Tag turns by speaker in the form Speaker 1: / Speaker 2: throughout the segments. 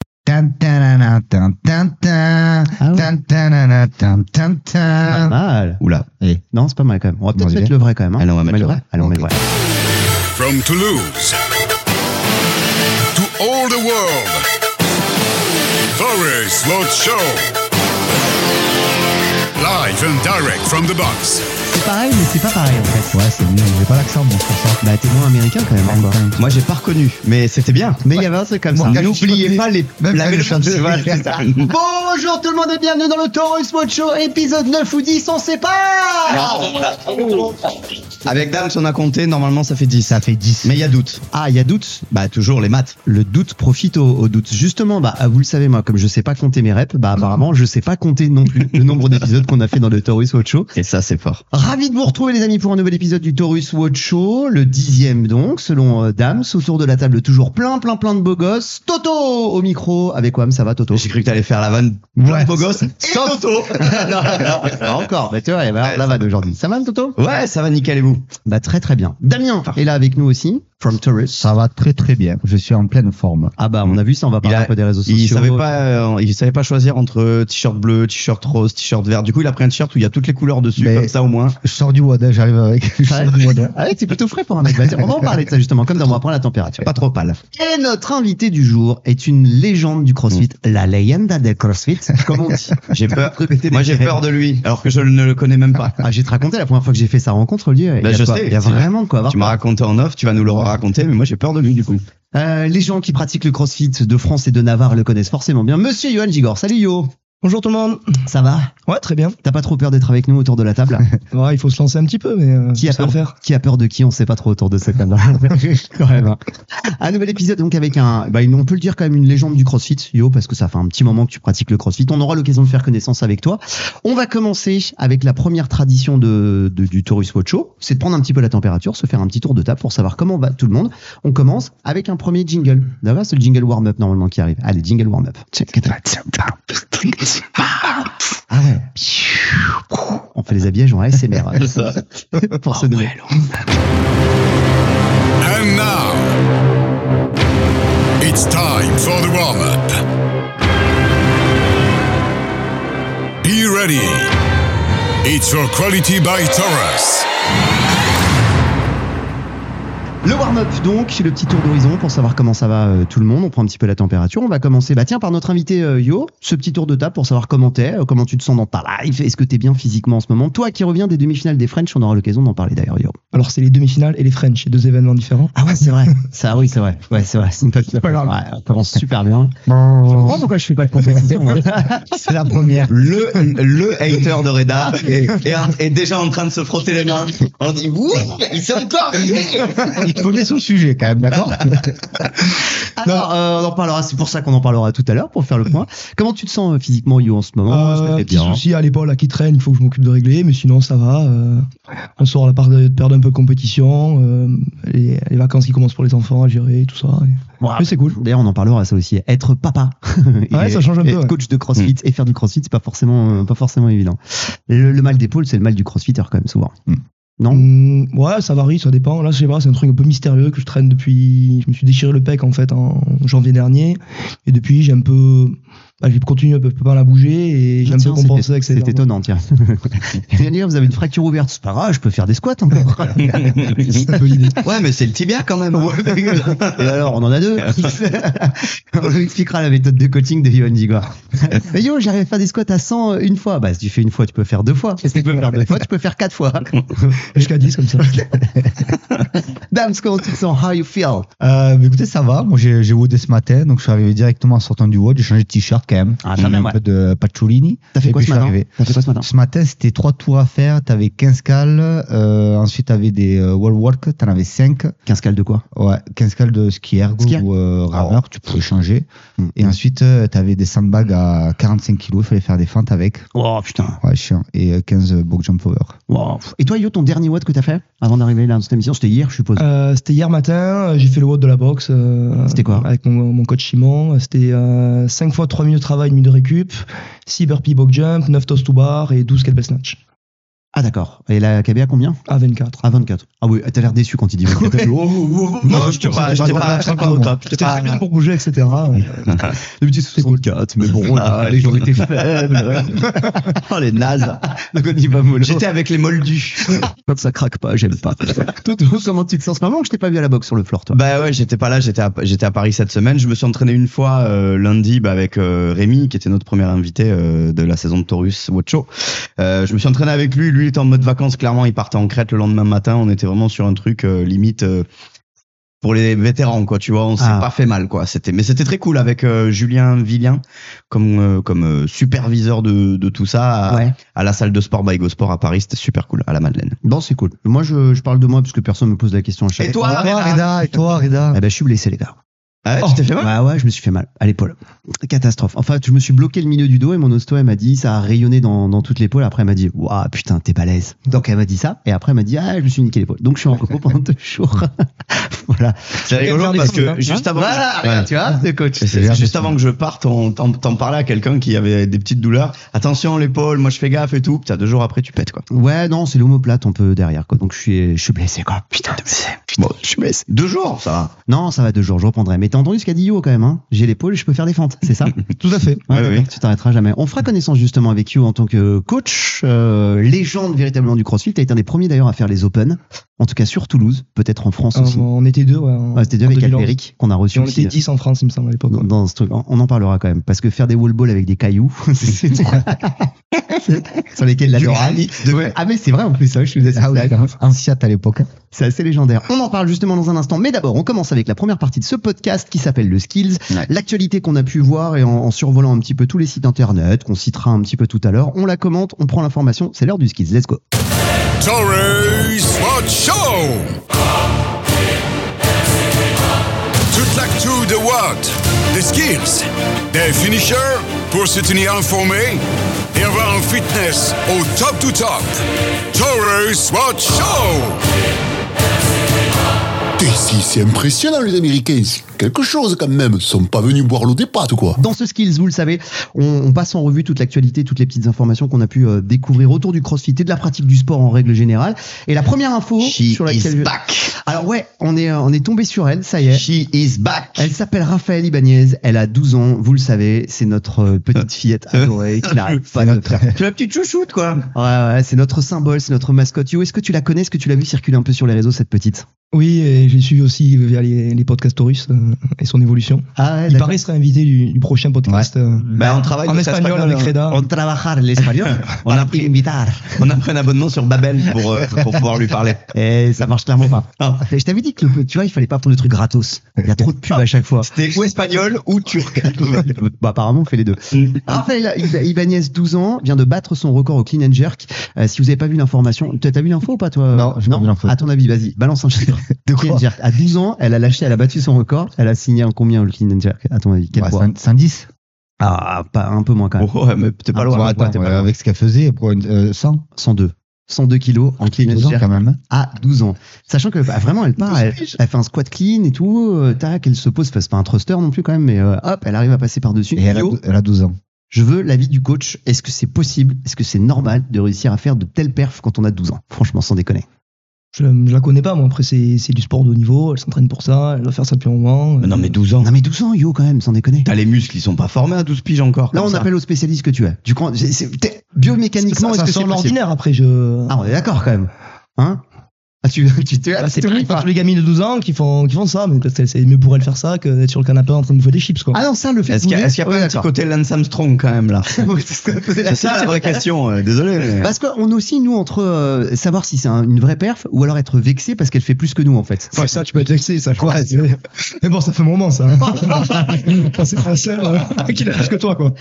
Speaker 1: Ah
Speaker 2: Tintin.
Speaker 3: Pas mal.
Speaker 2: Oula.
Speaker 3: Allez.
Speaker 2: Eh, Non, c'est pas mal quand même. On va peut-être
Speaker 3: y
Speaker 2: mettre
Speaker 3: va
Speaker 2: le vrai quand même. hein.
Speaker 3: Allez, on va mettre
Speaker 2: met
Speaker 3: le vrai.
Speaker 2: Allez, on met
Speaker 3: Ok.
Speaker 2: le vrai.
Speaker 4: From Toulouse to all the world, Boris World Show. Live and direct from the box.
Speaker 3: C'est pareil, mais c'est pas pareil en fait.
Speaker 5: Ouais, c'est mieux, j'ai pas l'accent, moi, c'est pour ça.
Speaker 2: Bah, t'es moins américain quand même. hein, quoi.
Speaker 3: Moi, j'ai pas reconnu, mais c'était bien.
Speaker 2: Mais il y avait un truc comme ça.
Speaker 5: Moi, quand
Speaker 3: N'oubliez
Speaker 5: je-
Speaker 3: pas les.
Speaker 5: Même
Speaker 3: la
Speaker 5: quand je
Speaker 3: belle-
Speaker 5: chante, c'est-
Speaker 3: voilà, c'est ça.
Speaker 2: Bonjour tout le monde et bienvenue dans le Taurus Mode Show, épisode 9 ou 10, on sait pas
Speaker 3: Avec Dams, on a compté, normalement ça fait 10. Ça fait 10. Mais il y a doute.
Speaker 2: Ah, il y a doute
Speaker 3: Bah, toujours les maths.
Speaker 2: le doute profite au, au doute. Justement, bah, vous le savez, moi, comme je sais pas compter mes reps, bah, apparemment, je sais pas compter non plus le nombre d'épisodes qu'on a fait dans le Taurus Watch Show.
Speaker 3: Et ça, c'est fort.
Speaker 2: Ravi de vous retrouver, les amis, pour un nouvel épisode du Taurus Watch Show, le dixième donc, selon euh, Dams. Autour de la table, toujours plein, plein, plein de beaux gosses. Toto au micro. Avec Wam, ça va, Toto
Speaker 3: J'ai cru que t'allais faire la vanne.
Speaker 2: Ouais.
Speaker 3: Plein de beaux gosses.
Speaker 2: Sans- Non, non, pas encore, bah, tu vois, il va y avoir
Speaker 3: Ouais,
Speaker 2: la
Speaker 3: ça
Speaker 2: vanne aujourd'hui. Ça va, Toto
Speaker 3: Ouais, ça va nickel et vous
Speaker 2: Bah, très, très bien. Damien
Speaker 3: Parfait.
Speaker 2: est là avec nous aussi, from Taurus.
Speaker 5: Ça va très très bien, je suis en pleine forme.
Speaker 2: Ah bah, on a vu ça, on va parler
Speaker 3: a-
Speaker 2: un peu des réseaux sociaux.
Speaker 3: il savait pas, euh, il savait pas choisir entre t-shirt bleu, t-shirt rose, t-shirt vert. Du coup, il a pris un t-shirt où il y a toutes les couleurs dessus,
Speaker 5: Mais-
Speaker 3: comme ça au moins.
Speaker 5: Je sors du Wada, j'arrive avec. Je sors du
Speaker 3: euh,
Speaker 5: Wada.
Speaker 2: Ah ouais, c'est plutôt frais pour un mec. Bah, tiens, on va en parler de ça justement, comme dans on va prendre la température.
Speaker 3: Pas trop pâle.
Speaker 2: Et notre invité du jour est une légende du CrossFit,
Speaker 3: Mm.
Speaker 2: la leyenda del CrossFit, comme on dit.
Speaker 3: J'ai peur.
Speaker 2: Répétez
Speaker 3: Moi,
Speaker 2: des
Speaker 3: j'ai peur de lui, alors que je ne le connais même pas.
Speaker 2: Ah, j'ai te raconté la première fois que j'ai fait sa rencontre, lui. il y a
Speaker 3: Bah, je
Speaker 2: quoi-
Speaker 3: sais,
Speaker 2: Il y a
Speaker 3: c'est-
Speaker 2: vraiment de quoi avoir.
Speaker 3: Tu m'as
Speaker 2: peur.
Speaker 3: raconté en off, tu vas nous le raconter, mais moi, j'ai peur de lui, du coup.
Speaker 2: Euh, les gens qui pratiquent le CrossFit de France et de Navarre le connaissent forcément bien. Monsieur Johan Gigor, salut Yo.
Speaker 1: Bonjour tout le monde.
Speaker 2: Ça va
Speaker 1: Ouais, très bien.
Speaker 2: T'as pas trop peur d'être avec nous autour de la table
Speaker 1: Ouais, il faut se lancer un petit peu, mais euh,
Speaker 2: Qui a
Speaker 1: ça va
Speaker 2: peur
Speaker 1: faire.
Speaker 2: Qui a peur de qui On sait pas trop autour de cette table. quand même. hein. Un nouvel épisode donc avec un, bah, une- on peut le dire quand même une légende du CrossFit, Yo, parce que ça fait un petit moment que tu pratiques le CrossFit. On aura l'occasion de faire connaissance avec toi. On va commencer avec la première tradition de, de- du Taurus Watch Show, c'est de prendre un petit peu la température, se faire un petit tour de table pour savoir comment va tout le monde. On commence avec un premier jingle. D'accord, c'est le jingle warm up normalement qui arrive. Allez, jingle warm up. Ah ouais. On fait les habillages en ASMR. pour ce nouvel.
Speaker 4: And now, it's time for the warm up. Be ready. It's your quality by Taurus.
Speaker 2: Le warm-up donc, le petit tour d'horizon pour savoir comment ça va euh, tout le monde. On prend un petit peu la température. On va commencer bah tiens par notre invité euh, Yo, ce petit tour de table pour savoir comment t'es, euh, comment tu te sens dans ta life, est-ce que t'es bien physiquement en ce moment. Toi qui reviens des demi-finales des French, on aura l'occasion d'en parler d'ailleurs Yo.
Speaker 1: Alors, c'est les demi-finales et les French, deux événements différents.
Speaker 2: Ah ouais c'est vrai. Ça oui c'est vrai. Ouais c'est vrai. C'est une petite
Speaker 1: pas grave.
Speaker 2: Ouais, on commence super bien.
Speaker 1: Oh, pourquoi je fais pas de compétition moi.
Speaker 5: C'est la première.
Speaker 3: Le, le hater de Reda est, est- est déjà en train de se frotter les mains. On dit, ouh, il s'est encore
Speaker 5: Il faut bien son sujet quand même, d'accord
Speaker 2: Alors euh, on en parlera. C'est pour ça qu'on en parlera tout à l'heure pour faire le point. Comment tu te sens euh, physiquement Yo en ce moment Est-ce que
Speaker 1: Euh,
Speaker 2: t'es
Speaker 1: petit
Speaker 2: bien, hein
Speaker 1: souci à l'épaule là, qui traîne, il faut que je m'occupe de régler, mais sinon ça va. euh, on sort à la période de perdre un peu de compétition, euh, les, les vacances qui commencent pour les enfants à gérer, tout ça. et-
Speaker 2: Bon,
Speaker 1: Mais c'est cool.
Speaker 2: D'ailleurs, on en parlera ça aussi. Être papa, Il
Speaker 1: Ouais,
Speaker 2: est-
Speaker 1: ça change un peu,
Speaker 2: Être
Speaker 1: ouais.
Speaker 2: coach de CrossFit et faire du CrossFit, c'est pas forcément, euh, pas forcément évident. Le, le mal d'épaule, c'est le mal du CrossFitter quand même souvent.
Speaker 5: Mm.
Speaker 2: Non
Speaker 1: Mm, ouais, ça varie, ça dépend. Là, je sais pas, c'est un truc un peu mystérieux que je traîne depuis. Je me suis déchiré le pec en fait en janvier dernier, et depuis j'ai un peu. Bah, j'ai continué un peu pas mal à bouger et j'ai un peu
Speaker 2: Tiens,
Speaker 1: compensé
Speaker 2: c'était-
Speaker 1: avec ces
Speaker 2: C'est étonnant, tiens. D'ailleurs, vous avez une fracture ouverte, c'est pas grave, je peux faire des squats encore.
Speaker 3: Ouais, mais c'est le tibia quand même. hein.
Speaker 2: Et alors, on en a deux. on vous expliquera la méthode de coaching de Yohan Digor. Mais yo, j'arrive à faire des squats à 100 une fois. Bah, si tu fais une fois, tu peux faire deux fois. Si tu peux faire deux fois, tu peux faire quatre fois.
Speaker 1: Jusqu'à 10 comme ça.
Speaker 2: Dams, comment tu te sens? How you feel?
Speaker 5: Euh, bah, écoutez, ça va. Moi, j'ai j'ai WOD ce matin, donc je suis arrivé directement en sortant du WOD. J'ai changé de t-shirt quand même.
Speaker 2: Ah, quand
Speaker 5: J'ai mis
Speaker 2: même,
Speaker 5: un
Speaker 2: ouais.
Speaker 5: peu de Pacciolini.
Speaker 2: T'as fait
Speaker 5: Et
Speaker 2: quoi
Speaker 5: puis, je
Speaker 2: ce
Speaker 5: suis
Speaker 2: matin?
Speaker 5: arrivé.
Speaker 2: T'as fait quoi ce matin?
Speaker 5: Ce matin, c'était trois tours à faire. T'avais 15 cales. Euh, ensuite, t'avais des euh, wall walk. T'en avais 5.
Speaker 2: 15 cales de quoi?
Speaker 5: Ouais, 15 cales de ski ergo
Speaker 2: Ski ergo.
Speaker 5: ou euh, rameur, tu pouvais changer.
Speaker 2: Mm.
Speaker 5: Et ensuite, tu avais des sandbags à 45 kg, il fallait faire des fentes avec.
Speaker 2: Oh putain.
Speaker 5: Ouais, chiant. Et euh, 15 box jump over.
Speaker 2: Wow. Et toi, Yo, ton dernier watt que t'as fait avant d'arriver là dans cette émission, c'était hier, je suppose.
Speaker 1: Euh, c'était hier matin, euh, j'ai fait le WOD de la boxe. euh,
Speaker 2: C'était quoi
Speaker 1: Avec mon, mon coach Simon. C'était 5 fois 3 minutes de travail, une minute de récup, 6 burpees box jump, 9 toes to bar et 12 kettlebell snatch.
Speaker 2: ah, Ah d'accord. Et la KB à combien
Speaker 1: à 24.
Speaker 2: À 24. Ah oui, t'as l'air déçu quand il dit 24.
Speaker 3: Non, je te pas, je te pas, je te pas au top. Je te
Speaker 1: C'était très bien
Speaker 3: pas.
Speaker 1: pour bouger, etc.
Speaker 2: D'habitude c'est 64, mais bon, là, les gens étaient faibles.
Speaker 3: Oh, les nazes.
Speaker 2: Donc on y va mollo.
Speaker 3: J'étais avec les moldus.
Speaker 2: Quand ça craque pas, j'aime pas. toi, toi, comment tu te sens Maman, je t'ai pas vu à la boxe sur le floor, toi.
Speaker 3: Bah ouais, j'étais pas là, j'étais à, j'étais à Paris cette semaine. Je me suis entraîné une fois euh, lundi bah, avec euh, Rémi, qui était notre premier invité euh, de la saison de Taurus Watch Show. Euh, je me suis entraîné avec lui. Lui, il était en mode vacances, clairement. Il partait en Crète le lendemain matin. On était vraiment sur un truc euh, limite. euh, pour les vétérans, quoi, tu vois, on s'est
Speaker 2: Ah.
Speaker 3: pas fait mal, quoi. C'était, mais c'était très cool avec euh, Julien Villien comme euh, comme euh, superviseur de, de tout ça à,
Speaker 2: Ouais.
Speaker 3: à la salle de sport by Go Sport à Paris. C'était super cool à la Madeleine.
Speaker 2: Bon, c'est cool. Moi, je, je parle de moi parce que personne me pose la question à chaque
Speaker 3: Et
Speaker 2: fois.
Speaker 3: toi, Reda
Speaker 5: Reda, et toi, Reda
Speaker 2: Eh ben, je suis blessé, les gars. Oh, bah
Speaker 3: Ah ouais, tu t'es fait mal
Speaker 2: Ouais, ouais, je me suis fait mal à l'épaule. Catastrophe. Enfin, je me suis bloqué le milieu du dos et mon ostéo, elle m'a dit, ça a rayonné dans, dans toute l'épaule. Après, elle m'a dit, waouh, putain, t'es balèze. Donc, elle m'a dit ça. Et après, elle m'a dit, ah, je me suis niqué l'épaule. Donc, je suis en repos pendant deux jours. voilà.
Speaker 3: C'est rigolo
Speaker 1: Regarde
Speaker 3: parce
Speaker 1: les photos,
Speaker 3: que
Speaker 1: hein.
Speaker 3: juste avant,
Speaker 2: Voilà,
Speaker 3: Ouais.
Speaker 2: regarde, tu vois, le coach.
Speaker 3: Et c'est juste avant que je parte, on t'en t'en parlait à quelqu'un qui avait des petites douleurs. Attention l'épaule, moi je fais gaffe et tout. Putain, deux jours après tu pètes quoi.
Speaker 2: Ouais, non, c'est l'homoplate un peu derrière, quoi. Donc, je suis, je suis blessé, quoi. Putain, t'es blessé.
Speaker 3: Bon, je suis blessé. Deux jours, ça va.
Speaker 2: Non, ça va deux jours, je reprendrai. Mais t'as entendu ce qu'a dit Yo quand même, hein J'ai l'épaule, je peux faire des fentes, c'est ça
Speaker 1: Tout à fait.
Speaker 2: Ouais,
Speaker 3: Ouais,
Speaker 2: d'accord,
Speaker 3: oui.
Speaker 2: Tu t'arrêteras jamais. On fera connaissance justement avec You en tant que coach, euh, légende véritablement du CrossFit. T'as été un des premiers d'ailleurs à faire les Open, en tout cas sur Toulouse, peut-être en France aussi.
Speaker 1: On était deux, ouais. en-
Speaker 2: Ouais, C'était déjà
Speaker 1: en
Speaker 2: avec
Speaker 1: 2011.
Speaker 2: Albéric qu'on a
Speaker 1: Et
Speaker 2: reçu
Speaker 1: on
Speaker 2: aussi, euh,
Speaker 1: était 10 en France, il me semble, à l'époque.
Speaker 2: dans, dans ce truc. On- On en parlera quand même, parce que faire des wall balls avec des cailloux, c'est- sur lesquels la
Speaker 3: Du
Speaker 2: dorade. Ouais. Ah mais c'est vrai en plus, ouais, je suis
Speaker 5: Ah ouais, Anciate à l'époque.
Speaker 2: c'est assez légendaire. On en parle justement dans un instant, mais d'abord, on commence avec la première partie de ce podcast qui s'appelle le Skills.
Speaker 3: Ouais.
Speaker 2: L'actualité qu'on a pu voir et en, en survolant un petit peu tous les sites internet qu'on citera un petit peu tout à l'heure, on la commente, on prend l'information, c'est l'heure du Skills. Let's go.
Speaker 4: Torres Watch Show. Toute l'actu de Watt, des skills, des finishers pour se tenir informé et avoir un fitness au top to top. Torres Watch Show.
Speaker 6: Et si c'est impressionnant les Américains, quelque chose quand même, ils sont pas venus boire l'eau des pattes quoi.
Speaker 2: Dans ce Skills, vous le savez, on, on passe en revue toute l'actualité, toutes les petites informations qu'on a pu euh, découvrir autour du crossfit et de la pratique du sport en règle générale. Et la première info
Speaker 3: She
Speaker 2: sur laquelle...
Speaker 3: is
Speaker 2: je-
Speaker 3: back.
Speaker 2: Alors ouais, on est, euh, on est tombé sur elle, ça y est.
Speaker 3: She is back.
Speaker 2: Elle s'appelle Raphaël Ibanez, elle a 12 ans, vous le savez, c'est notre euh, petite fillette adorée qui n'arrête pas de faire.
Speaker 3: Tu la petite chouchoute quoi.
Speaker 2: Ouais, ouais, c'est notre symbole, c'est notre mascotte. Yo, est-ce que tu la connais Est-ce que tu l'as vu circuler un peu sur les réseaux, cette petite
Speaker 1: Oui, et j'ai suivi aussi via les, les podcasts Taurus euh, et son évolution.
Speaker 2: Ah,
Speaker 1: Il paraît sera invité du, du prochain podcast. euh,
Speaker 3: Bah, on travaille
Speaker 1: En
Speaker 3: parce qu'à
Speaker 1: espagnol,
Speaker 3: Spagnol,
Speaker 1: avec Reda.
Speaker 2: On travaille l'espagnol, on a pris une guitare.
Speaker 3: On a pris un abonnement sur Babel pour, euh, pour pouvoir lui parler.
Speaker 2: Et ça marche clairement pas. Ah, Je t'avais dit que le- tu vois, il fallait pas prendre le truc gratos. Il y a trop de pubs à chaque fois.
Speaker 3: C'était ou espagnol ou turc.
Speaker 2: Bah, apparemment, on fait les deux. Raphaël Ib- Ibanez, 12 ans, vient de battre son record au clean and jerk. Euh, si vous avez pas vu l'information, t'as t'as vu l'info ou pas, toi
Speaker 5: Non, j'ai pas vu l'info.
Speaker 2: À ton avis, vas-y, balance un chiffre.
Speaker 5: De
Speaker 2: Clean and jerk. À 12 ans, elle a lâché, elle a battu son record. Elle a signé en combien le clean and jerk À ton avis, quel
Speaker 5: Ouais,
Speaker 2: poids
Speaker 5: c'est un- C'est un 10.
Speaker 2: Ah, pas, un peu moins quand même.
Speaker 3: Oh, ouais, mais t'es pas loin.
Speaker 5: Ouais,
Speaker 3: quoi,
Speaker 5: attends,
Speaker 3: t'es pas
Speaker 5: ouais,
Speaker 3: loin.
Speaker 5: avec ce qu'elle faisait, pour une, euh, 100.
Speaker 2: 102. 102 kilos en clean and
Speaker 5: Deux ans,
Speaker 2: jerk
Speaker 5: quand même. hein.
Speaker 2: à 12 ans. Sachant que bah, vraiment, elle part, elle, elle fait un squat clean et tout, euh, tac, elle se pose, enfin, c'est pas un thruster non plus quand même, mais euh, hop, elle arrive à passer par-dessus.
Speaker 5: Et elle a,
Speaker 2: Yo,
Speaker 5: elle a 12 ans.
Speaker 2: je veux l'avis du coach, est-ce que c'est possible, est-ce que c'est normal de réussir à faire de telles perfs quand on a 12 ans Franchement, sans déconner.
Speaker 1: Je, la- je la connais pas, moi. Après, c'est c'est du sport de haut niveau. Elle s'entraîne pour ça. Elle doit faire ça depuis un moment.
Speaker 3: Mais Non, mais 12 ans.
Speaker 2: Non mais 12 ans, yo, quand même, sans déconner.
Speaker 3: T'as les muscles, ils sont pas formés à 12 piges encore.
Speaker 2: Là,
Speaker 3: comme
Speaker 2: on
Speaker 3: ça.
Speaker 2: appelle au spécialiste que tu es. Du coup, c'est- c'est- t'es- biomécaniquement,
Speaker 1: Ça-
Speaker 2: est-ce
Speaker 1: ça
Speaker 2: que
Speaker 1: sort
Speaker 2: c'est
Speaker 1: de
Speaker 2: possible
Speaker 1: l'ordinaire après. Je...
Speaker 2: Ah, on est d'accord quand même. Hein ah, tu, tu te,
Speaker 1: Bah,
Speaker 2: tu
Speaker 1: c'est
Speaker 2: te
Speaker 1: pas,
Speaker 2: mouilles
Speaker 1: pas
Speaker 2: pas.
Speaker 1: tous les gamins de 12 ans qui font, qui font ça, mais parce que c'est mieux pour elle faire ça que d'être sur le canapé en train de bouffer des chips, quoi.
Speaker 2: Ah non, ça, le fait
Speaker 3: Est-ce qu'il y a,
Speaker 2: bouger-
Speaker 3: est-ce qu'il y a pas
Speaker 2: Ouais,
Speaker 3: un petit
Speaker 2: d'accord.
Speaker 3: côté Lance Armstrong quand même là C'est ça la vraie question. euh, Désolé. mais-
Speaker 2: Parce qu'on oscille, nous, entre euh, savoir si c'est un- une vraie perf ou alors être vexé parce qu'elle fait plus que nous, en fait.
Speaker 1: Ouais, ça, tu peux être vexé, ça, je crois. Mais bon, ça fait un moment, ça. c'est pas seul euh, qui l'a plus que toi, quoi.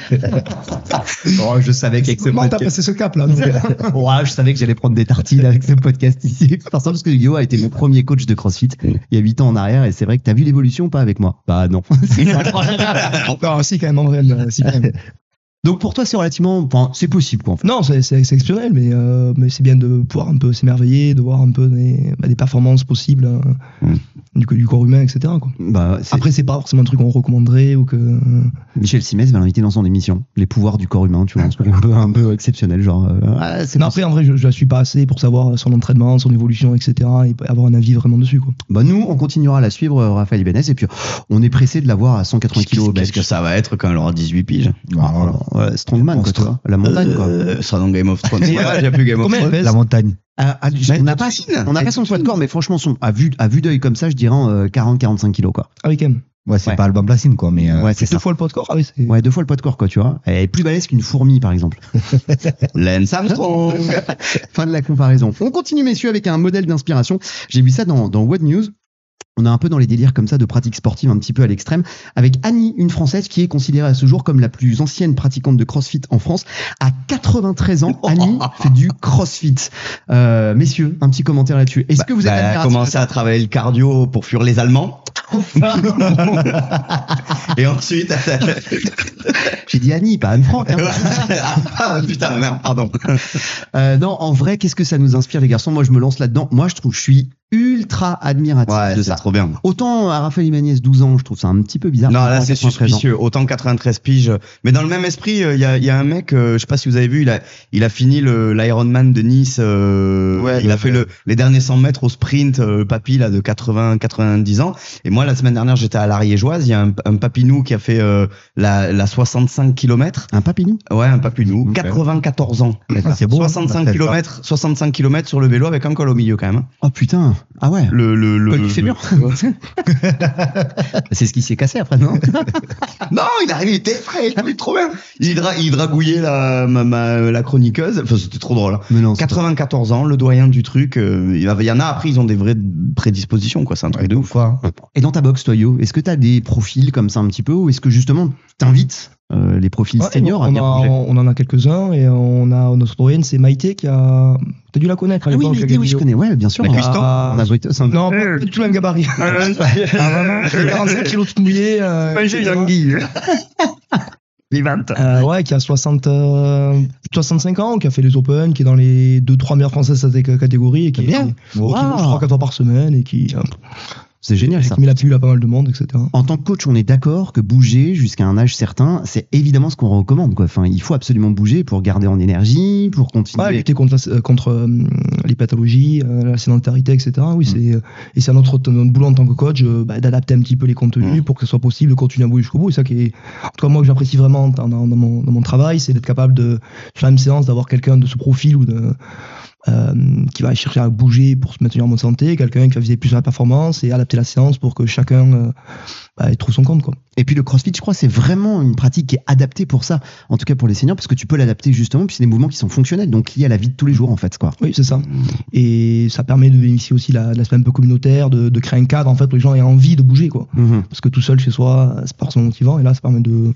Speaker 2: Oh, je savais qu'avec
Speaker 1: Comment t'as passé ce cap, là euh,
Speaker 2: Ouais, je savais que j'allais prendre des tartines avec ce podcast ici. Par parce que Yo a été mon premier coach de CrossFit il y a 8 ans en arrière et c'est vrai que t'as vu l'évolution ou pas avec moi Bah non. C'est ça.
Speaker 1: Encore aussi, quand même, en vrai. là, si, quand même.
Speaker 2: Donc pour toi, c'est relativement, enfin, c'est possible quoi. En fait.
Speaker 1: Non, c'est c'est- c'est exceptionnel, mais, euh, mais c'est bien de pouvoir un peu s'émerveiller, de voir un peu des, bah, des performances possibles euh,
Speaker 3: Mm.
Speaker 1: du, co- du corps humain, etc. Quoi.
Speaker 2: Bah, c'est-
Speaker 1: Après, c'est pas forcément un truc qu'on recommanderait ou que.
Speaker 2: Michel Simès va l'inviter dans son émission, les pouvoirs du corps humain, tu vois, un truc un peu, un peu exceptionnel, genre. euh, ah, c'est
Speaker 1: Non, après, en vrai, je, je la suis pas assez pour savoir son entraînement, son évolution, etc. et avoir un avis vraiment dessus. Quoi.
Speaker 2: Bah nous, on continuera à la suivre, euh, Raphaël Ibanez, et puis on est pressé de la voir à 180 kilos.
Speaker 3: Qu'est-ce que ça va être quand elle aura 18 piges
Speaker 2: Ouais, Strongman, quoi, tu vois, la montagne, quoi.
Speaker 3: Euh, ce sera dans Game of Thrones. Voilà, j'ai plus Game of
Speaker 1: Combien elle
Speaker 3: Thrones.
Speaker 1: pèse
Speaker 5: La montagne.
Speaker 2: Ah, ah,
Speaker 3: Mais
Speaker 2: on n'a pas,
Speaker 3: Tine,
Speaker 2: on n'a pas son poids de corps, mais franchement, son, à vue, à vue d'œil comme ça, je dirais euh, 40-45 kilos, quoi.
Speaker 1: Ah oui, quand même.
Speaker 5: Ouais, c'est
Speaker 2: Ouais.
Speaker 5: pas Alban Placine, quoi, mais. euh,
Speaker 2: ouais, c'est
Speaker 1: Deux
Speaker 2: ça.
Speaker 1: fois le poids de corps. Ah oui, c'est.
Speaker 2: Ouais, deux fois le poids de corps, quoi, tu vois. Elle est plus balèze qu'une fourmi, par exemple.
Speaker 3: Lance Armstrong.
Speaker 2: Fin de la comparaison. On continue, messieurs, avec un modèle d'inspiration. J'ai vu ça dans, dans What News. On est un peu dans les délires comme ça de pratiques sportives un petit peu à l'extrême, avec Annie, une Française qui est considérée à ce jour comme la plus ancienne pratiquante de CrossFit en France. À 93 ans, Annie fait du CrossFit. Euh, messieurs, un petit commentaire là-dessus. Est-ce que vous êtes
Speaker 3: Bah, elle a
Speaker 2: admiratif
Speaker 3: commencé à travailler le cardio pour fuir les Allemands. Et ensuite,
Speaker 2: J'ai dit Annie, pas Anne-Franck. hein.
Speaker 3: ah, putain, merde, pardon.
Speaker 2: Euh, non, en vrai, qu'est-ce que ça nous inspire, les garçons Moi, je me lance là-dedans. Moi, je trouve, je suis ultra admiratif de
Speaker 3: Ouais,
Speaker 2: ça.
Speaker 3: c'est trop bien.
Speaker 2: Autant à Raphaël Ibanez, 12 ans, je trouve ça un petit peu bizarre.
Speaker 3: Non, là, c'est
Speaker 2: 93 ans.
Speaker 3: suspicieux. Autant 93 piges. Mais dans le même esprit, euh, il y a, il y a un mec, euh, je sais pas si vous avez vu, il a, il a fini le- l'Ironman de Nice. euh,
Speaker 2: Ouais,
Speaker 3: il a
Speaker 2: le-
Speaker 3: fait le, les derniers 100 mètres au sprint, euh, papy, là, de 80, 90 ans. Et moi, la semaine dernière, j'étais à l'Ariégeoise. Il y a un, un papinou qui a fait euh, la, la 65 km.
Speaker 2: Un papinou
Speaker 3: Ouais, un papinou.
Speaker 5: Ok.
Speaker 3: 94 ans.
Speaker 5: Ah, c'est beau, hein,
Speaker 3: 65
Speaker 5: ça.
Speaker 3: km, 65 km sur le vélo avec un col au milieu, quand même. hein.
Speaker 2: Oh putain Ah ouais
Speaker 3: Le, le, le,
Speaker 2: Col qui fait
Speaker 3: le-
Speaker 2: bien. Bah, C'est ce qui s'est cassé après, non
Speaker 3: Non, il arrive, il était frais, il était trop bien. Il, dra- il dragouillait la, ma- ma- la chroniqueuse. Enfin, c'était trop drôle. hein.
Speaker 2: Mais non, c'est
Speaker 3: 94 ans, le doyen du truc. euh, il y en a- il y en a après, ils ont des vraies prédispositions, quoi. C'est un truc de ouf.
Speaker 5: Quoi.
Speaker 2: pas- Et dans ta box, toi, Yo, est-ce que t'as des profils comme ça un petit peu ou est-ce que justement t'invites euh, les profils
Speaker 1: Ouais,
Speaker 2: seniors à
Speaker 1: on,
Speaker 2: venir
Speaker 1: a-
Speaker 2: bouger
Speaker 1: on en a quelques-uns et on a notre doyenne, c'est Maïté qui a. T'as dû la connaître à
Speaker 2: Ah oui,
Speaker 1: l'époque.
Speaker 2: mais oui,
Speaker 1: la
Speaker 2: je
Speaker 1: vidéo.
Speaker 2: connais, ouais, bien sûr.
Speaker 3: La
Speaker 2: on a-
Speaker 3: cuistot
Speaker 1: Ah,
Speaker 2: on a bruit- c'est un-
Speaker 1: Non, pas du tout le même gabarit. Ah, vraiment, c'est 45 kilos tout mouillé. Euh, etc. Euh, ouais, qui a 60, euh, 65 ans, qui a fait les Open, qui est dans les 2-3 meilleures françaises de sa t- catégorie et qui,
Speaker 2: Bien.
Speaker 1: qui,
Speaker 2: Wow.
Speaker 1: qui bouge 3-4 fois par semaine et qui, euh,
Speaker 2: C'est génial ça.
Speaker 1: qui met la pilule à pas mal de monde, etc.
Speaker 2: En tant que coach, on est d'accord que bouger jusqu'à un âge certain, c'est évidemment ce qu'on recommande. Quoi. Enfin, il faut absolument bouger pour garder en énergie, pour continuer.
Speaker 1: Ouais, lutter contre, la- euh, contre euh, les pathologies, euh, la sédentarité, etc. Oui, c'est euh, et c'est à notre, notre boulot en tant que coach euh, bah, d'adapter un petit peu les contenus pour que ce soit possible de continuer à bouger jusqu'au bout. Et ça qui est, en tout cas moi que j'apprécie vraiment dans, dans- dans mon, dans mon travail, c'est d'être capable de sur la même séance d'avoir quelqu'un de ce profil ou de euh, qui va chercher à bouger pour se maintenir en bonne santé, quelqu'un qui va viser plus à la performance et adapter la séance pour que chacun euh, bah, y trouve son compte quoi.
Speaker 2: Et puis le crossfit, je crois, c'est vraiment une pratique qui est adaptée pour ça, en tout cas pour les seniors, parce que tu peux l'adapter justement, puis c'est des mouvements qui sont fonctionnels, donc liés à la vie de tous les jours en fait. Quoi.
Speaker 1: Oui, c'est ça. Et ça permet de bénéficier aussi de la- de l'aspect un peu communautaire, de, de créer un cadre en fait où les gens aient envie de bouger quoi.
Speaker 5: Mhm.
Speaker 1: Parce que tout seul chez soi, euh, c'est pas forcément motivant. Et là, ça permet de,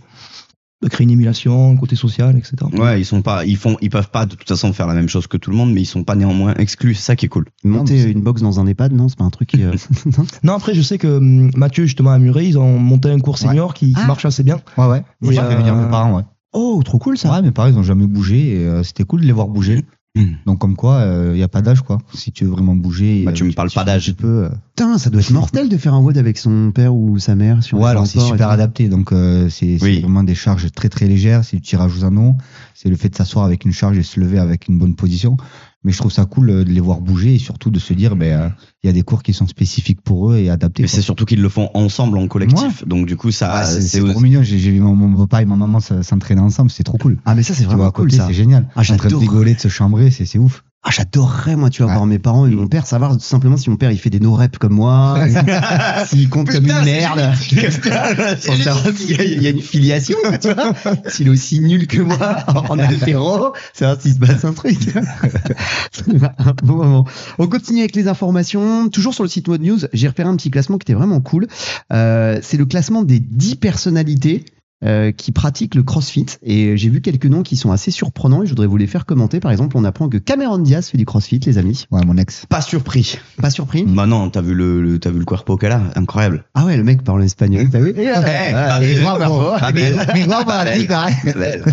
Speaker 1: de créer une émulation, un côté social, etc.
Speaker 3: Ouais, ils sont pas, ils font, ils peuvent pas de toute façon faire la même chose que tout le monde, mais ils sont pas néanmoins exclus. C'est ça qui est cool.
Speaker 2: Monter une box dans un EHPAD, non, c'est pas un truc qui. euh, non
Speaker 1: Non, après, je sais que hum, Mathieu, justement, à Muret, ils ont monté un cours senior qui, qui
Speaker 2: Ah.
Speaker 1: marche assez bien.
Speaker 5: Ouais, ouais.
Speaker 1: Et,
Speaker 5: Moi, j'ai fait venir
Speaker 1: euh,
Speaker 5: mes parents, ouais.
Speaker 2: oh, trop cool ça.
Speaker 5: Ouais, mes parents, ils ont jamais bougé. et, euh, C'était cool de les voir bouger.
Speaker 2: Hmm.
Speaker 3: Mm.
Speaker 5: Donc, comme quoi, il n'y a pas d'âge, quoi. Si tu veux vraiment bouger. euh,
Speaker 3: Bah, tu me parles pas d'âge.
Speaker 5: Tu peux.
Speaker 2: Putain, ça doit être mortel de faire un WOD avec son père ou sa mère. Sur
Speaker 5: Ouais, alors c'est super
Speaker 2: adapté.
Speaker 5: adapté. Donc, euh, c'est c'est
Speaker 3: Oui.
Speaker 5: vraiment des charges très très légères. C'est du tirage aux anneaux. C'est le fait de s'asseoir avec une charge et se lever avec une bonne position. Mais je trouve ça cool euh, de les voir bouger et surtout de se dire, ben, euh, il y a des cours qui sont spécifiques pour eux et adaptés.
Speaker 3: Mais
Speaker 5: quoi.
Speaker 3: c'est surtout qu'ils le font ensemble, en collectif. Donc du coup, ça,
Speaker 2: Euh,
Speaker 5: Ah, c'est
Speaker 3: c'est
Speaker 5: c'est
Speaker 3: aussi-
Speaker 5: trop mignon. J'ai j'ai vu mon, mon papa et ma maman s- s'entraîner ensemble. C'est trop cool.
Speaker 2: Ah, mais ça, c'est
Speaker 5: Tu vois,
Speaker 2: vraiment
Speaker 5: à
Speaker 2: cool
Speaker 5: côté,
Speaker 2: ça.
Speaker 5: c'est génial.
Speaker 2: Ah,
Speaker 5: Je suis en train de
Speaker 2: j'adore.
Speaker 5: rigoler, de se chambrer, c'est c'est ouf.
Speaker 2: Ah, j'adorerais, moi, tu vois,
Speaker 5: Ouais.
Speaker 2: voir mes parents et
Speaker 3: Mm.
Speaker 2: mon père, savoir simplement si mon père il fait des no-reps comme moi, s'il compte comme
Speaker 3: Putain,
Speaker 2: une
Speaker 3: c'est
Speaker 2: merde, sans savoir s'il y a- il y a une filiation, tu vois, s'il est aussi nul que moi en altéro, savoir s'il se passe un truc. Ça va, un bon moment. On continue avec les informations. Toujours sur le site Mode News, j'ai repéré un petit classement qui était vraiment cool. Euh, C'est le classement des 10 personnalités euh, qui pratiquent le crossfit. Et j'ai vu quelques noms qui sont assez surprenants et je voudrais vous les faire commenter. Par exemple, on apprend que Cameron Diaz fait du crossfit, les amis.
Speaker 5: Ouais, mon ex.
Speaker 3: Pas surpris.
Speaker 2: Pas surpris
Speaker 3: Bah non, t'as vu le, le- t'as vu le corpo qu'elle a, incroyable.
Speaker 2: Ah ouais, le mec parle espagnol. Bah oui.
Speaker 3: Eh,
Speaker 2: Ah,
Speaker 3: Paris,
Speaker 2: et bravo.
Speaker 3: Paris.
Speaker 5: Mais moi, bah, dis, bah,
Speaker 3: Belle.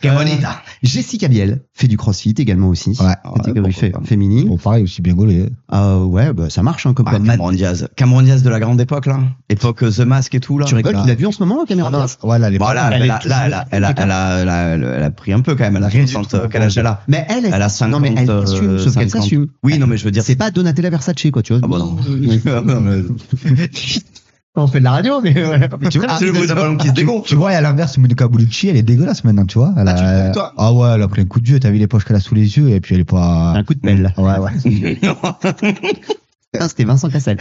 Speaker 3: Qué bonita.
Speaker 2: Euh, Jessica Biel fait du crossfit également aussi.
Speaker 5: Ouais.
Speaker 2: Catégorie
Speaker 3: Ouais,
Speaker 2: fé-
Speaker 3: pourquoi pas.
Speaker 2: féminine.
Speaker 5: Bon, pareil, aussi bien gaulé.
Speaker 2: Ah ouais, bah, ça marche hein, comme
Speaker 3: Ah,
Speaker 2: comme-
Speaker 3: Cameron Diaz. Cameron Diaz de la grande époque, là. Époque euh, The Mask et tout, là.
Speaker 2: Tu rigoles,
Speaker 5: Bah.
Speaker 2: tu l'as vu en ce moment, la caméra
Speaker 5: Voilà, les
Speaker 3: Voilà,
Speaker 2: Elle
Speaker 3: elle,
Speaker 2: est
Speaker 3: a-
Speaker 2: tout-
Speaker 3: là, elle a, elle, a, elle, a, elle, a, elle a- elle a pris un peu quand même. Elle a 60, euh, quel âge elle a
Speaker 2: Mais elle, elle,
Speaker 3: Elle a 50.
Speaker 2: non, mais elle s'assume,
Speaker 3: euh,
Speaker 2: sauf qu'elle
Speaker 3: 50.
Speaker 2: s'assume.
Speaker 3: Oui, non, mais je veux dire.
Speaker 2: C'est pas Donatella Versace, quoi, tu vois.
Speaker 3: Ah bon, non.
Speaker 2: non, On fait de la radio, mais Ah, voilà.
Speaker 3: tu vois, Ah, c'est le bruit d'un ballon qui se dégonfle.
Speaker 5: Tu vois, et à l'inverse, Monica Bellucci, elle est dégueulasse maintenant, tu vois. Elle
Speaker 3: Ah, tu
Speaker 5: a-
Speaker 3: trouves, toi
Speaker 5: ah ouais, elle a pris un coup de dieu, t'as vu les poches qu'elle a sous les yeux, et puis elle est pas.
Speaker 2: Un coup de pelle.
Speaker 5: Ouais, ouais.
Speaker 2: Putain, C'était Vincent Cassel.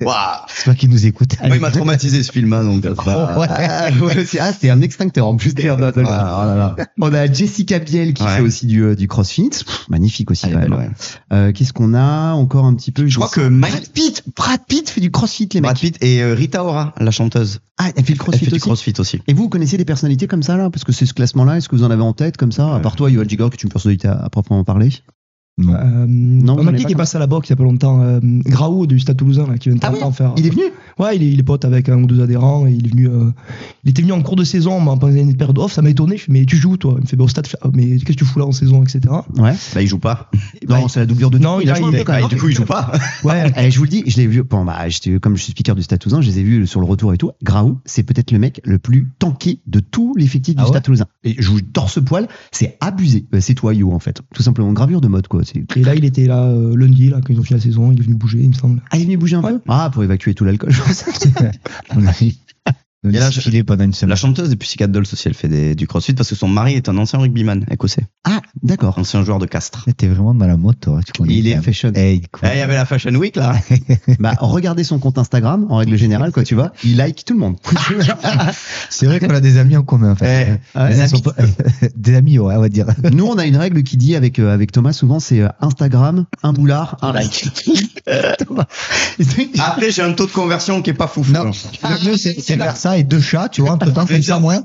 Speaker 3: Waouh.
Speaker 5: C'est pas qui nous écoute.
Speaker 3: Moi, il m'a traumatisé ce film, hein, donc. bah,
Speaker 5: Ouais.
Speaker 2: Ah, ouais, c'est- ah, c'est un extincteur en plus d'ailleurs.
Speaker 3: Ah, oh là là.
Speaker 2: On a Jessica Biel qui
Speaker 3: Ouais.
Speaker 2: fait aussi du, euh, du crossfit. Pff, magnifique
Speaker 5: Ah,
Speaker 2: aussi
Speaker 3: Elle est
Speaker 2: quand
Speaker 3: belle,
Speaker 2: même.
Speaker 3: ouais.
Speaker 2: Euh, Qu'est-ce qu'on a encore un petit peu
Speaker 3: Je crois que Mike
Speaker 2: Brad Pitt, Brad Pitt fait du crossfit, les
Speaker 3: Brad
Speaker 2: mecs.
Speaker 3: Pitt et euh, Rita Ora, la chanteuse.
Speaker 2: Ah, elle fait le
Speaker 3: Elle
Speaker 2: crossfit
Speaker 3: fait du
Speaker 2: aussi.
Speaker 3: crossfit aussi.
Speaker 2: Et vous, vous connaissez des personnalités comme ça là Parce que c'est ce classement-là, est-ce que vous en avez en tête comme
Speaker 3: Euh.
Speaker 2: ça À part toi, Yoel Gigor, que tu une personnalité à, à proprement parler.
Speaker 5: Non.
Speaker 1: Euh,
Speaker 2: on
Speaker 1: on a
Speaker 2: est
Speaker 1: qui
Speaker 2: pas
Speaker 1: est
Speaker 2: comme
Speaker 1: passé à la boxe il y a pas longtemps. euh, Graou du Stade Toulousain là, qui vient de
Speaker 2: Ah
Speaker 1: temps en
Speaker 2: oui
Speaker 1: temps faire.
Speaker 2: Il est venu
Speaker 1: Ouais, il est, il est pote avec un ou deux adhérents. Et il est venu. euh, il était venu en cours de saison, mais pendant une période off, ça m'a étonné. Je fais, mais tu joues toi Il me fait bah, au stade. je fais, ah, mais qu'est-ce que tu fous là en saison, etc.
Speaker 2: Ouais.
Speaker 3: Bah, il joue pas.
Speaker 2: Non, c'est la doublure de Ah,
Speaker 1: Non, il a-
Speaker 2: joué un
Speaker 1: il
Speaker 2: peu
Speaker 1: a-
Speaker 2: quand même.
Speaker 3: Et du coup, il joue pas.
Speaker 1: Ouais.
Speaker 2: Eh, je vous le dis, je l'ai vu. Bon, bah, j'étais- comme je suis speaker du Stade Toulousain, je les ai vus sur le retour et tout. Graou, c'est peut-être le mec le plus tanké de tout l'effectif du
Speaker 5: Ah ouais
Speaker 2: Stade Toulousain. Et je vous tords ce poil, c'est abusé. Euh, C'est toi, Yo, en fait. Tout simplement, gravure de mode, quoi. C'est-
Speaker 1: Et là, il était là euh, lundi, là, quand ils ont fini la saison, il est venu bouger, il me semble.
Speaker 2: Ah, il est venu bouger un peu Ah, pour évacuer tout l'alcool.
Speaker 5: On a dit. On
Speaker 3: Et là,
Speaker 5: a
Speaker 3: je-
Speaker 5: filé pendant une
Speaker 3: La
Speaker 5: semaine.
Speaker 3: chanteuse depuis Pussycat Dolls aussi, elle fait des- du crossfit parce que son mari est un ancien rugbyman écossais,
Speaker 2: ah, d'accord.
Speaker 3: ancien joueur de Castres.
Speaker 5: T'es vraiment dans la mode, toi. Tu connais
Speaker 2: Il est
Speaker 5: quand même.
Speaker 2: fashion.
Speaker 5: Eh, il
Speaker 3: Eh,
Speaker 5: court.
Speaker 3: Il y avait la Fashion Week là.
Speaker 2: Bah, regardez son compte Instagram, en règle générale, quand tu vois, il like tout le monde.
Speaker 5: C'est vrai qu'on a des amis en commun, en
Speaker 3: Eh,
Speaker 5: fait.
Speaker 2: Ah ouais,
Speaker 5: Ils
Speaker 2: des
Speaker 5: sont
Speaker 2: amis.
Speaker 5: pas- des amis, ouais, on va dire.
Speaker 2: Nous, on a une règle qui dit avec, euh, avec Thomas souvent, c'est euh, Instagram, un boulard, un like. Thomas.
Speaker 3: Après, j'ai un taux de conversion qui est pas fou.
Speaker 5: Non.
Speaker 3: Ah,
Speaker 5: Le mieux, c'est c'est faire ça et deux chats, tu vois, un peu temps, comme ça, moins.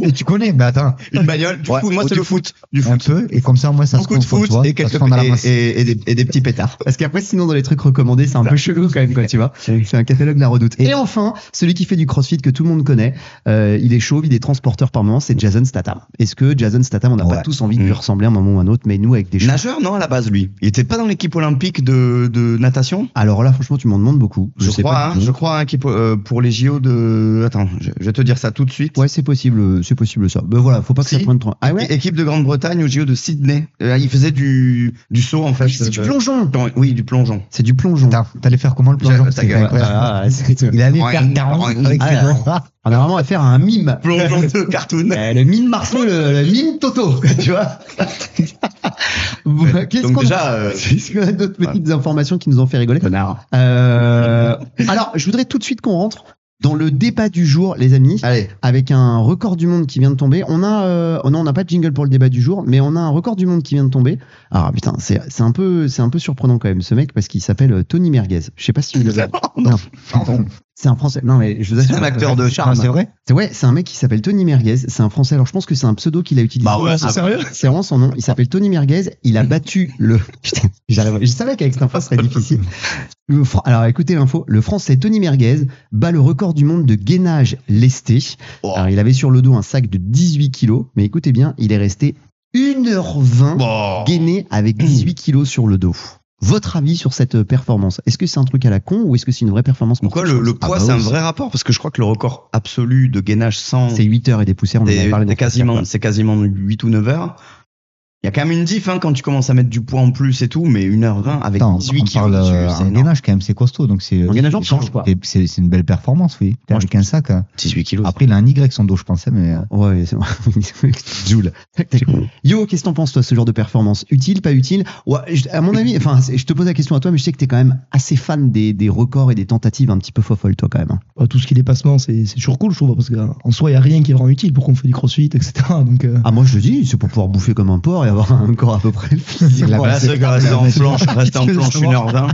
Speaker 5: Et tu connais, mais attends,
Speaker 3: Une bagnole. Du
Speaker 5: Ouais.
Speaker 3: coup, moi,
Speaker 5: Ou
Speaker 3: c'est
Speaker 5: du
Speaker 3: le foot. Du
Speaker 5: un
Speaker 3: foot.
Speaker 5: peu, et comme ça, moi, ça
Speaker 3: Beaucoup
Speaker 5: se
Speaker 3: de
Speaker 5: confond,
Speaker 3: foot
Speaker 5: tu vois.
Speaker 3: et
Speaker 5: parce
Speaker 3: quelques
Speaker 5: qu'on a la masse.
Speaker 3: et, et des, et des petits pétards.
Speaker 2: Parce qu'après, sinon, dans les trucs recommandés, c'est un peu chelou quand même, quoi, tu vois. C'est un catalogue de la redoute. Et enfin, celui qui fait du crossfit que tout le monde connaît, euh, il est chauve, il est transporteur par moment, c'est Jason Statham. Est-ce que Jason Statham, on n'a pas
Speaker 5: Ouais.
Speaker 2: tous envie de lui
Speaker 3: Mm.
Speaker 2: ressembler à un moment ou à un autre, mais nous, avec des cheveux.
Speaker 3: Nageur, non, à la base, lui. Il était pas dans l'équipe olympique de, de natation.
Speaker 2: Alors là, franchement, tu m'en demandes beaucoup.
Speaker 3: Je,
Speaker 2: sais
Speaker 3: crois,
Speaker 2: pas
Speaker 3: hein,
Speaker 2: du tout.
Speaker 3: je crois hein, qu'il peut- euh, pour les JO de. Attends, je, je vais te dire ça tout de suite.
Speaker 2: Ouais, c'est possible, euh, c'est possible ça. Ben voilà, faut pas que
Speaker 3: Si.
Speaker 2: ça prenne trop. Ah ouais?
Speaker 3: Équipe de Grande-Bretagne aux JO de Sydney. Euh, il faisait du, du saut en fait.
Speaker 2: Ah C'est du
Speaker 3: Euh,
Speaker 2: plongeon!
Speaker 3: plongeon. Oui, du plongeon.
Speaker 2: C'est du plongeon.
Speaker 5: Attends, T'allais faire comment le plongeon
Speaker 3: Ta
Speaker 5: C'était
Speaker 3: gueule.
Speaker 5: incroyable.
Speaker 2: Ah, c'est-
Speaker 5: Il allait
Speaker 3: Ouais.
Speaker 5: faire 40 avec ses
Speaker 2: Ah,
Speaker 5: bras.
Speaker 2: On a vraiment affaire à un mime.
Speaker 3: Plongeon de cartoon.
Speaker 2: Euh, le mime Marceau, le, le mime Toto, quoi, tu vois. Bon, Qu'est-ce
Speaker 3: Donc
Speaker 2: qu'on a,
Speaker 3: déjà, euh,
Speaker 2: qu'est-ce qu'on a d'autres petites informations qui nous ont fait rigoler Euh, Alors, je voudrais tout de suite qu'on rentre dans le débat du jour, les amis,
Speaker 3: Allez,
Speaker 2: avec un record du monde qui vient de tomber. On a, euh, oh non, on n'a pas de jingle pour le débat du jour, mais on a un record du monde qui vient de tomber. Ah putain, c'est c'est un peu, c'est un peu surprenant quand même ce mec parce qu'il s'appelle euh, Tony Merguez. Je sais pas si vous le Non,
Speaker 5: Pardon.
Speaker 2: c'est un français. Non mais je vous assure.
Speaker 3: un acteur de
Speaker 5: Ah, c'est
Speaker 3: charme.
Speaker 5: vrai
Speaker 2: C'est ouais, c'est un mec qui s'appelle Tony Merguez. C'est un français. Alors je pense que c'est un pseudo qu'il a utilisé. Ah,
Speaker 3: Bah ouais, ça-
Speaker 1: sérieux
Speaker 2: C'est vraiment son nom. Il s'appelle Tony Merguez. Il a battu le. Putain, j'arrive- je savais qu'avec cette info, ce serait difficile. Le Fran- Alors écoutez l'info. Le français Tony Merguez bat le record du monde de gainage lesté.
Speaker 3: Oh.
Speaker 2: Alors il avait sur le dos un sac de 18 kilos. Mais écoutez bien, il est resté 1h20
Speaker 3: Bon.
Speaker 2: gainé avec 18 kilos sur le dos. Votre avis sur cette euh, performance Est-ce que c'est un truc à la con ou est-ce que c'est une vraie performance
Speaker 3: Ou quoi,
Speaker 2: sportive
Speaker 3: le, le
Speaker 2: Ah
Speaker 3: poids,
Speaker 2: bah
Speaker 3: c'est un
Speaker 2: oui,
Speaker 3: vrai rapport parce que je crois que le record absolu de gainage sans.
Speaker 2: C'est 8 heures et des poussières. On en
Speaker 3: C'est
Speaker 2: avait parlé dans
Speaker 3: c'est
Speaker 2: le podcast,
Speaker 3: quasiment,
Speaker 2: quoi.
Speaker 3: c'est quasiment 8 ou 9 heures. Il y a quand même une diff hein, quand tu commences à mettre du poids en plus et tout, mais 1h20 avec
Speaker 5: Attends,
Speaker 3: 18
Speaker 5: on
Speaker 3: kilos
Speaker 5: parle
Speaker 3: dessus,
Speaker 5: euh,
Speaker 3: c'est
Speaker 5: en
Speaker 3: énorme.
Speaker 5: gainage quand même, c'est costaud. Donc c'est
Speaker 2: En gainage en planche, quoi.
Speaker 5: c'est- c'est c'est une belle performance, oui. T'es
Speaker 3: Moi,
Speaker 5: Avec un sac. hein.
Speaker 3: 18 kilos.
Speaker 5: Après, il a un Y son dos, je pensais, mais euh,
Speaker 2: Ouais, c'est vrai. Joule. Yo, qu'est-ce que t'en penses, toi, ce genre de performance Utile, pas utile ouais, je- À mon avis, enfin, c'est- je te pose la question à toi, mais je sais que t'es quand même assez fan des, des records et des tentatives un petit peu fofolles, toi, quand même. hein.
Speaker 1: Bah, Tout ce qui est dépassement, c'est c'est toujours cool, je trouve, parce qu'en soi, il n'y a rien qui est vraiment utile pour qu'on fait du crossfit, etc. Donc, euh,
Speaker 2: Ah, moi, je le dis, c'est pour pouvoir bouffer comme un porc et avoir un corps à peu près. physiquement
Speaker 3: Voilà,
Speaker 2: assez
Speaker 3: c'est vrai que rester en planche, rester en planche 1h20.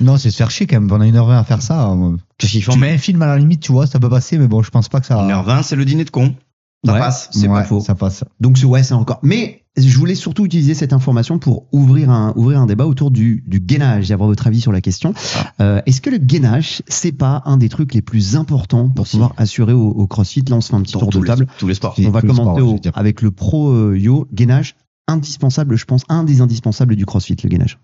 Speaker 5: Non, c'est se faire chier quand même pendant 1h20 à faire ça. hein.
Speaker 3: Qu'est-ce qu'ils font
Speaker 5: Tu mets un film à la limite, tu vois, ça peut passer, mais bon, je pense pas que ça.
Speaker 3: 1h20, c'est le dîner de con. Ça
Speaker 2: Ouais.
Speaker 3: passe.
Speaker 2: c'est pas
Speaker 5: Ah. Ouais,
Speaker 2: faux.
Speaker 5: Ça passe.
Speaker 2: Donc ce- ouais, c'est encore. Mais je voulais surtout utiliser cette information pour ouvrir un ouvrir un débat autour du du gainage, d'avoir votre avis sur la question.
Speaker 5: Ah.
Speaker 2: Euh, Est-ce que le gainage c'est pas un des trucs les plus importants pour
Speaker 3: Si.
Speaker 2: pouvoir assurer au, au CrossFit Là, on se fait un petit
Speaker 3: Dans
Speaker 2: tour
Speaker 3: tous
Speaker 2: de
Speaker 3: les-
Speaker 2: table.
Speaker 3: Tous les sports.
Speaker 5: Et
Speaker 2: On va
Speaker 5: tous les sports,
Speaker 2: commenter
Speaker 5: ouais,
Speaker 2: au-
Speaker 5: je veux dire.
Speaker 2: avec le pro euh, yo gainage indispensable, je pense, un des indispensables du CrossFit, le gainage.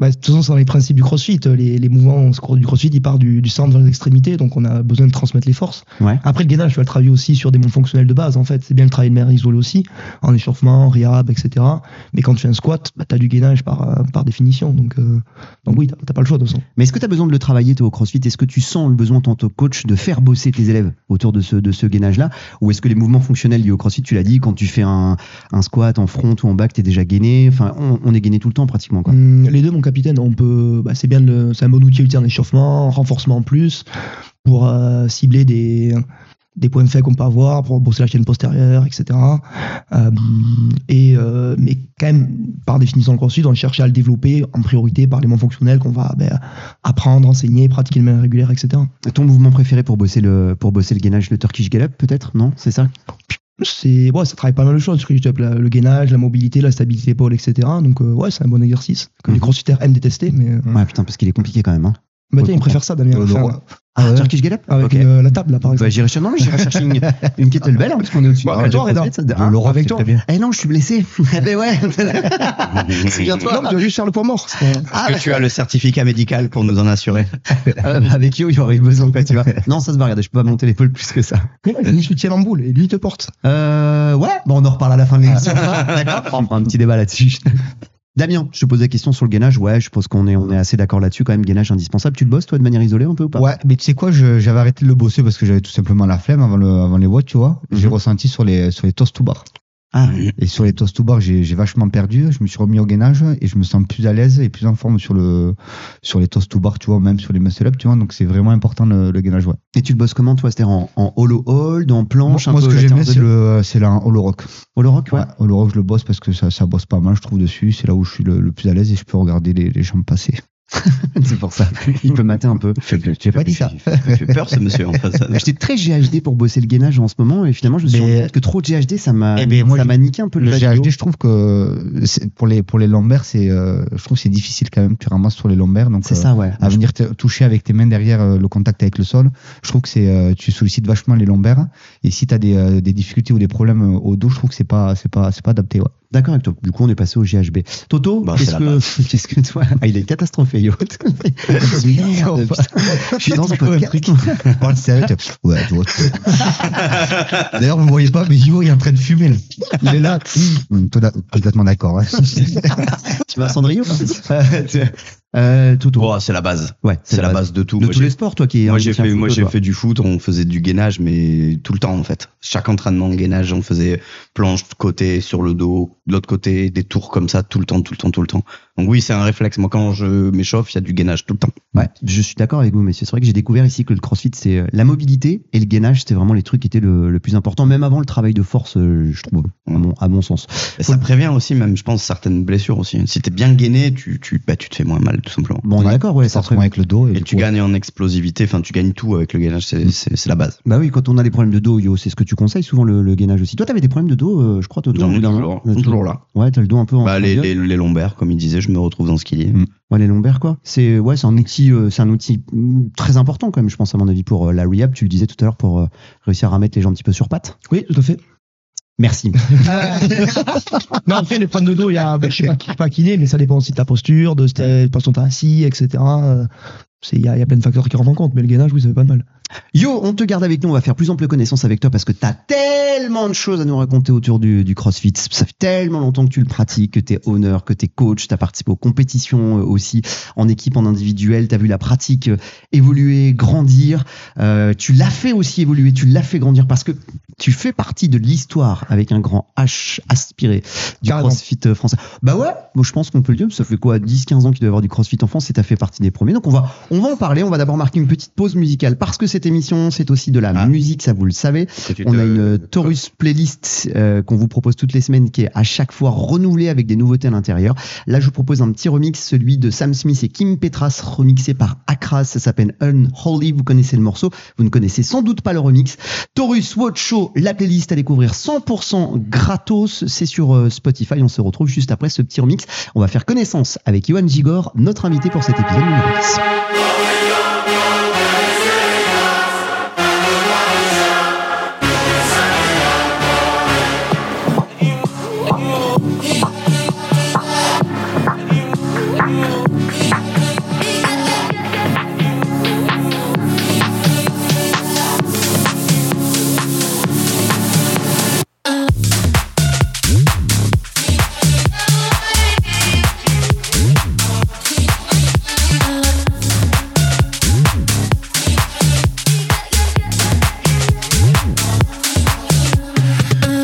Speaker 1: Bah, de toute façon, c'est dans les principes du crossfit. Les, les mouvements du crossfit, ils partent du, du centre vers les extrémités, donc on a besoin de transmettre les forces.
Speaker 2: Ouais.
Speaker 1: Après, le gainage, tu vas le travailler aussi sur des mouvements fonctionnels de base, en fait. C'est bien le travail de manière isolée aussi, en échauffement, en rehab, etc. Mais quand tu fais un squat, bah, tu as du gainage par, euh, par définition. Donc, euh, donc oui, tu n'as pas le choix, de toute façon.
Speaker 2: Mais est-ce que tu as besoin de le travailler, toi, au CrossFit Est-ce que tu sens le besoin, en tant que coach, de faire bosser tes élèves autour de ce, de ce gainage-là Ou est-ce que les mouvements fonctionnels liés au CrossFit, tu l'as dit, quand tu fais un, un squat en front ou en back, t'es déjà gainé Enfin, on, on est gainé tout le temps, pratiquement, quoi.
Speaker 1: Hum, les deux, mon capitaine, on peut, bah, c'est bien, le- c'est un bon outil à utiliser en échauffement, en renforcement en plus, pour euh, cibler des, des points faibles qu'on peut avoir, pour bosser la chaîne postérieure, etc. Euh, et, euh, mais quand même, par définition, le crossfit, on cherche à le développer en priorité par les mots fonctionnels qu'on va ben, apprendre, enseigner, pratiquer de manière régulière, etc.
Speaker 2: Ton mouvement préféré pour bosser le, pour bosser le gainage, le Turkish Gallop, peut-être Non C'est ça
Speaker 1: C'est, ouais, ça travaille pas mal de choses, je le, le gainage, la mobilité, la stabilité épaule, etc. Donc, euh, ouais, c'est un bon exercice que les
Speaker 2: Mhm.
Speaker 1: crossfitters aiment détester, mais euh,
Speaker 2: Ouais, putain, parce qu'il est compliqué quand même. Hein.
Speaker 1: bah, tiens, ils préfèrent ça, Damien.
Speaker 5: Euh, le
Speaker 1: Enfin,
Speaker 5: roi.
Speaker 2: Ah,
Speaker 5: ouais
Speaker 2: Turkish Gallop
Speaker 1: avec
Speaker 2: Ok.
Speaker 1: une- euh, la table, là, par exemple.
Speaker 2: Bah, j'irai chercher, non, mais j'irai chercher une, une kettlebell, hein, parce qu'on est au-dessus.
Speaker 1: Bah,
Speaker 2: Ah,
Speaker 1: avec toi,
Speaker 2: j'ai
Speaker 1: Reda.
Speaker 2: profité de ça.
Speaker 5: Le Laurent,
Speaker 1: Avec
Speaker 5: c'est
Speaker 1: toi.
Speaker 5: très bien.
Speaker 2: Eh non, je suis blessé. Eh ben ouais. Souviens-toi.
Speaker 1: Non, mais tu vas juste faire le poids mort. c'est pas-
Speaker 2: Ah,
Speaker 3: Est-ce que tu as le certificat médical pour nous en assurer
Speaker 2: Ah, bah, avec Yo, il y aurait eu besoin, quoi, tu vois. Non, ça se va, regardez, je peux pas monter l'épaule plus que ça.
Speaker 1: Je te tiens en boule et lui il te porte.
Speaker 2: Euh, ouais, bon, on en reparle à la fin de l'émission. D'accord, on fera un petit débat là-dessus. Damien, je te pose la question sur le gainage. Ouais, je pense qu'on est, on est assez d'accord là-dessus quand même. Gainage indispensable. Tu le bosses, toi, de manière isolée un peu ou pas
Speaker 5: Ouais, mais tu sais quoi, je- j'avais arrêté de le bosser parce que j'avais tout simplement la flemme avant, le, avant les watts, tu vois. J'ai
Speaker 2: Mhm.
Speaker 5: ressenti sur les, sur les toasts to bar.
Speaker 2: Ah,
Speaker 5: Et sur les toasts to bar, j'ai j'ai vachement perdu. Je me suis remis au gainage et je me sens plus à l'aise et plus en forme sur, le, sur les toasts to bar, tu vois, même sur les muscle up, tu vois. Donc c'est vraiment important le, le gainage, ouais.
Speaker 2: Et tu le bosses comment, toi C'était en, en hollow hold, en
Speaker 5: Moi,
Speaker 2: planche un
Speaker 5: moi, ce
Speaker 2: peu
Speaker 5: que
Speaker 2: la
Speaker 5: j'aime bien,
Speaker 2: terre de
Speaker 5: c'est
Speaker 2: deux
Speaker 5: le, c'est la hollow rock.
Speaker 2: Hollow rock, ouais.
Speaker 5: Ouais, hollow rock, je le bosse parce que ça, ça bosse pas mal, je trouve, dessus. C'est là où je suis le, le plus à l'aise et je peux regarder les, les jambes passer.
Speaker 2: c'est pour ça. Il peut mater un peu.
Speaker 5: J'ai pas dit ça.
Speaker 3: J'ai peur, ce monsieur en face.
Speaker 2: Bah, J'étais très GHD pour bosser le gainage en ce moment et finalement, je me suis
Speaker 5: Mais-
Speaker 2: rendu compte que trop de GHD, ça m'a,
Speaker 5: Eh ben, moi,
Speaker 2: ça
Speaker 5: je-
Speaker 2: m'a niqué un peu le,
Speaker 5: Le
Speaker 2: jeu vidéo.
Speaker 5: GHD, je trouve que c'est- pour les, pour les lombaires, c'est, euh, je trouve que c'est difficile quand même. Tu ramasses sur les lombaires. Donc,
Speaker 2: C'est
Speaker 5: euh,
Speaker 2: ça, ouais. Ah,
Speaker 5: à venir te- toucher avec tes mains derrière euh, le contact avec le sol. Je trouve que c'est euh, tu sollicites vachement les lombaires et si tu as des, euh, des difficultés ou des problèmes euh, au dos, je trouve que c'est pas c'est pas c'est pas adapté. Ouais.
Speaker 2: D'accord avec toi. Du coup, on est passé au GHB. Toto,
Speaker 3: Bah, c'est
Speaker 2: qu'est-ce
Speaker 3: la
Speaker 2: que, qu'est-ce que toi Ah, il est catastrophé, yo. Merde, putain. Je suis dans un podcast.
Speaker 5: Parle sérieux. tu- Ouais, tu vois, tu vois. D'ailleurs, vous voyez pas, mais Yo il est en train de fumer. là. Il est là. Hum, toda- Complètement d'accord. hein.
Speaker 2: Tu vas à Cendrillon Euh, tu- euh, Toto.
Speaker 3: Oh, c'est la base.
Speaker 2: ouais,
Speaker 3: C'est la base de tout.
Speaker 2: De
Speaker 3: Moi,
Speaker 2: tous
Speaker 3: j'ai-
Speaker 2: les sports, toi qui es
Speaker 3: Moi
Speaker 2: un
Speaker 3: j'ai
Speaker 2: ancien
Speaker 3: fait, moi
Speaker 2: football,
Speaker 3: j'ai
Speaker 2: toi.
Speaker 3: fait du foot, on faisait du gainage, mais tout le temps en fait. Chaque entraînement de gainage, on faisait planche de côté, sur le dos, de l'autre côté, des tours comme ça, tout le temps, tout le temps, tout le temps. Donc oui, c'est un réflexe. Moi quand je m'échauffe, il y a du gainage tout le temps.
Speaker 2: Ouais, je suis d'accord avec vous, mais c'est vrai que j'ai découvert ici que le crossfit, c'est euh, la mobilité et le gainage, c'était vraiment les trucs qui étaient le, le plus important, même avant le travail de force, euh, je trouve, à mon, à mon sens.
Speaker 3: Et ça prévient aussi même, je pense, certaines blessures aussi. Si t'es bien gainé, tu, tu, bah, tu te fais moins mal tout simplement.
Speaker 2: Bon, on est d'accord, ouais, ça
Speaker 5: Forcément
Speaker 2: serait...
Speaker 5: avec le dos.
Speaker 3: Et
Speaker 5: du
Speaker 3: tu
Speaker 5: coup,
Speaker 3: gagnes en explosivité, enfin tu gagnes tout avec le gainage, c'est- c'est c'est la base.
Speaker 2: Bah oui, quand on a des problèmes de dos, yo, c'est ce que tu conseilles souvent le, le gainage aussi. Toi, t'avais des problèmes de dos, euh, je crois, Toto.
Speaker 3: J'en
Speaker 2: au bout
Speaker 3: ai
Speaker 2: d'un
Speaker 3: toujours,
Speaker 2: moment.
Speaker 3: toujours là.
Speaker 2: Ouais, t'as le dos un peu en
Speaker 3: Bah, les,
Speaker 2: symbiote.
Speaker 3: les, les lombaires, comme il disait, je me retrouve dans ce qu'il est.
Speaker 5: Mm.
Speaker 2: Ouais, les lombaires, quoi. C'est ouais, c'est un outil, euh, c'est un outil mm, très important quand même, je pense à mon avis pour euh, la rehab. Tu le disais tout à l'heure pour euh, réussir à remettre les gens un petit peu sur pattes.
Speaker 1: Oui, tout à fait.
Speaker 2: Merci.
Speaker 1: non, après, les problèmes de dos, il y a, ben, je sais pas, qui- pas kiné, mais ça dépend aussi de ta posture, de ta façon dont t'es assis, etc. Euh, c'est- Il y, a il y a plein de facteurs qui rentrent en compte, mais le gainage, oui, ça fait pas de mal.
Speaker 2: Yo, on te garde avec nous, on va faire plus ample connaissance avec toi parce que t'as tellement de choses à nous raconter autour du, du CrossFit. Ça fait tellement longtemps que tu le pratiques, que t'es honneur, que t'es coach, t'as participé aux compétitions euh, aussi en équipe, en individuel, t'as vu la pratique euh, évoluer, grandir. Euh, tu l'as fait aussi évoluer, tu l'as fait grandir parce que tu fais partie de l'histoire avec un grand H aspiré du
Speaker 1: Carrément.
Speaker 2: crossfit français. Bah ouais, moi je pense qu'on peut le dire, ça fait quoi 10-15 ans qu'il doit y avoir du crossfit en France et t'as fait partie des premiers. Donc on va, on va en parler, on va d'abord marquer une petite pause musicale parce que cette émission c'est aussi de la
Speaker 3: Ah.
Speaker 2: musique, ça vous le savez. On a une euh, Taurus playlist euh, qu'on vous propose toutes les semaines qui est à chaque fois renouvelée avec des nouveautés à l'intérieur. Là, je vous propose un petit remix, celui de Sam Smith et Kim Petras, remixé par Akras. Ça s'appelle Unholy. Vous connaissez le morceau. Vous ne connaissez sans doute pas le remix. Taurus Watch Show, la playlist à découvrir 100% gratos. C'est sur euh, Spotify. On se retrouve juste après ce petit remix. On va faire connaissance avec Johan Gigor, notre invité pour cet épisode numéro 10.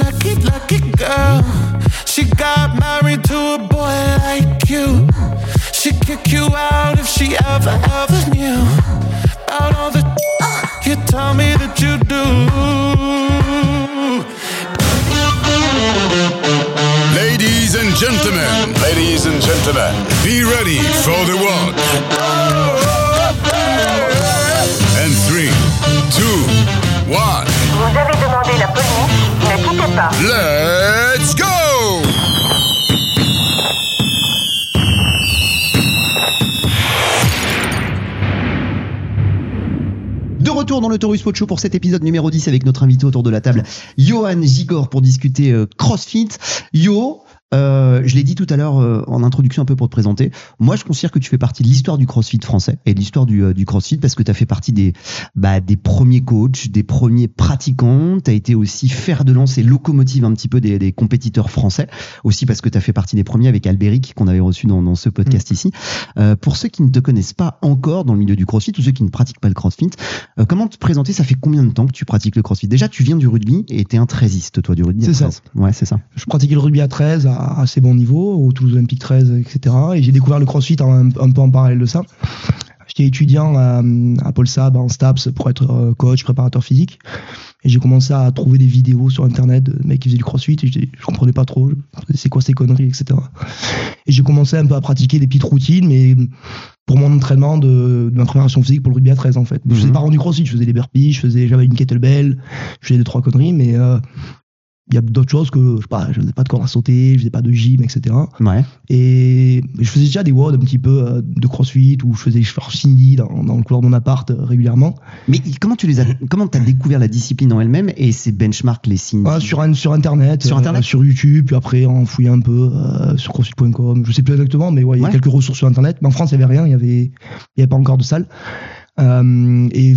Speaker 7: lucky, lucky girl. She got married to a boy like you. She'd kick you out if she ever, ever knew about all the you tell me that you do.
Speaker 4: Ladies and gentlemen, ladies and gentlemen, be ready for the walk. And three, two, one,
Speaker 8: Vous avez demandé la police, ne quittez pas.
Speaker 4: let's go!
Speaker 2: De retour dans le Taurus Pod Show pour cet épisode numéro 10 avec notre invité autour de la table, Johan Gigor, pour discuter euh, CrossFit. Yo, euh, je l'ai dit tout à l'heure euh, en introduction un peu pour te présenter, moi je considère que tu fais partie de l'histoire du CrossFit français et de l'histoire du, euh, du CrossFit parce que tu as fait partie des, bah, des premiers coachs, des premiers pratiquants, tu as été aussi fer de lance et locomotive un petit peu des, des compétiteurs français, aussi parce que tu as fait partie des premiers avec Albéric qu'on avait reçu dans, dans ce
Speaker 1: Mm.
Speaker 2: podcast ici. Euh, pour ceux qui ne te connaissent pas encore dans le milieu du CrossFit ou ceux qui ne pratiquent pas le CrossFit, euh, comment te présenter Ça fait combien de temps que tu pratiques le crossfit Déjà, tu viens du rugby et t'es un 13 toi, du rugby. à
Speaker 1: C'est ça.
Speaker 2: 13. Ouais, c'est ça.
Speaker 1: Je pratiquais le rugby à 13, à assez bon niveau, au Toulouse Olympique 13, etc. Et j'ai découvert le crossfit en- un, peu en parallèle de ça. J'étais étudiant à, à Paul Sab, en STAPS, pour être euh, coach, préparateur physique. Et j'ai commencé à trouver des vidéos sur internet de mecs qui faisaient du crossfit. Et j'étais- je comprenais pas trop, je- c'est quoi ces conneries, etc. Et j'ai commencé un peu à pratiquer des petites routines, mais pour mon entraînement de, de ma préparation physique pour le rugby à 13, en fait. Je faisais
Speaker 2: Mhm.
Speaker 1: pas vraiment du crossfit, je faisais des burpees, je faisais, j'avais une kettlebell, je faisais deux, trois conneries, mais euh, il y a d'autres choses que je sais pas, je faisais pas de corps à sauter, je faisais pas de gym, etc.
Speaker 2: Ouais.
Speaker 1: Et je faisais déjà des WOD un petit peu euh, de crossfit où je faisais je faisais Cindy dans, dans le couloir de mon appart euh, régulièrement.
Speaker 2: Mais comment tu les as Comment t'as découvert la discipline en elle-même et ses benchmarks, les signes
Speaker 1: Ah, sur, un- sur internet,
Speaker 2: Mm. Sur
Speaker 1: euh,
Speaker 2: Internet
Speaker 1: sur YouTube, puis après en fouillant un peu euh, sur crossfit.com, je sais plus exactement, mais ouais, il y a
Speaker 2: Ouais.
Speaker 1: quelques ressources sur internet. Mais en France, il y avait rien, il y avait, il y avait pas encore de salle. Euh, et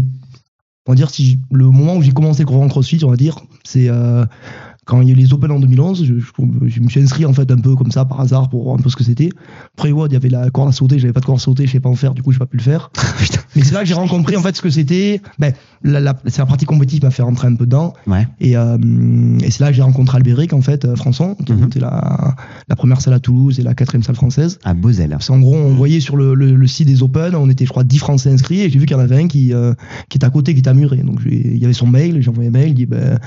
Speaker 1: on va dire si j- le moment où j'ai commencé le crossfit, on va dire, c'est euh, quand il y a eu les Open en 2011, je, je- je me suis inscrit en fait un peu comme ça par hasard pour voir un peu ce que c'était. Après WOD, il y avait la corde à sauter, j'avais pas de corde à sauter, je sais pas en faire, du coup j'ai pas pu le faire.
Speaker 2: Putain.
Speaker 1: Mais c'est là que j'ai rencontré en fait ce que c'était. Ben, la, la- c'est la pratique compétitive qui m'a fait rentrer un peu dedans.
Speaker 2: Ouais.
Speaker 1: Et, euh, et c'est là que j'ai rencontré Albéric, en fait, euh, Françon, qui a
Speaker 2: Mhm.
Speaker 1: monté la, la première salle à Toulouse et la quatrième salle française.
Speaker 2: À Bozelle.
Speaker 1: Parce qu'en gros, on voyait sur le, le- le site des Open, on était, je crois, 10 Français inscrits, et j'ai vu qu'il y en avait un qui, euh, qui était à côté, qui était à Muret. Donc j'ai- il y avait son mail, j'ai envoyé un mail, il dit, ben,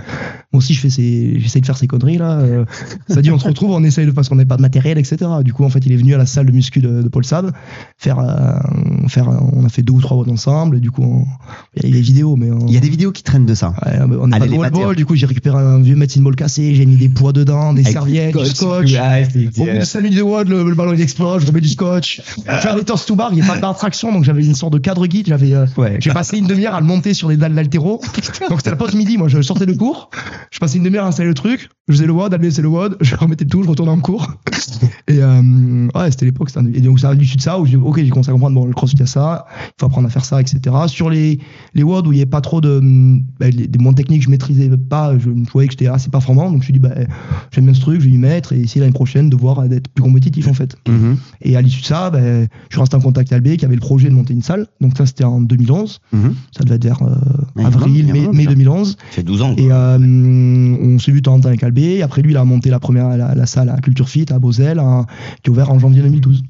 Speaker 1: moi aussi, je fais ces- j'essaie de faire ces conneries, là. euh. ça dit, on se retrouve, on essaye, de, parce qu'on n'a pas de matériel, etc. Du coup, en fait, il est venu à la salle de muscu de, de Paul Sab, faire, euh, faire, on a fait deux ou trois votes ensemble, et du coup, on- il y a des vidéos, mais on-
Speaker 2: Il y a des vidéos qui traînent de ça.
Speaker 1: Ouais, on est
Speaker 2: Allez,
Speaker 1: pas
Speaker 2: les
Speaker 1: de
Speaker 2: matières.
Speaker 1: ball, du coup j'ai récupéré un vieux medicine ball cassé, j'ai mis des poids dedans, des
Speaker 2: Avec
Speaker 1: serviettes, du scotch. Au bout de 5 minutes de WOD, le, le ballon il explose, je remets du scotch.
Speaker 2: Euh.
Speaker 1: Faire des torses to bar, il n'y a pas d'attraction, donc j'avais une sorte de cadre guide, j'avais euh,
Speaker 2: Ouais.
Speaker 1: j'ai passé une demi-heure à le monter sur des dalles d'altéro. Donc c'était la pause midi, moi je sortais de cours, je Je passais une demi-heure à installer le truc, je faisais le WOD, Admin c'est le WOD, je remettais tout, je retournais en cours. Et euh, ouais, c'était l'époque. c'était un- Et donc, ça a dû de ça, où j'ai ok, j'ai commencé à comprendre, bon, le crossfit, il y a ça, il faut apprendre à faire ça, etc. Sur les, les WOD où il n'y avait pas trop de. hum, bah, les, des mots techniques, je maîtrisais pas, je, je voyais que j'étais assez performant, donc je me suis dit, bah, j'aime bien ce truc, je vais y mettre et essayer l'année prochaine de voir euh, d'être plus compétitif, en fait.
Speaker 2: Mhm.
Speaker 1: Et à l'issue de ça, ben, je suis resté en contact avec Albé qui avait le projet de monter une salle. Donc ça, c'était en 2011.
Speaker 2: Mhm.
Speaker 1: Ça devait être euh,
Speaker 2: Il y a
Speaker 1: avril,
Speaker 2: vraiment, il y a
Speaker 1: mai,
Speaker 2: vraiment,
Speaker 1: mai
Speaker 2: ça.
Speaker 1: 2011.
Speaker 3: Ça fait 12 ans. quoi.
Speaker 1: Et euh, on s'est vu de temps en temps avec Albé. Après, lui, il a monté la première la, la salle à Culture Fit à Beauzelle, hein, qui est ouverte en janvier 2012.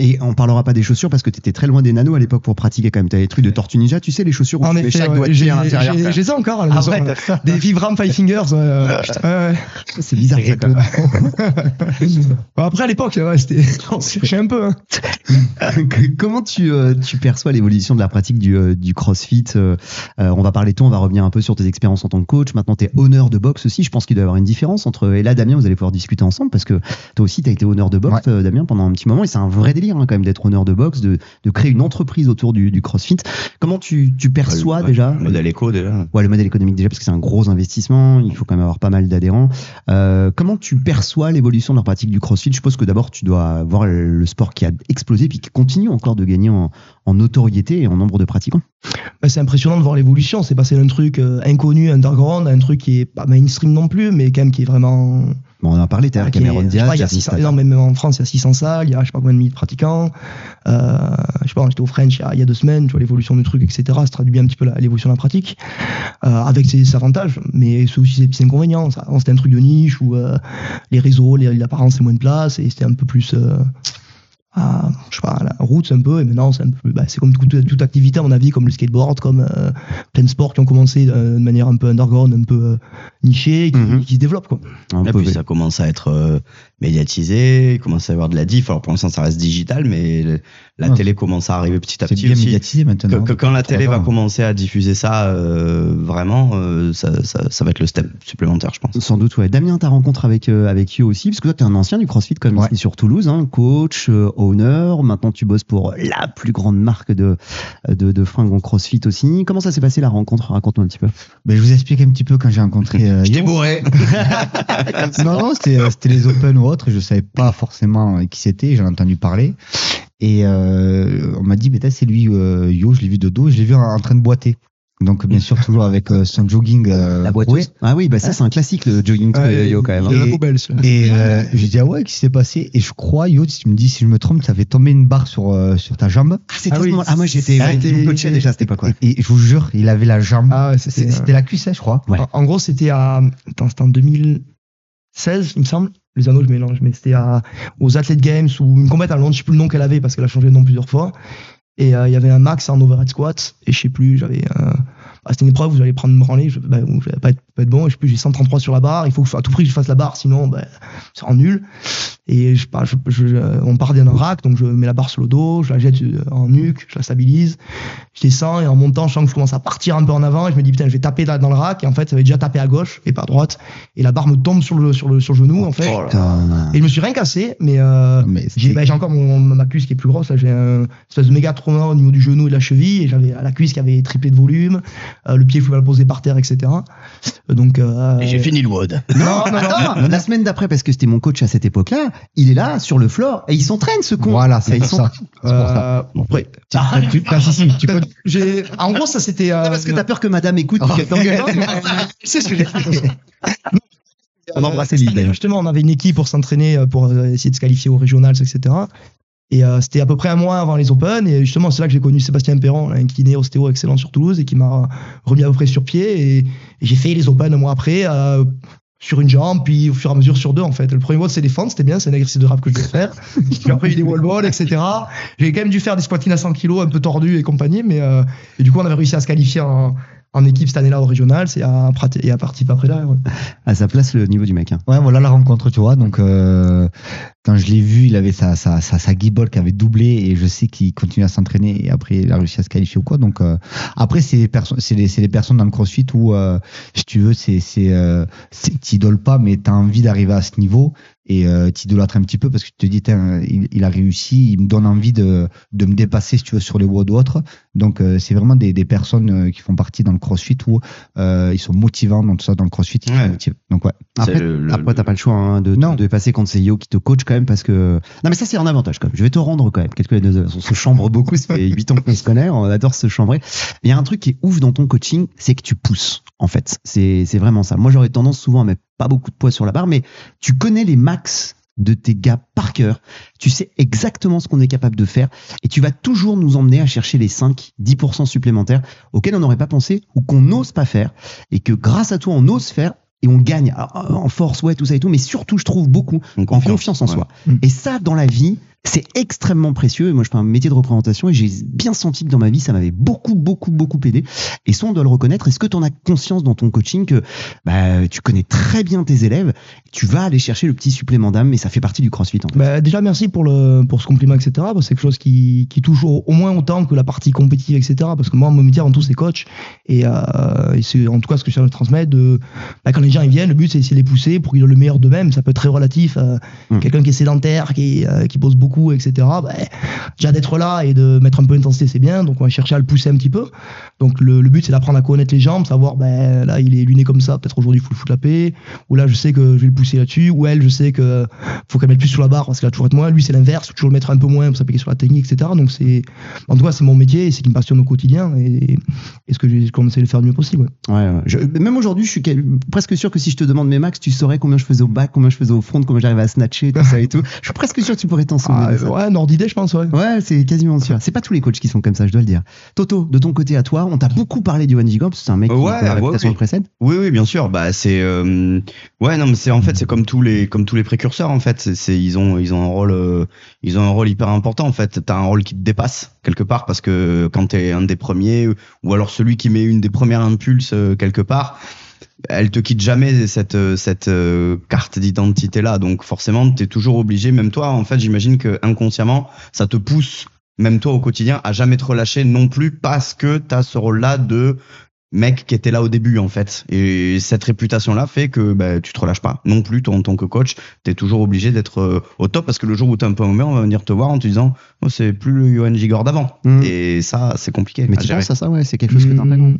Speaker 2: Et on parlera pas des chaussures parce que t'étais très loin des nanos à l'époque pour pratiquer quand même. T'as les trucs de Tortue Ninja, tu sais, les chaussures où
Speaker 1: en
Speaker 2: tu mets
Speaker 1: effet,
Speaker 2: chaque
Speaker 1: ouais,
Speaker 2: doigtier
Speaker 1: j'ai
Speaker 2: à l'intérieur.
Speaker 1: j'ai- j'ai ça encore. à la maison, euh, des Vibram Five Fingers. ouais, euh, ouais, ouais.
Speaker 2: C'est bizarre ça quand
Speaker 1: Bon, après, à l'époque, ouais, c'était. on se cherchait un peu. hein.
Speaker 2: même. Comment tu, euh, tu perçois l'évolution de la pratique du, euh, du crossfit euh, euh, On va parler de toi, on va revenir un peu sur tes expériences en tant que coach. Maintenant, t'es honneur de boxe aussi. Je pense qu'il doit y avoir une différence entre. euh, Et là, Damien, vous allez pouvoir discuter ensemble parce que toi aussi, t'as été honneur de boxe, euh, Damien, pendant un petit moment. Et c'est un vrai délire hein, quand même d'être honneur de boxe, de, de créer une entreprise autour du, du crossfit. Comment tu, tu perçois
Speaker 3: Ouais,
Speaker 2: déjà
Speaker 3: le Modèle éco déjà.
Speaker 2: Ouais, le modèle économique déjà, parce que c'est un gros investissement, il faut quand même avoir pas mal d'adhérents. Euh, comment tu perçois l'évolution de la pratique du crossfit Je suppose que d'abord, tu dois voir le sport qui a explosé, puis qui continue encore de gagner en, en notoriété et en nombre de pratiquants.
Speaker 1: Bah, c'est impressionnant de voir l'évolution. C'est passé d'un truc euh, inconnu, underground, à un truc qui est pas mainstream non plus, mais quand même qui est vraiment.
Speaker 2: Bon, on en a parlé, t'as
Speaker 1: Ah, qui est-
Speaker 2: Cameron
Speaker 1: je sais
Speaker 2: Diaz,
Speaker 1: pas, il y a
Speaker 2: Jasmine
Speaker 1: 600
Speaker 2: Statham.
Speaker 1: non, mais même en France, il y a 600 salles, il y a je sais pas combien de milliers de pratiquants. Euh, je sais pas, j'étais au French il y, a, il y a deux semaines, tu vois l'évolution du truc, etc. Ça traduit bien un petit peu la- l'évolution de la pratique, euh, avec ses avantages, mais c'est aussi ses petits inconvénients. Ça, avant, c'était un truc de niche où euh, les réseaux, les- l'apparence, c'est moins de place, et c'était un peu plus. euh, à, je sais pas, à la route un peu, et maintenant c'est un peu, bah, c'est comme toute, toute activité à mon avis, comme le skateboard, comme euh, plein de sports qui ont commencé euh, de manière un peu underground, un peu euh, nichée, qui,
Speaker 2: Mhm.
Speaker 1: qui se développent quoi.
Speaker 2: Un
Speaker 3: Et
Speaker 2: peu-
Speaker 3: puis ça commence à être euh, médiatisé, il commence à y avoir de la diff. Alors pour l'instant ça reste digital, mais le- la
Speaker 2: Ah.
Speaker 5: Ouais.
Speaker 3: télé commence à arriver petit à
Speaker 5: C'est
Speaker 3: petit
Speaker 5: bien
Speaker 3: aussi.
Speaker 5: médiatisé
Speaker 3: Que-
Speaker 5: maintenant.
Speaker 3: que quand la
Speaker 5: Pourquoi
Speaker 3: télé va
Speaker 5: pas.
Speaker 3: commencer à diffuser ça euh, vraiment, euh, ça, ça- ça va être le step supplémentaire, je pense.
Speaker 2: Sans doute, ouais. Damien, ta rencontre avec, euh, avec Yo aussi, parce que toi, t'es un ancien du CrossFit comme
Speaker 5: Ouais.
Speaker 2: ici sur Toulouse, hein, coach, euh, owner. Maintenant, tu bosses pour la plus grande marque de, de, de fringues en CrossFit aussi. Comment ça s'est passé la rencontre Raconte-nous un petit peu.
Speaker 5: Ben, je vous explique un petit peu quand j'ai rencontré. euh, Yo.
Speaker 3: bourré.
Speaker 5: non, non, c'était euh, c'était les Open ou autres. Je savais pas forcément euh, qui c'était. J'en ai entendu parler. Et euh, on m'a dit, mais t'as, c'est lui, euh, Yo. Je l'ai vu de dos. Je l'ai vu en, en train de boiter. Donc, bien sûr, toujours avec euh, son jogging. euh,
Speaker 2: La boîte
Speaker 5: troué.
Speaker 2: aux- Ah oui, bah ça c'est un classique le jogging
Speaker 5: Ah,
Speaker 1: Ouais,
Speaker 2: euh, yo quand même.
Speaker 1: il y a
Speaker 2: hein.
Speaker 1: la poubelle, celui-là.
Speaker 5: Et euh, j'ai dit, ah ouais, qu'est-ce qui s'est passé Et je crois, Yo, si tu me dis, si je me trompe, ça fait tomber une barre sur, euh, sur ta jambe.
Speaker 2: Ah, c'était
Speaker 1: Ah
Speaker 2: à ce
Speaker 1: oui,
Speaker 2: moment- ah, moi j'étais
Speaker 1: c'était-
Speaker 2: ouais, je me coachais déjà à cette époque. ouais.
Speaker 5: Et, et je vous jure, il avait la jambe.
Speaker 1: Ah ouais, ça, c'est-
Speaker 5: C'est- c'était la cuisse, hein, je crois.
Speaker 2: Ouais.
Speaker 1: euh, En- En gros, c'était à. Attends, c'était en 2016, il me semble. Les anneaux, je mélange, mais c'était à... aux Athlete Games ou une combattante à Londres, je sais plus le nom qu'elle avait parce qu'elle a changé de nom plusieurs fois. Et euh, il y avait un max en overhead squat, et je sais plus, j'avais. euh, bah, c'était une épreuve où j'allais prendre une branlée, je, bah, où je vais pas être, pas être bon, et je sais plus, j'ai 133 sur la barre, il faut que je, à tout prix que je fasse la barre, sinon bah, ça rend nul. Et je, pars- je- je- on part d'un rack, donc je mets la barre sur le dos, je la jette euh, en nuque, je la stabilise, je descends et en montant, je sens que je commence à partir un peu en avant et je me dis putain, je vais taper là dans le rack et en fait, ça avait déjà tapé à gauche et pas à droite et la barre me tombe sur le sur le sur le genou en fait.
Speaker 2: Putain.
Speaker 1: Et je me suis rien cassé, mais euh,
Speaker 5: Mais
Speaker 1: j'ai
Speaker 5: c'était-
Speaker 1: bah, j'ai encore mon, ma cuisse qui est plus grosse. là, J'ai un espèce de méga trauma au niveau du genou et de la cheville. Et j'avais la cuisse qui avait triplé de volume, euh, le pied, je pouvais pas le poser par terre, etc. Euh, Donc, euh,
Speaker 3: J'ai fini le WOD.
Speaker 2: Non, non, non, la semaine d'après, parce que c'était mon coach à cette époque-là, il est là sur le floor et il s'entraîne ce con.
Speaker 5: Voilà, c'est
Speaker 2: Ils
Speaker 5: pour
Speaker 2: sont-
Speaker 5: ça. C'est pour ça.
Speaker 1: euh, après,
Speaker 5: Ah, tu- ah, si, si, tu connais-
Speaker 1: j'ai- en gros, ça c'était. euh,
Speaker 2: Ah, parce que t'as peur que madame écoute. puis qu'elle t'engueule.
Speaker 1: C'est ce que j'ai fait.
Speaker 2: On embrassait Lille, d'ailleurs.
Speaker 1: Justement, on avait une équipe pour s'entraîner, euh, pour euh, essayer de se qualifier aux régionales, etc. Et euh, c'était à peu près un mois avant les Open. Et justement, c'est là que j'ai connu Sébastien Perron, un kiné ostéo excellent sur Toulouse, et qui m'a remis à peu près sur pied. Et, et j'ai fait les Open un mois après, euh, sur une jambe, puis au fur et à mesure sur deux, en fait. Le premier WOD, c'est défendre, c'était bien, c'est un exercice de rap que je devais faire. puis après, il y a eu des wall balls, etc. J'ai quand même dû faire des squatines à 100 kilos, un peu tordu et compagnie. Mais euh, et du coup, on avait réussi à se qualifier en, en équipe cette année-là au régional. C'est à, Prat- et à participer après là. ouais.
Speaker 2: À sa place, le niveau du mec. hein.
Speaker 5: Ouais, voilà la rencontre, tu vois. Donc, euh, quand je l'ai vu, il avait sa, sa, sa, sa guibole qui avait doublé et je sais qu'il continue à s'entraîner et après, il a réussi à se qualifier ou quoi. Donc, euh, après, c'est les, perso- c'est les, c'est les personnes dans le crossfit où, euh, si tu veux, c'est, c'est, euh, c'est- t'idoles pas, mais t'as envie d'arriver à ce niveau et euh, t'idolâtres un petit peu parce que tu te dis, Tain, il, il a réussi, il me donne envie de, de me dépasser, si tu veux, sur les WOD ou autres. Donc, euh, c'est vraiment des, des personnes euh, qui font partie dans le crossfit où euh, ils sont motivants dans tout ça, dans le crossfit. Ils
Speaker 3: Ouais.
Speaker 5: sont motivants. Donc, ouais.
Speaker 2: Après,
Speaker 3: C'est le- le-
Speaker 2: après, t'as pas le choix hein, de,
Speaker 5: Non.
Speaker 2: de passer contre ces yo qui te coachent quand même parce que. Non, mais ça, c'est un avantage quand même. Je vais te rendre quand même. Quelques les deux, on se chambre beaucoup. Ça fait 8 ans qu'on se connaît. On adore se chambrer. Mais il y a un truc qui est ouf dans ton coaching, c'est que tu pousses, en fait. C'est c'est vraiment ça. Moi, j'aurais tendance souvent à mettre pas beaucoup de poids sur la barre, mais tu connais les max de tes gars par cœur. Tu sais exactement ce qu'on est capable de faire et tu vas toujours nous emmener à chercher les 5, 10% supplémentaires auxquels on n'aurait pas pensé ou qu'on n'ose pas faire et que grâce à toi, on ose faire et on gagne Alors, en force, ouais, tout ça et tout, mais surtout, je trouve beaucoup
Speaker 3: En
Speaker 2: en confiance en
Speaker 3: ouais.
Speaker 2: soi.
Speaker 1: Mm.
Speaker 2: Et ça, dans la vie, c'est extrêmement précieux. Et moi, je fais un métier de représentation et j'ai bien senti que dans ma vie, ça m'avait beaucoup, beaucoup, beaucoup aidé. Et ça, on doit le reconnaître. Est-ce que tu en as conscience dans ton coaching que bah, tu connais très bien tes élèves, tu vas aller chercher le petit supplément d'âme, mais ça fait partie du crossfit en fait.
Speaker 1: Bah, déjà, merci pour, le, pour ce compliment, etc. parce que C'est quelque chose qui, qui touche au, au moins autant que la partie compétitive, etc. Parce que moi, mon métier, avant tout, c'est coach. Et, euh, et c'est en tout cas ce que je cherche à transmettre. De, bah, quand les gens ils viennent, le but, c'est d'essayer de les pousser pour qu'ils aient le meilleur d'eux-mêmes. Ça peut être très relatif. à
Speaker 2: Mm.
Speaker 1: Quelqu'un qui est sédentaire, qui, euh, qui bosse beaucoup, etc. Bah, déjà d'être là et de mettre un peu d'intensité, c'est bien. Donc, on va chercher à le pousser un petit peu. Donc, le, le but, c'est d'apprendre à connaître les jambes, savoir, bah, là, il est luné comme ça. Peut-être aujourd'hui, il faut le foutre la paix. Ou là, je sais que je vais le pousser là-dessus. Ou elle, je sais que faut qu'elle mette plus sur la barre parce qu'elle a toujours être moins. Lui, c'est l'inverse, faut toujours le mettre un peu moins pour s'appliquer sur la technique, etc. Donc, c'est, en tout cas, c'est mon métier et c'est qui me passionne au quotidien et, et ce que j'ai commencé à le faire le mieux possible. ouais.
Speaker 2: Ouais, ouais. Je- même aujourd'hui, je suis quel- presque sûr que si je te demande mes max, tu saurais combien je faisais au bac, combien je faisais au front, combien j'arrivais à snatcher, tout ça et tout. Je suis presque sûr que tu pourrais t'en souvenir.
Speaker 1: Ah,
Speaker 2: de ça.
Speaker 1: ouais, un ordre d'idée, je pense, ouais.
Speaker 2: Ouais, c'est quasiment sûr. C'est pas tous les coachs qui sont comme ça, je dois le dire. Toto, de ton côté à toi, on t'a beaucoup parlé du One Gigant, c'est un mec qui
Speaker 3: Ouais,
Speaker 2: dans la
Speaker 3: ouais,
Speaker 2: réputation
Speaker 3: oui.
Speaker 2: le précède.
Speaker 3: Oui, oui, bien sûr. Bah, c'est euh, ouais, non, mais c'est en fait, c'est comme tous les comme tous les précurseurs en fait. C'est- C'est ils ont ils ont un rôle euh, ils ont un rôle hyper important en fait. T'as un rôle qui te dépasse quelque part parce que quand t'es un des premiers ou alors celui qui met une des premières impulses euh, quelque part, elle te quitte jamais cette euh, cette euh, carte d'identité là. Donc forcément, t'es toujours obligé. Même toi, en fait, j'imagine que inconsciemment, ça te pousse. Même toi au quotidien, à jamais te relâcher non plus parce que t'as ce rôle-là de mec qui était là au début en fait et cette réputation là fait que bah, tu te relâches pas non plus toi en tant que coach t'es toujours obligé d'être euh, au top parce que le jour où t'es un peu mauvais on va venir te voir en te disant oh, c'est plus le Johan Gigor d'avant
Speaker 2: Mm.
Speaker 3: et ça c'est compliqué
Speaker 2: Mais
Speaker 3: à
Speaker 2: tu
Speaker 3: gérer.
Speaker 2: penses à ça, ouais, c'est quelque chose que t'intègres.
Speaker 1: Mmh.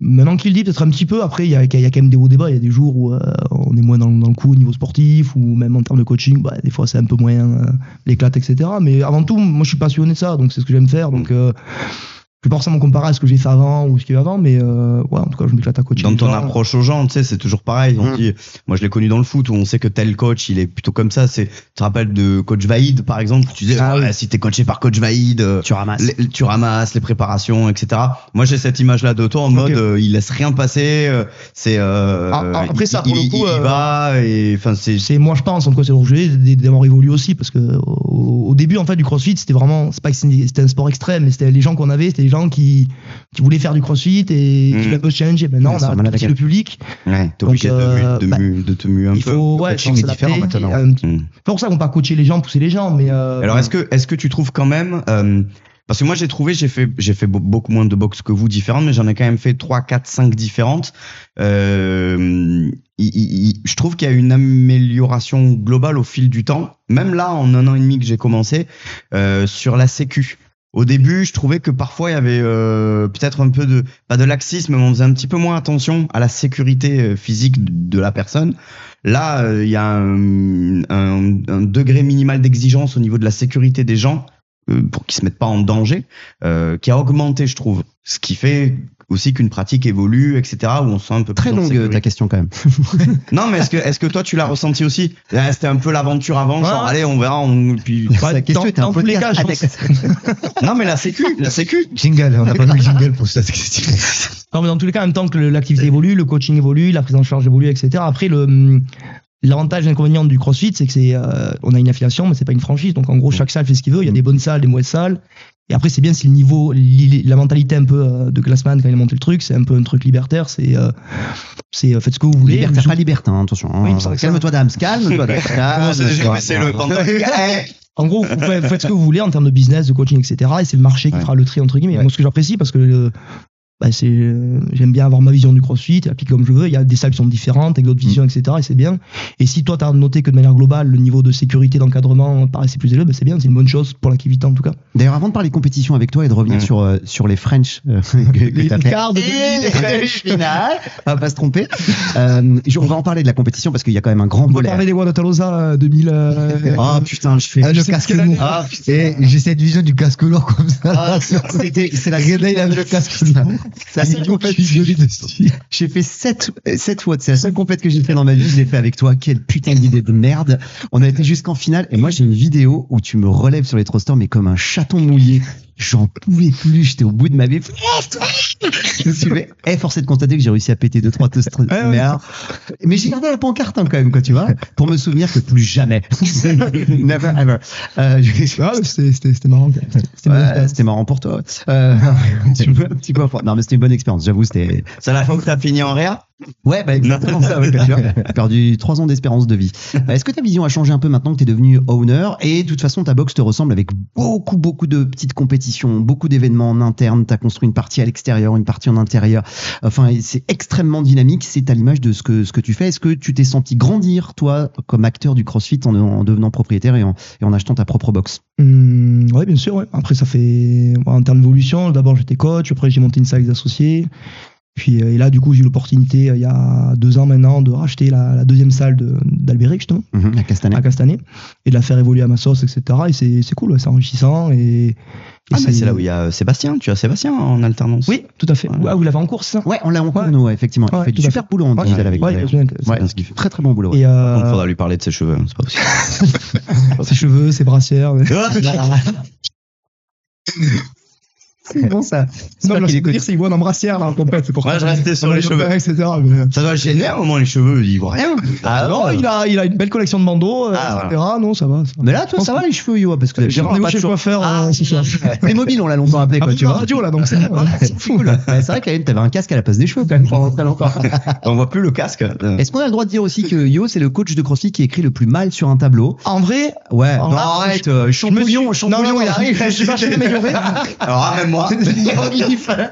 Speaker 1: Maintenant qu'il le dit, peut-être un petit peu. Après, il y a, il y a quand même des hauts débats. Il y a des jours où euh, on est moins dans, dans le coup au niveau sportif ou même en termes de coaching. Bah, des fois, c'est un peu moyen euh, l'éclate, etc. Mais avant tout, moi, je suis passionné de ça, donc c'est ce que j'aime faire.
Speaker 2: Hmm.
Speaker 1: Donc, euh, je vais pas forcément comparer à ce que j'ai fait avant ou ce qu'il y a eu avant, mais euh, ouais, en tout cas, je m'éclate à coacher.
Speaker 3: dans
Speaker 1: les
Speaker 3: ton
Speaker 1: gens.
Speaker 3: approche aux gens, tu sais, c'est toujours pareil. On
Speaker 1: Mmh.
Speaker 2: Mm.
Speaker 3: dit, moi, je l'ai connu dans le foot où on sait que tel coach, il est plutôt comme ça. C'est, tu te rappelles de coach Vaïd, par exemple, tu disais,
Speaker 2: Ah
Speaker 3: ouais, si t'es coaché par coach Vaïd, euh,
Speaker 2: Tu ramasses.
Speaker 3: les- tu ramasses les préparations, etc. Moi, j'ai cette image-là de toi en mode, euh, il laisse rien passer. euh, c'est euh,
Speaker 1: Ah, ah, après ça,
Speaker 3: il,
Speaker 1: pour le
Speaker 3: il-
Speaker 1: coup,
Speaker 3: il y
Speaker 1: euh,
Speaker 3: va et enfin, c'est
Speaker 1: C'est moi je pense en tout cas c'est leur sujet d- d'avoir évolué aussi parce que au, au début en fait du CrossFit c'était vraiment c'est pas que c'était c'était un sport extrême mais c'était les gens qu'on avait c'était les gens qui qui voulaient faire du CrossFit et
Speaker 3: Mm.
Speaker 1: qui voulaient un peu se challenger. Maintenant
Speaker 2: Ouais,
Speaker 1: on
Speaker 2: ça
Speaker 1: a
Speaker 2: m'a l'air
Speaker 1: petit le public
Speaker 3: ouais, t'es obligé
Speaker 1: donc, euh,
Speaker 3: de, mu- de
Speaker 1: bah,
Speaker 3: mu- de te muer un
Speaker 1: il
Speaker 3: peu.
Speaker 1: faut
Speaker 3: Le
Speaker 1: ouais
Speaker 3: coaching
Speaker 1: je
Speaker 3: est
Speaker 1: pense
Speaker 3: différent
Speaker 1: s'adapter,
Speaker 3: maintenant.
Speaker 1: un petit-
Speaker 3: Mm.
Speaker 1: C'est pour ça qu'on va pas coacher les gens pousser les gens mais euh,
Speaker 3: Alors est-ce que est-ce que tu trouves quand même euh, parce que moi j'ai trouvé j'ai fait j'ai fait be- beaucoup moins de boxe que vous différentes mais j'en ai quand même fait 3 4 5 différentes. Euh, il- il- il- je trouve qu'il y a une amélioration globale au fil du temps. Même là en un an et demi que j'ai commencé euh, sur la sécu. Au début, je trouvais que parfois il y avait euh, peut-être un peu de pas de laxisme, mais on faisait un petit peu moins attention à la sécurité euh, physique de de la personne. Là, euh, il y a un, un- un degré minimal d'exigence au niveau de la sécurité des gens euh, pour qu'ils se mettent pas en danger, euh, qui a augmenté, je trouve. Ce qui fait aussi qu'une pratique évolue, etc. Où on se sent un peu
Speaker 2: Très
Speaker 3: plus en
Speaker 2: longue euh,
Speaker 3: sécurité.
Speaker 2: ta question quand même.
Speaker 3: Non, mais est-ce que est-ce que toi tu l'as ressenti aussi Là, C'était un peu l'aventure avant, genre
Speaker 1: Ouais.
Speaker 3: allez, on verra. On... Puis...
Speaker 1: Ouais,
Speaker 2: Ta question
Speaker 1: dans-
Speaker 2: était un
Speaker 1: dans
Speaker 2: peu
Speaker 1: tous les cas, je pense-
Speaker 3: non, mais la sécu, la sécu.
Speaker 5: Jingle, on n'a pas mis jingle pour cette question.
Speaker 1: Non, mais dans tous les cas, en même temps que le- l'activité évolue, le coaching évolue, la prise en charge évolue, etc. Après, le hum, l'avantage et l'inconvénient du CrossFit, c'est que c'est, euh, on a une affiliation, mais c'est pas une franchise. Donc, en gros, chaque salle fait ce qu'il veut. Il y a des bonnes salles, des mauvaises salles. Et après, c'est bien si le niveau, li- la mentalité un peu euh, de Glassman quand il a monté le truc, c'est un peu un truc libertaire. C'est, euh, c'est euh, faites ce que vous voulez.
Speaker 2: Libertin,
Speaker 1: Je-
Speaker 2: pas libertin, hein, attention. hein.
Speaker 1: Oui, il me semble que ça-
Speaker 2: calme-toi, Dams, calme-toi, Dams.
Speaker 3: Ah, c'est déjà
Speaker 2: calme-toi.
Speaker 3: baissé le pantalon.
Speaker 1: En gros, vous faites, faites ce que vous voulez en termes de business, de coaching, etc. Et c'est le marché qui
Speaker 3: Ouais.
Speaker 1: fera le tri entre guillemets.
Speaker 2: Ouais.
Speaker 1: Moi, ce que j'apprécie, parce que euh, bah, c'est, euh, j'aime bien avoir ma vision du crossfit, appliquer comme je veux. Il y a des salles qui sont différentes, avec d'autres visions, etc. Et c'est bien. Et si toi, tu as noté que de manière globale, le niveau de sécurité, d'encadrement paraissait plus élevé, bah, c'est bien, c'est une bonne chose pour l'activité en tout cas.
Speaker 2: D'ailleurs, avant de parler compétition avec toi et de revenir
Speaker 3: Mm.
Speaker 2: sur, euh, sur les French euh, que, que
Speaker 1: Les
Speaker 2: t'as fait.
Speaker 1: quarts de
Speaker 2: Et les
Speaker 1: demi.
Speaker 2: French finales, on va pas se tromper. Euh, je- on va en parler de la compétition parce qu'il y a quand même un grand
Speaker 1: On va
Speaker 2: volet.
Speaker 1: parler des Guadalajara euh, 2000. euh,
Speaker 2: Ah putain, je fais.
Speaker 5: Ah, le
Speaker 2: je sais
Speaker 5: casque
Speaker 2: ce que-
Speaker 5: lourd.
Speaker 2: Ah putain.
Speaker 5: Et j'ai cette vision du casque lourd comme ça.
Speaker 2: Ah, c'était- c'est la
Speaker 5: Regardez, il a le casque lourd.
Speaker 2: C'est la seule
Speaker 5: Ils ont
Speaker 2: compète-
Speaker 5: violé dessus.
Speaker 2: J'ai fait 7, sept fois. C'est la seule compète que j'ai fait dans ma vie. Je l'ai fait avec toi. Quelle putain d'idée de merde. On a été jusqu'en finale. Et moi, j'ai une vidéo où tu me relèves sur les thrusters, mais comme un chaton mouillé. J'en pouvais plus. J'étais au bout de ma vie. Je me suis fait- Eh, force est de constater que j'ai réussi à péter deux, trois thrusters.
Speaker 1: ouais.
Speaker 2: mais, alors- mais j'ai gardé la pancarte hein, quand même, quoi, tu vois, pour me souvenir que plus jamais. Never ever. Euh, je-
Speaker 1: Ah, c'était, c'était, c'était marrant. quand même. C'était
Speaker 2: Ouais,
Speaker 1: marrant.
Speaker 2: c'était marrant pour toi. Euh, tu veux un petit peu Non, mais c'était une bonne expérience. J'avoue, c'était.
Speaker 3: C'est la fois que t'as fini en rire
Speaker 2: Ouais, bah exactement ça. ouais, tu vois. T'as perdu 3 ans d'espérance de vie. Bah, Est-ce que ta vision a changé un peu maintenant que t'es devenu owner Et de toute façon, ta box te ressemble avec beaucoup, beaucoup de petites compétitions, beaucoup d'événements en interne. T'as construit une partie à l'extérieur, une partie en intérieur. Enfin, et c'est extrêmement dynamique. C'est à l'image de ce que, ce que tu fais. Est-ce que tu t'es senti grandir, toi, comme acteur du CrossFit en, en devenant propriétaire et en, et en achetant ta propre box
Speaker 1: Hum, ouais, bien sûr. ouais. Après, ça fait bon, en termes d'évolution. D'abord, j'étais coach. Après, j'ai monté une salle avec des associés. Puis euh, et là, du coup, j'ai eu l'opportunité euh, il y a deux ans maintenant de racheter la, la deuxième salle de- d'Albéric justement
Speaker 2: Mhm, à Castanet
Speaker 1: à Castanet et de la faire évoluer à ma sauce, etc. Et c'est c'est cool, ouais, c'est enrichissant et, et
Speaker 3: Ah, mais c'est là où il y a euh, Sébastien. Tu as Sébastien en alternance.
Speaker 1: Oui, tout à fait.
Speaker 3: Voilà.
Speaker 1: Ah, vous l'avez en course. ça
Speaker 2: Ouais, on l'a encore,
Speaker 1: Ouais.
Speaker 2: nous, ouais, effectivement. il
Speaker 1: Ouais,
Speaker 2: fait du
Speaker 1: tout à
Speaker 2: super boulot en
Speaker 1: Ouais,
Speaker 2: digital avec
Speaker 1: ouais,
Speaker 2: lui.
Speaker 1: je me souviens que-
Speaker 2: Ouais,
Speaker 3: C'est ce qu'il fait.
Speaker 2: Très très bon boulot. ouais.
Speaker 1: Et
Speaker 3: Par contre,
Speaker 1: euh,
Speaker 3: faudra lui parler de ses cheveux. hein, C'est pas possible.
Speaker 1: ses cheveux, ses brassières. mais-
Speaker 3: Ah,
Speaker 2: C'est bon ça.
Speaker 1: Non,
Speaker 2: J'espère
Speaker 1: mais là,
Speaker 2: qu'il
Speaker 1: c'est
Speaker 2: écoute.
Speaker 1: dire, c'est Iguane en brassière là en compète. c'est pour
Speaker 3: Moi,
Speaker 1: ça.
Speaker 3: je restais sur les cheveux.
Speaker 1: etc. mais- euh,
Speaker 3: Ça doit le gêner au moins les cheveux. Il voit rien.
Speaker 1: Ah
Speaker 3: oh,
Speaker 1: non, il a, il a une belle collection de bandeaux, euh,
Speaker 3: Ah,
Speaker 1: etc. Non, ça va. ça va.
Speaker 2: Mais là, toi, ça va les cheveux, Yo, parce que
Speaker 1: J'ai
Speaker 2: d'habitude, on
Speaker 1: rendez-vous
Speaker 2: a
Speaker 1: chez le
Speaker 2: toujours-
Speaker 1: coiffeur
Speaker 2: Ah,
Speaker 1: euh, ce soir.
Speaker 2: Les mobiles, on l'a longtemps appelé, quoi,
Speaker 1: Après,
Speaker 2: tu vois.
Speaker 1: radio là, donc c'est c'est fou là.
Speaker 2: Ouais, c'est vrai que t'avais un casque à la place des cheveux quand même pendant très longtemps.
Speaker 3: On voit plus le casque. Euh,
Speaker 2: Est-ce qu'on a le droit de dire aussi que Yo, c'est le coach de CrossFit qui écrit le plus mal sur un tableau
Speaker 1: En vrai,
Speaker 2: Ouais,
Speaker 1: Oh,
Speaker 2: non,
Speaker 1: ah,
Speaker 2: arrête, euh, champignon,
Speaker 1: non,
Speaker 2: champignon,
Speaker 1: non,
Speaker 2: il arrive.
Speaker 1: je suis pas chez m'améliorer.
Speaker 3: Alors, Ah, même moi.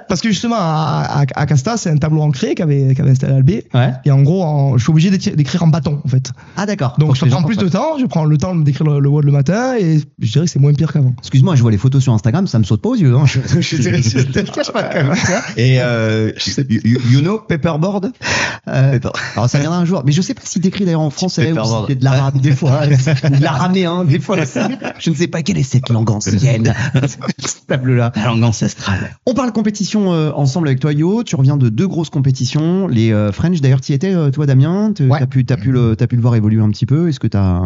Speaker 1: Parce que justement, à, à, à Casta, c'est un tableau ancré qu'avait qu'avait installé Albé.
Speaker 2: Ouais.
Speaker 1: Et en gros, en- je suis obligé d'éti- d'écrire en bâton, en fait.
Speaker 2: Ah, d'accord.
Speaker 1: Donc,
Speaker 2: Faut
Speaker 1: je
Speaker 2: que les
Speaker 1: prends
Speaker 2: gens
Speaker 1: plus de
Speaker 2: comprennent.
Speaker 1: temps, je prends le temps d'écrire le, le WOD le matin, et je dirais que c'est moins pire qu'avant.
Speaker 2: Excuse-moi, je vois les photos sur Instagram, ça me saute pas aux yeux. Hein. Je, je, je- je- je te le cache pas quand même. hein.
Speaker 3: Et euh, you, you- you know paperboard.
Speaker 2: Euh,
Speaker 3: Paper-
Speaker 2: Alors ça viendra un jour, mais je sais pas si t'écris d'ailleurs en français
Speaker 3: Super
Speaker 2: ou si
Speaker 3: bordel.
Speaker 2: c'est de l'arabe des fois, ou de l'araméen des fois. aussi. Je ne sais pas quelle est cette langue ancienne, ce tableau-là.
Speaker 3: La langue ancestrale.
Speaker 2: On parle compétition euh, ensemble avec toi Yo, tu reviens de deux grosses compétitions, les euh, French d'ailleurs tu étais euh, toi Damien, tu
Speaker 5: Ouais.
Speaker 2: as, pu, t'as pu le, t'as pu le voir évoluer un petit peu, est-ce que tu as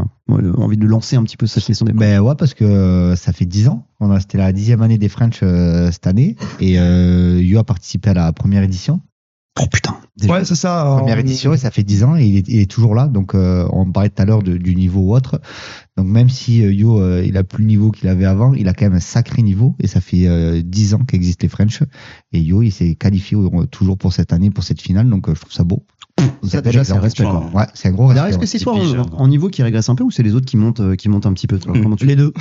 Speaker 2: envie de lancer un petit peu cette question des
Speaker 5: Ben ouais, parce que euh, ça fait 10 ans. On a, c'était la dixième année des French euh, cette année. Et euh, Yo a participé à la première édition.
Speaker 2: Oh putain, déjà.
Speaker 1: Ouais, c'est ça.
Speaker 5: Première
Speaker 1: en-
Speaker 5: édition, et ça fait 10 ans, et il est, il est toujours là. Donc, euh, on parlait tout à l'heure de- du niveau ou autre. Donc, même si euh, Yo, euh, il a plus le niveau qu'il avait avant, il a quand même un sacré niveau. Et ça fait euh, 10 ans qu'existent les French. Et Yo, il s'est qualifié au- toujours pour cette année, pour cette finale. Donc, euh, je trouve ça beau.
Speaker 2: ça, déjà, c'est un respect, quoi.
Speaker 5: Ouais, c'est un gros
Speaker 2: Alors,
Speaker 5: respect.
Speaker 2: est-ce que
Speaker 5: ouais.
Speaker 2: c'est toi
Speaker 3: Petit
Speaker 2: en,
Speaker 3: pigeur.
Speaker 2: en niveau qui régresse un peu ou c'est les autres qui montent, euh, qui montent un petit peu toi Comment tu
Speaker 1: Les deux.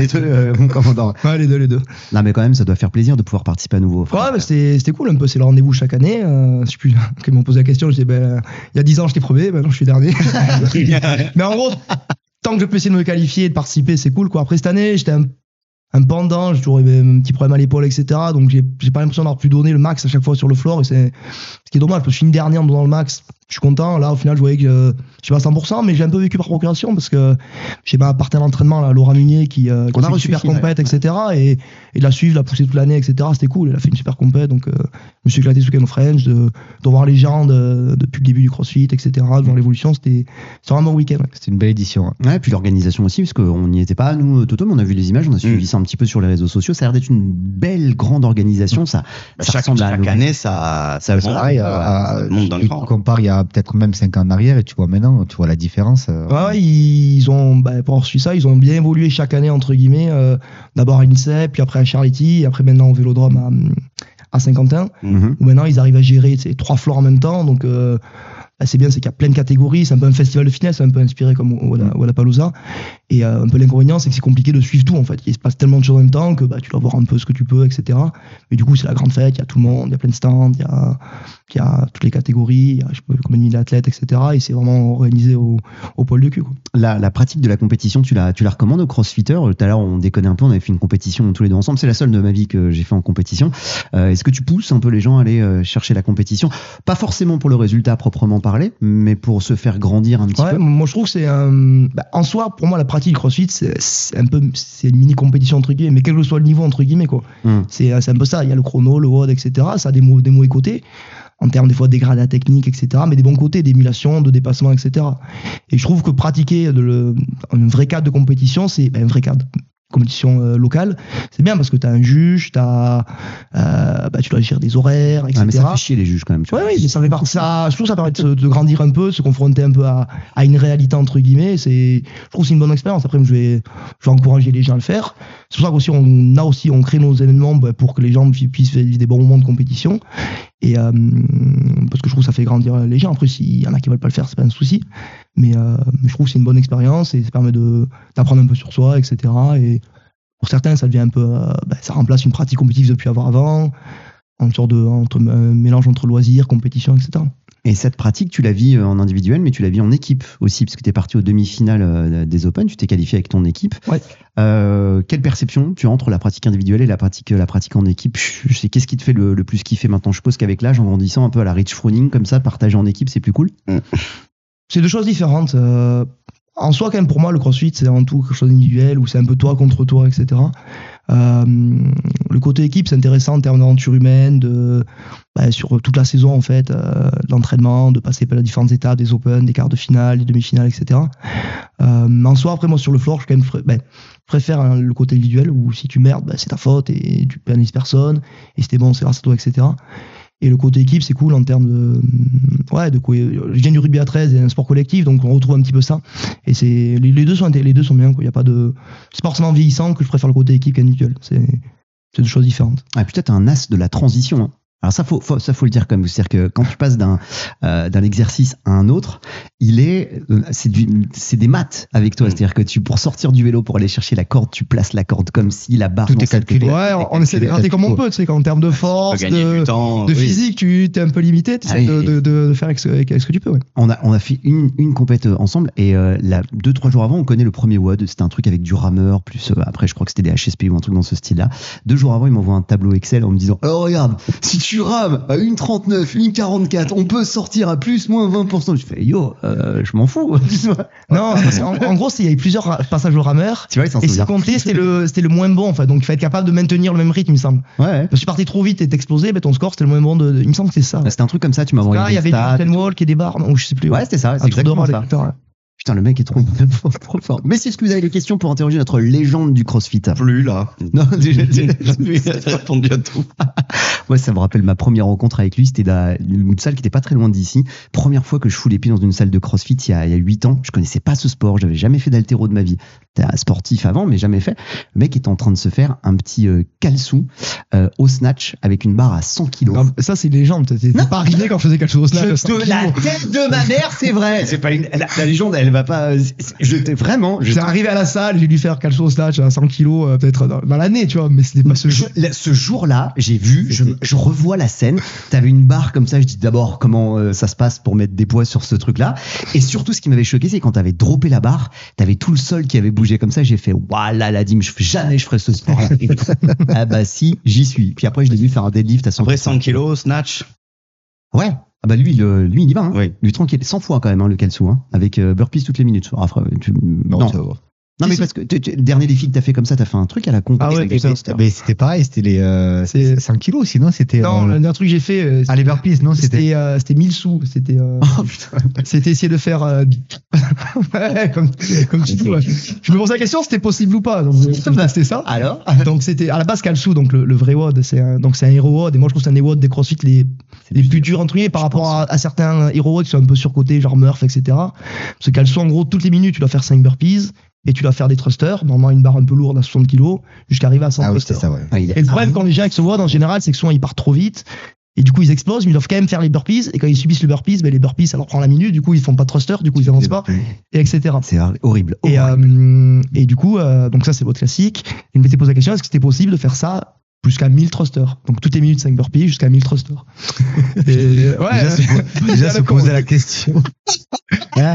Speaker 2: les deux, euh, mon commandant.
Speaker 1: Ouais, les deux, les deux.
Speaker 2: Non mais quand même ça doit faire plaisir de pouvoir participer à nouveau.
Speaker 1: Ouais, mais c'était c'était cool un peu, c'est le rendez-vous chaque année. Euh, je sais plus, quand ils m'ont posé la question, je disais, ben, il y a 10 ans j'étais premier, maintenant je suis dernier. mais en gros, tant que je peux essayer de me qualifier et de participer, c'est cool. Quoi. Après cette année, j'étais un, un pendant, j'ai toujours eu un petit problème à l'épaule, etc. Donc j'ai j'ai pas l'impression d'avoir pu donner le max à chaque fois sur le floor. Et c'est ce qui est dommage, parce que je suis une dernière en donnant le max. Je suis content. Là, au final, je voyais que euh, je suis pas à 100%, mais j'ai un peu vécu par procuration parce que j'ai ma partenaire d'entraînement, là, Laura Munier, qui, euh, qui
Speaker 2: Qu'on a
Speaker 1: fait une
Speaker 2: reçu
Speaker 1: super
Speaker 2: ici, ouais.
Speaker 1: compète, etc. Et, et de la suivre, de la pousser toute l'année, etc. C'était cool. Elle a fait une super compète. Donc, euh, je me suis éclaté sous Game of French, de, de voir les gens de- depuis le début du crossfit, etc. De voir l'évolution. C'était c'était vraiment un bon week-end. ouais.
Speaker 5: C'était une belle édition. hein.
Speaker 2: Ouais, puis l'organisation aussi, parce qu'on n'y était pas, nous, euh, Toto, mais on a vu les images, on a suivi
Speaker 3: Mm.
Speaker 2: ça un petit peu sur les réseaux sociaux. Ça a l'air d'être une belle, grande organisation. Ça, ça
Speaker 3: chaque
Speaker 2: ressemble à
Speaker 3: chaque
Speaker 2: nous.
Speaker 3: année, ça,
Speaker 5: Ça, c'est
Speaker 3: monte,
Speaker 5: pareil,
Speaker 3: euh,
Speaker 5: à-
Speaker 3: ça
Speaker 5: à-
Speaker 3: monte dans le
Speaker 5: tu
Speaker 3: cran.
Speaker 5: compares il y a peut-être même 5 ans en arrière, et tu vois maintenant, tu vois la différence. euh,
Speaker 1: Ouais, ouais, ils ont, bah, pour avoir suivi ça, ils ont bien évolué chaque année, entre guillemets. euh, D'abord à l'INSEP, puis après à Charletti, et après maintenant au Vélodrome à, à Saint-Quentin.
Speaker 2: Mhm.
Speaker 1: Où maintenant, ils arrivent à gérer tu sais, trois floors en même temps. Donc, euh, Ah, c'est bien, c'est qu'il y a plein de catégories. C'est un peu un festival de finesse, un peu inspiré comme au- au- au Lollapalooza. Et euh, un peu l'inconvénient, c'est que c'est compliqué de suivre tout en fait. Il se passe tellement de choses en même temps que bah, tu dois voir un peu ce que tu peux, etc. Mais du coup, c'est la grande fête, il y a tout le monde, il y a plein de stands, il y a, il y a toutes les catégories, il y a je sais pas, combien de milliers d'athlètes, etc. Et c'est vraiment organisé au, au poil de cul. Quoi.
Speaker 2: La, la pratique de la compétition, tu la, tu la recommandes aux crossfitters Euh, Tout à l'heure, on déconne un peu, on avait fait une compétition tous les deux ensemble. C'est la seule de ma vie que j'ai fait en compétition. Euh, Est-ce que tu pousses un peu les gens à aller euh, chercher la compétition Pas forcément pour le résultat à proprement parler, mais pour se faire grandir un petit
Speaker 1: Ouais,
Speaker 2: peu.
Speaker 1: moi je trouve que c'est un- bah, en soi pour moi la pratique CrossFit c'est c'est un peu c'est une mini compétition entre guillemets mais quel que soit le niveau entre guillemets quoi
Speaker 2: Mm.
Speaker 1: c'est c'est un peu ça il y a le chrono le WOD etc ça a des mots des mauvais côtés en termes des fois dégradés technique etc mais des bons côtés d'émulation de dépassement etc et je trouve que pratiquer de le, un vrai cadre de compétition c'est bah, un vrai cadre de compétition euh, locale c'est bien parce que t'as un juge t'as euh, bah, tu dois gérer des horaires etc
Speaker 2: Ah, mais ça fait chier les juges quand même. Tu
Speaker 1: oui,
Speaker 2: vois.
Speaker 1: oui, mais ça fait partie- Ça, je trouve que ça permet de, se- de grandir un peu, de se confronter un peu à, à une réalité entre guillemets. C'est, je trouve que c'est une bonne expérience. Après, je vais, je vais encourager les gens à le faire. C'est pour ça qu'aussi on a aussi, on crée nos événements bah, pour que les gens pu- puissent vivre des bons moments de compétition. Et euh, parce que je trouve que ça fait grandir les gens. Après, s'il y en a qui veulent pas le faire, c'est pas un souci. Mais euh, je trouve que c'est une bonne expérience et ça permet de d'apprendre un peu sur soi, etc. Et pour certains, ça devient un peu, euh, bah, ça remplace une pratique compétitive depuis avoir avant en sorte de entre, un mélange entre loisirs, compétition, etc.
Speaker 2: Et cette pratique, tu la vis euh, en individuel, mais tu la vis en équipe aussi, parce que tu es parti aux demi-finales euh, des Open, tu t'es qualifié avec ton équipe.
Speaker 1: Ouais.
Speaker 2: Euh, quelle perception tu as entre la pratique individuelle et la pratique, la pratique en équipe Je- je sais, Qu'est-ce qui te fait le, le plus kiffer maintenant Je suppose qu'avec l'âge, en grandissant un peu à la Rich Froning, comme ça, partager en équipe, c'est plus cool.
Speaker 1: C'est deux choses différentes. euh, en soi, quand même, pour moi, le crossfit, c'est avant tout quelque chose d'individuel où c'est un peu toi contre toi, etc. Euh, le côté équipe, c'est intéressant en termes d'aventure humaine, de, bah, sur toute la saison, en fait, euh, de l'entraînement, de passer par les différentes étapes, des Open, des quarts de finale, des demi-finales, etc. Euh, mais en soi, après, moi, sur le floor, je, quand même, fr- ben, je préfère hein, le côté individuel où si tu merdes, ben, c'est ta faute et tu pénalises personne, et c'était bon, c'est grâce à toi, etc. Et le côté équipe, c'est cool en termes de. Ouais, de quoi. Je viens du rugby à 13, c'est un sport collectif, donc on retrouve un petit peu ça. Et c'est les les deux sont, inté- les deux sont bien, quoi. Il y a pas de. C'est pas forcément vieillissant que je préfère le côté équipe qu'individuel. C'est c'est deux choses différentes.
Speaker 2: Ah, putain, t'es un as de la transition. hein. Alors ça, faut, faut- ça faut le dire quand même. C'est-à-dire que quand tu passes d'un euh, d'un exercice à un autre, il est, euh, c'est du- c'est des maths avec
Speaker 1: Mm.
Speaker 2: toi. C'est-à-dire que tu, pour sortir du vélo, pour aller chercher la corde, tu places la corde comme si la barre
Speaker 5: Tout est
Speaker 2: dans cette-
Speaker 5: calculé.
Speaker 1: Ouais, on essaie de gratter comme on peut, tu sais, en termes de
Speaker 3: Faut
Speaker 1: force,
Speaker 3: gagner
Speaker 1: de,
Speaker 3: du temps. oui.
Speaker 1: physique, tu es un peu limité, tu
Speaker 2: Ah oui.
Speaker 1: essaies de, faire avec ce, que tu peux,
Speaker 2: On a, on a fait une, une compète euh, ensemble et euh, là, deux, trois jours avant, on connaît le premier WOD. C'était un truc avec du rameur, plus euh, après, je crois que c'était des HSP ou un truc dans ce style-là. Deux jours avant, il m'envoie un tableau Excel en me disant Oh, regarde, si tu rames à 1,39, 1,44, on peut sortir à plus, moins 20%. Je fais Yo, euh, je m'en fous. tu vois,
Speaker 1: Non, parce qu'en- en, gros, c'est- il y a eu plusieurs ra- passages au rameur.
Speaker 2: Tu vois, il s'en
Speaker 1: Et ce
Speaker 2: souvient.
Speaker 1: compté, c'était le, c'était le moins bon, en fait. Donc, il faut être capable de maintenir le même rythme, il me semble.
Speaker 2: Ouais, ouais.
Speaker 1: Parce que tu partais trop vite et t'explosais, ben ton score c'était le moins bon de. de- Il me semble que c'est ça.
Speaker 2: Bah, C'était un truc comme ça, tu m'as envoyé
Speaker 1: Là, il y
Speaker 2: des
Speaker 1: avait
Speaker 2: stats.
Speaker 1: du Wall qui débarre, non, je sais plus.
Speaker 2: Ouais, c'était ça, c'est
Speaker 1: un truc de
Speaker 2: exactement
Speaker 1: rôle,
Speaker 2: ça.
Speaker 1: etc.
Speaker 2: Putain, le mec est trop, trop fort. Mais si est-ce que vous avez des questions pour interroger notre légende du CrossFit
Speaker 3: Plus là.
Speaker 2: Non, déjà, déjà,
Speaker 3: J'ai répondu à tout.
Speaker 2: Moi, ça me rappelle ma première rencontre avec lui. C'était dans une salle qui n'était pas très loin d'ici. Première fois que je fous les pieds dans une salle de crossfit il y a, il y a 8 ans. Je connaissais pas ce sport. J'avais jamais fait d'altéro de ma vie. J'étais un sportif avant, mais jamais fait. Le mec était en train de se faire un petit euh, calçou euh, au snatch avec une barre à 100 kilos.
Speaker 1: Non, ça c'est une légende, t'es pas arrivé quand on faisait quelque chose au snatch,
Speaker 2: Je
Speaker 1: ça,
Speaker 2: te-
Speaker 1: c'est
Speaker 2: la
Speaker 1: kilos.
Speaker 2: tête de ma mère, c'est vrai. C'est pas une, la, la légende, elle va pas. euh, Je t'ai vraiment. Je,
Speaker 1: J'étais arrivé à la salle, j'ai dû faire quelque chose au snatch à 100 kilos, euh, peut-être dans, dans l'année, tu vois, mais c'était pas ce
Speaker 2: Je-
Speaker 1: jeu.
Speaker 2: la- ce jour-là, j'ai vu, je, je revois la scène. T'avais une barre comme ça. Je dis d'abord comment euh, ça se passe pour mettre des poids sur ce truc-là. Et surtout, ce qui m'avait choqué, c'est quand t'avais droppé la barre, t'avais tout le sol qui avait bougé comme ça. J'ai fait, waouh, là, la dîme, je fais- jamais je ferai ce sport-là. ah bah si, j'y suis. Puis après, je l'ai vu faire un deadlift à 100
Speaker 3: Après 100 kilos, snatch.
Speaker 2: Ouais. Ah bah lui, le- lui, il y va. Hein.
Speaker 3: Oui.
Speaker 2: Lui tranquille, 100 fois quand même hein, le calçou, hein, avec euh, burpees toutes les minutes. Ah, frère, tu- non, non, mais parce que tu- tu- le dernier défi que t'as fait comme ça, t'as hein. fait un truc à la con.
Speaker 1: Ah ouais,
Speaker 2: C'était-
Speaker 1: putain,
Speaker 2: c'était-
Speaker 5: Mais c'était pareil, c'était les euh,
Speaker 1: C'est-
Speaker 5: 5 kilos, sinon c'était.
Speaker 1: Non,
Speaker 5: euh,
Speaker 1: le dernier truc que j'ai fait, euh,
Speaker 5: Ah, les burpees, non, c'était.
Speaker 1: c'était euh, c'était 1000 sous, c'était euh,
Speaker 2: Oh putain.
Speaker 1: c'était essayer de faire euh, ouais, comme, comme tu dis, ouais. Je me pose la question, c'était possible ou pas, donc euh, c'était ça.
Speaker 2: Alors
Speaker 1: Donc c'était à la base Kalsou, donc le, le vrai WOD, c'est un, donc c'est un Hero WOD et moi je trouve que c'est un des WOD des CrossFit les les plus durs entre guillemets par rapport à, à certains Hero WOD qui sont un peu surcotés genre Murph etc. Parce que Kalsou en gros toutes les minutes tu dois faire 5 burpees et tu dois faire des thrusters, normalement une barre un peu lourde à 60 kg jusqu'à arriver à 100
Speaker 5: Ah oui, c'était
Speaker 1: thrusters.
Speaker 5: ça, ouais.
Speaker 2: Ah, il a-
Speaker 1: Et le problème quand les gens avec ce WOD en général c'est que souvent ils partent trop vite Et du coup, ils explosent, mais ils doivent quand même faire les burpees. Et quand ils subissent le burpees, ben, les burpees, ça leur prend la minute. Du coup, ils font pas de thruster, du coup, ils avancent pas, et etc.
Speaker 2: C'est horrible.
Speaker 1: Et, euh, et du coup, euh, donc ça, c'est votre classique. Il m'était posé la question est-ce que c'était possible de faire ça jusqu'à 1000 thrusters Donc toutes les minutes, 5 burpees jusqu'à 1000 thrusters. Et, ouais,
Speaker 5: Déjà, se, po- déjà se poser la question. Hein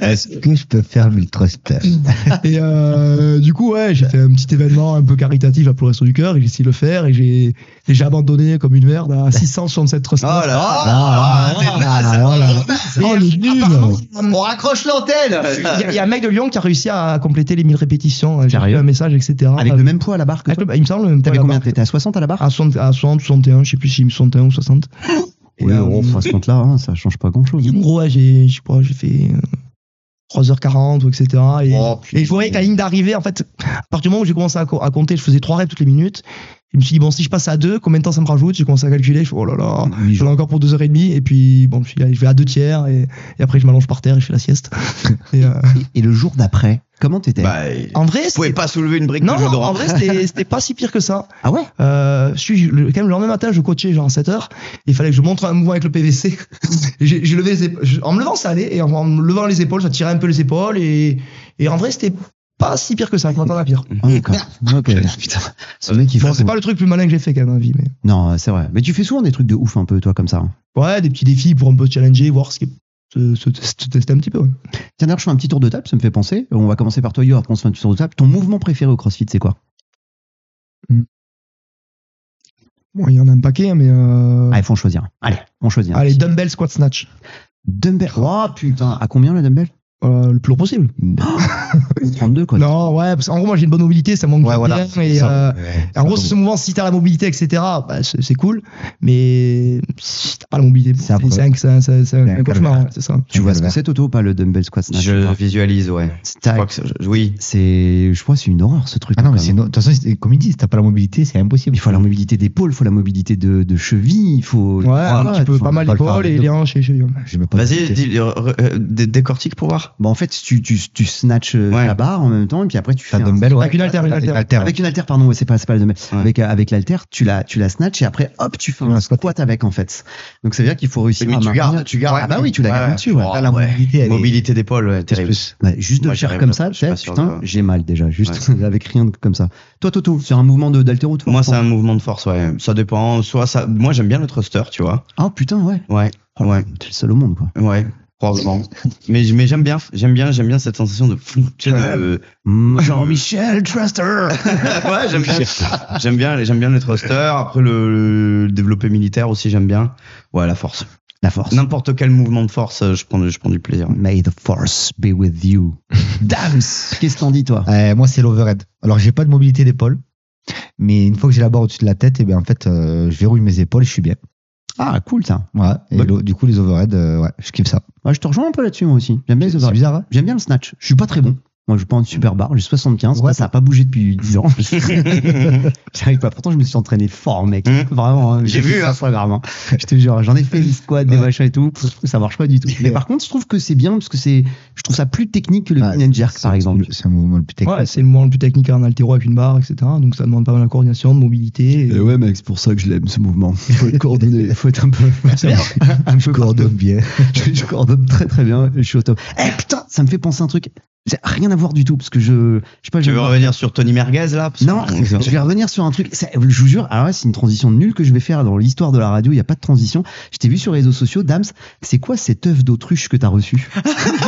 Speaker 5: Est-ce que je peux faire l'ultraster
Speaker 1: Et euh, du coup, ouais, j'ai fait un petit événement un peu caritatif à pour le resto du cœur. et J'ai essayé de le faire et j'ai et j'ai abandonné comme une merde à 667
Speaker 3: Oh
Speaker 1: thrusters.
Speaker 3: là là,
Speaker 5: Ah,
Speaker 3: c'est naze.
Speaker 5: ah, ah, ah,
Speaker 1: Et
Speaker 5: Oh, le nul
Speaker 1: apparemment,
Speaker 2: ah,
Speaker 3: On raccroche l'antenne.
Speaker 1: Il y, a- il y a un mec de Lyon qui a réussi à compléter les 1000 répétitions. hein. J'ai reçu
Speaker 2: Sérieux
Speaker 1: un message, etc.
Speaker 2: Avec le même poids à la barre que
Speaker 1: Avec
Speaker 2: toi.
Speaker 1: le- Ah, bah, il me semble le même
Speaker 2: T'avais
Speaker 1: poids
Speaker 2: combien
Speaker 1: là-bas.
Speaker 2: T'étais à 60 à la barre
Speaker 1: à 60, à 60, 61, je sais plus si 61 ou 60.
Speaker 2: Oui,
Speaker 1: Et, euh,
Speaker 2: on à ce compte-là, hein, ça change pas grand-chose.
Speaker 1: En gros, ouais, j'ai, je sais pas, j'ai fait euh, 3h40, etc. Et,
Speaker 3: Oh, putain.
Speaker 1: et je voyais que la ligne d'arrivée, en fait, à partir du moment où j'ai commencé à, co- à compter, je faisais 3 reps toutes les minutes. Je me suis dit, bon, si je passe à 2, combien de temps ça me rajoute J'ai commencé à calculer, je fais, oh là là, j'en ai encore pour 2h30. Et puis, bon, je, suis, allé, je vais à 2 tiers, et, et après, je m'allonge par terre et je fais la sieste. Et, euh,
Speaker 2: Et, et le jour d'après, comment t'étais
Speaker 3: Bah, vous
Speaker 1: en vrai, c'était-
Speaker 3: pouvez pas soulever une brique
Speaker 1: non,
Speaker 3: de jeu de
Speaker 1: en
Speaker 3: rang.
Speaker 1: vrai, c'était c'était pas si pire que ça.
Speaker 2: Ah ouais
Speaker 1: Euh, je suis, le, quand même, le lendemain matin, je coachais genre à 7 heures. Il fallait que je montre un mouvement avec le PVC. Et j'ai j'ai levé les épa- je- en me levant, ça allait. Et en, en me levant les épaules, ça tirait un peu les épaules. Et, et en vrai, c'était pas si pire que ça. Je m'attendais à pire.
Speaker 2: Ah, d'accord. Ok, putain. Ce mec, il
Speaker 1: Bon,
Speaker 2: fait-
Speaker 1: c'est pas le truc le plus malin que j'ai fait quand même dans la vie. Mais...
Speaker 2: Non, c'est vrai. Mais tu fais souvent des trucs de ouf un peu, toi, comme ça. hein.
Speaker 1: Ouais, des petits défis pour un peu challenger, voir ce qui se, se- se tester un petit peu. ouais.
Speaker 2: Tiens, d'ailleurs, je fais un petit tour de table, ça me fait penser. On va commencer par toi, Yo, après on se fait un petit tour de table. Ton mouvement préféré au CrossFit, c'est quoi
Speaker 1: Bon, il y en a un paquet, hein, mais. euh,
Speaker 2: Ah, il faut en choisir. un. Allez, on choisit. un.
Speaker 1: Allez, dumbbell squat snatch.
Speaker 2: Dumbbell. Oh putain, à combien le dumbbell
Speaker 1: Voilà, le plus lourd possible.
Speaker 2: 32 quoi.
Speaker 1: Non, ouais, parce qu'en gros, moi j'ai une bonne mobilité, ça manque
Speaker 3: Ouais,
Speaker 1: de
Speaker 3: voilà.
Speaker 1: bien, et,
Speaker 3: Ça,
Speaker 1: euh,
Speaker 3: ouais.
Speaker 1: En gros, ce mouvement, si t'as la mobilité, etc., bah, c'est c'est cool. Mais si t'as pas la mobilité,
Speaker 5: C'est
Speaker 1: c'est
Speaker 5: un
Speaker 1: un,
Speaker 5: problème.
Speaker 1: c'est un, c'est un- c'est
Speaker 5: C'est
Speaker 1: un
Speaker 5: un
Speaker 1: cauchemar, ouais, c'est ça.
Speaker 2: Tu vois ce que
Speaker 5: Calvaire.
Speaker 2: c'est, Toto, ou pas le dumbbell squat snatch
Speaker 3: Je visualise, ouais. Je
Speaker 2: Stack.
Speaker 3: crois que c'est- oui.
Speaker 2: C'est, je crois, que c'est une horreur ce truc.
Speaker 5: Ah non, mais c'est no- de toute façon, c'est- comme il dit, si t'as pas la mobilité, c'est impossible.
Speaker 2: Il faut la mobilité d'épaule, il faut la mobilité de, de cheville, il faut.
Speaker 1: Ouais, un petit peu,
Speaker 2: enfin,
Speaker 1: pas mal
Speaker 5: pas le faire
Speaker 1: l'épaule
Speaker 5: avec
Speaker 1: et
Speaker 5: deux.
Speaker 1: les hanches et les chevilles.
Speaker 5: J'ai même pas
Speaker 3: Vas-y,
Speaker 5: discuté.
Speaker 3: dis- euh, euh, dé- décortique pour voir.
Speaker 2: Bah, en fait, tu, tu, tu snatches euh,
Speaker 3: Ouais.
Speaker 2: la barre en même temps, et puis après, tu fais.
Speaker 5: T'as
Speaker 2: un-
Speaker 5: dumbbell, ouais.
Speaker 1: Avec une haltère, une
Speaker 5: Avec
Speaker 1: haltère.
Speaker 5: haltère.
Speaker 2: Avec une haltère, pardon, ouais, c'est pas, c'est pas le dumbbell.
Speaker 3: Ouais.
Speaker 2: Avec, euh, avec l'haltère, tu la, tu la snatches, et après, hop, tu fais
Speaker 5: Ouais,
Speaker 2: un
Speaker 5: un squat.
Speaker 2: squat avec, en fait. Donc, ça veut dire qu'il faut réussir
Speaker 3: Mais
Speaker 2: à
Speaker 3: tu
Speaker 2: maintenir-
Speaker 3: gardes, tu gardes.
Speaker 2: Ah bah oui, tu la
Speaker 3: Ouais,
Speaker 2: gardes
Speaker 3: ouais.
Speaker 2: dessus, ouais.
Speaker 3: Oh,
Speaker 2: T'as la
Speaker 3: ouais.
Speaker 2: mobilité, elle est-
Speaker 3: Mobilité d'épaule, ouais, terrible.
Speaker 2: Ouais, juste de
Speaker 3: Moi,
Speaker 2: le
Speaker 3: j'y
Speaker 2: faire
Speaker 3: arrive
Speaker 2: comme
Speaker 3: pas,
Speaker 2: ça,
Speaker 3: je suis
Speaker 2: chef,
Speaker 3: pas sûr
Speaker 2: putain,
Speaker 3: de-
Speaker 2: j'ai mal déjà, juste avec rien de- comme ça. Toi, Toto, c'est un mouvement de d'haltéro, toi
Speaker 3: Moi,
Speaker 2: je
Speaker 3: c'est un
Speaker 2: pense
Speaker 3: mouvement de force, ouais. Ça dépend. Soit ça. Moi, j'aime bien le thruster, tu vois.
Speaker 2: Ah putain, ouais.
Speaker 3: Ouais. Ouais.
Speaker 2: T'es le seul au monde, quoi.
Speaker 3: Ouais. Probablement. mais mais j'aime bien, j'aime bien, j'aime bien cette sensation de. tu sais, de-
Speaker 2: Mm, Jean-Michel Truster
Speaker 3: ouais, j'aime bien. J'aime bien, j'aime bien le thruster. Après le, le développé militaire aussi, j'aime bien. Ouais, la force.
Speaker 2: La force.
Speaker 3: N'importe quel mouvement de force, euh, je prends, je prends du plaisir.
Speaker 2: May the force be with you. Dams Qu'est-ce que t'en dis, toi
Speaker 5: Euh, moi, c'est l'overhead. Alors, j'ai pas de mobilité d'épaule, mais une fois que j'ai la barre au-dessus de la tête, et bien en fait, euh, je verrouille mes épaules et je suis bien.
Speaker 2: Ah, cool, ça.
Speaker 5: Ouais. Et
Speaker 2: Ouais.
Speaker 5: le- du coup, les overheads, euh, ouais, je kiffe ça.
Speaker 2: Ouais, je te rejoins un peu là-dessus, moi aussi. J'aime bien les
Speaker 5: C'est
Speaker 2: overheads.
Speaker 5: bizarre. Hein
Speaker 2: J'aime bien le snatch. Je suis pas très bon. Moi, je prends une super barre, j'ai 75.
Speaker 5: Ouais,
Speaker 2: Ouais, ça a pas bougé depuis 10 ans. J'arrive pas. Pourtant, je me suis entraîné fort, mec.
Speaker 3: Hum.
Speaker 5: Mmh.
Speaker 2: Vraiment. hein,
Speaker 3: J'ai
Speaker 2: fait
Speaker 3: vu,
Speaker 2: ça
Speaker 3: hein.
Speaker 2: programme. Je te jure, j'en ai fait des squats, des machins et tout. Pff, Ça marche pas du tout. Mais par contre, je trouve que c'est bien parce que c'est, je trouve ça plus technique que le
Speaker 5: Ouais,
Speaker 2: pin and jerk,
Speaker 5: C'est-
Speaker 2: par exemple.
Speaker 5: C'est un mouvement le plus technique.
Speaker 1: Ouais, c'est le mouvement le plus technique en altéro avec une barre, etc. Donc ça demande pas mal de coordination, de mobilité.
Speaker 5: Euh.
Speaker 1: et-
Speaker 2: ouais, mec, c'est pour ça que je l'aime, ce mouvement. Faut être coordonné. Faut être un peu. un peu
Speaker 5: Coordonne bien.
Speaker 2: je, je coordonne très très bien, je suis au top. Eh putain, ça me fait penser à un truc. C'est Rien à voir du tout, parce que je. Je sais pas,
Speaker 3: Tu
Speaker 2: je-
Speaker 3: veux revenir sur Tony Merguez là Parce que-
Speaker 2: Non, je vais revenir sur un truc. Ça, je vous jure, alors là, c'est une transition nulle que je vais faire dans l'histoire de la radio. Il n'y a pas de transition. Je t'ai vu sur les réseaux sociaux, Dams. C'est quoi cette œuf d'autruche que t'as reçue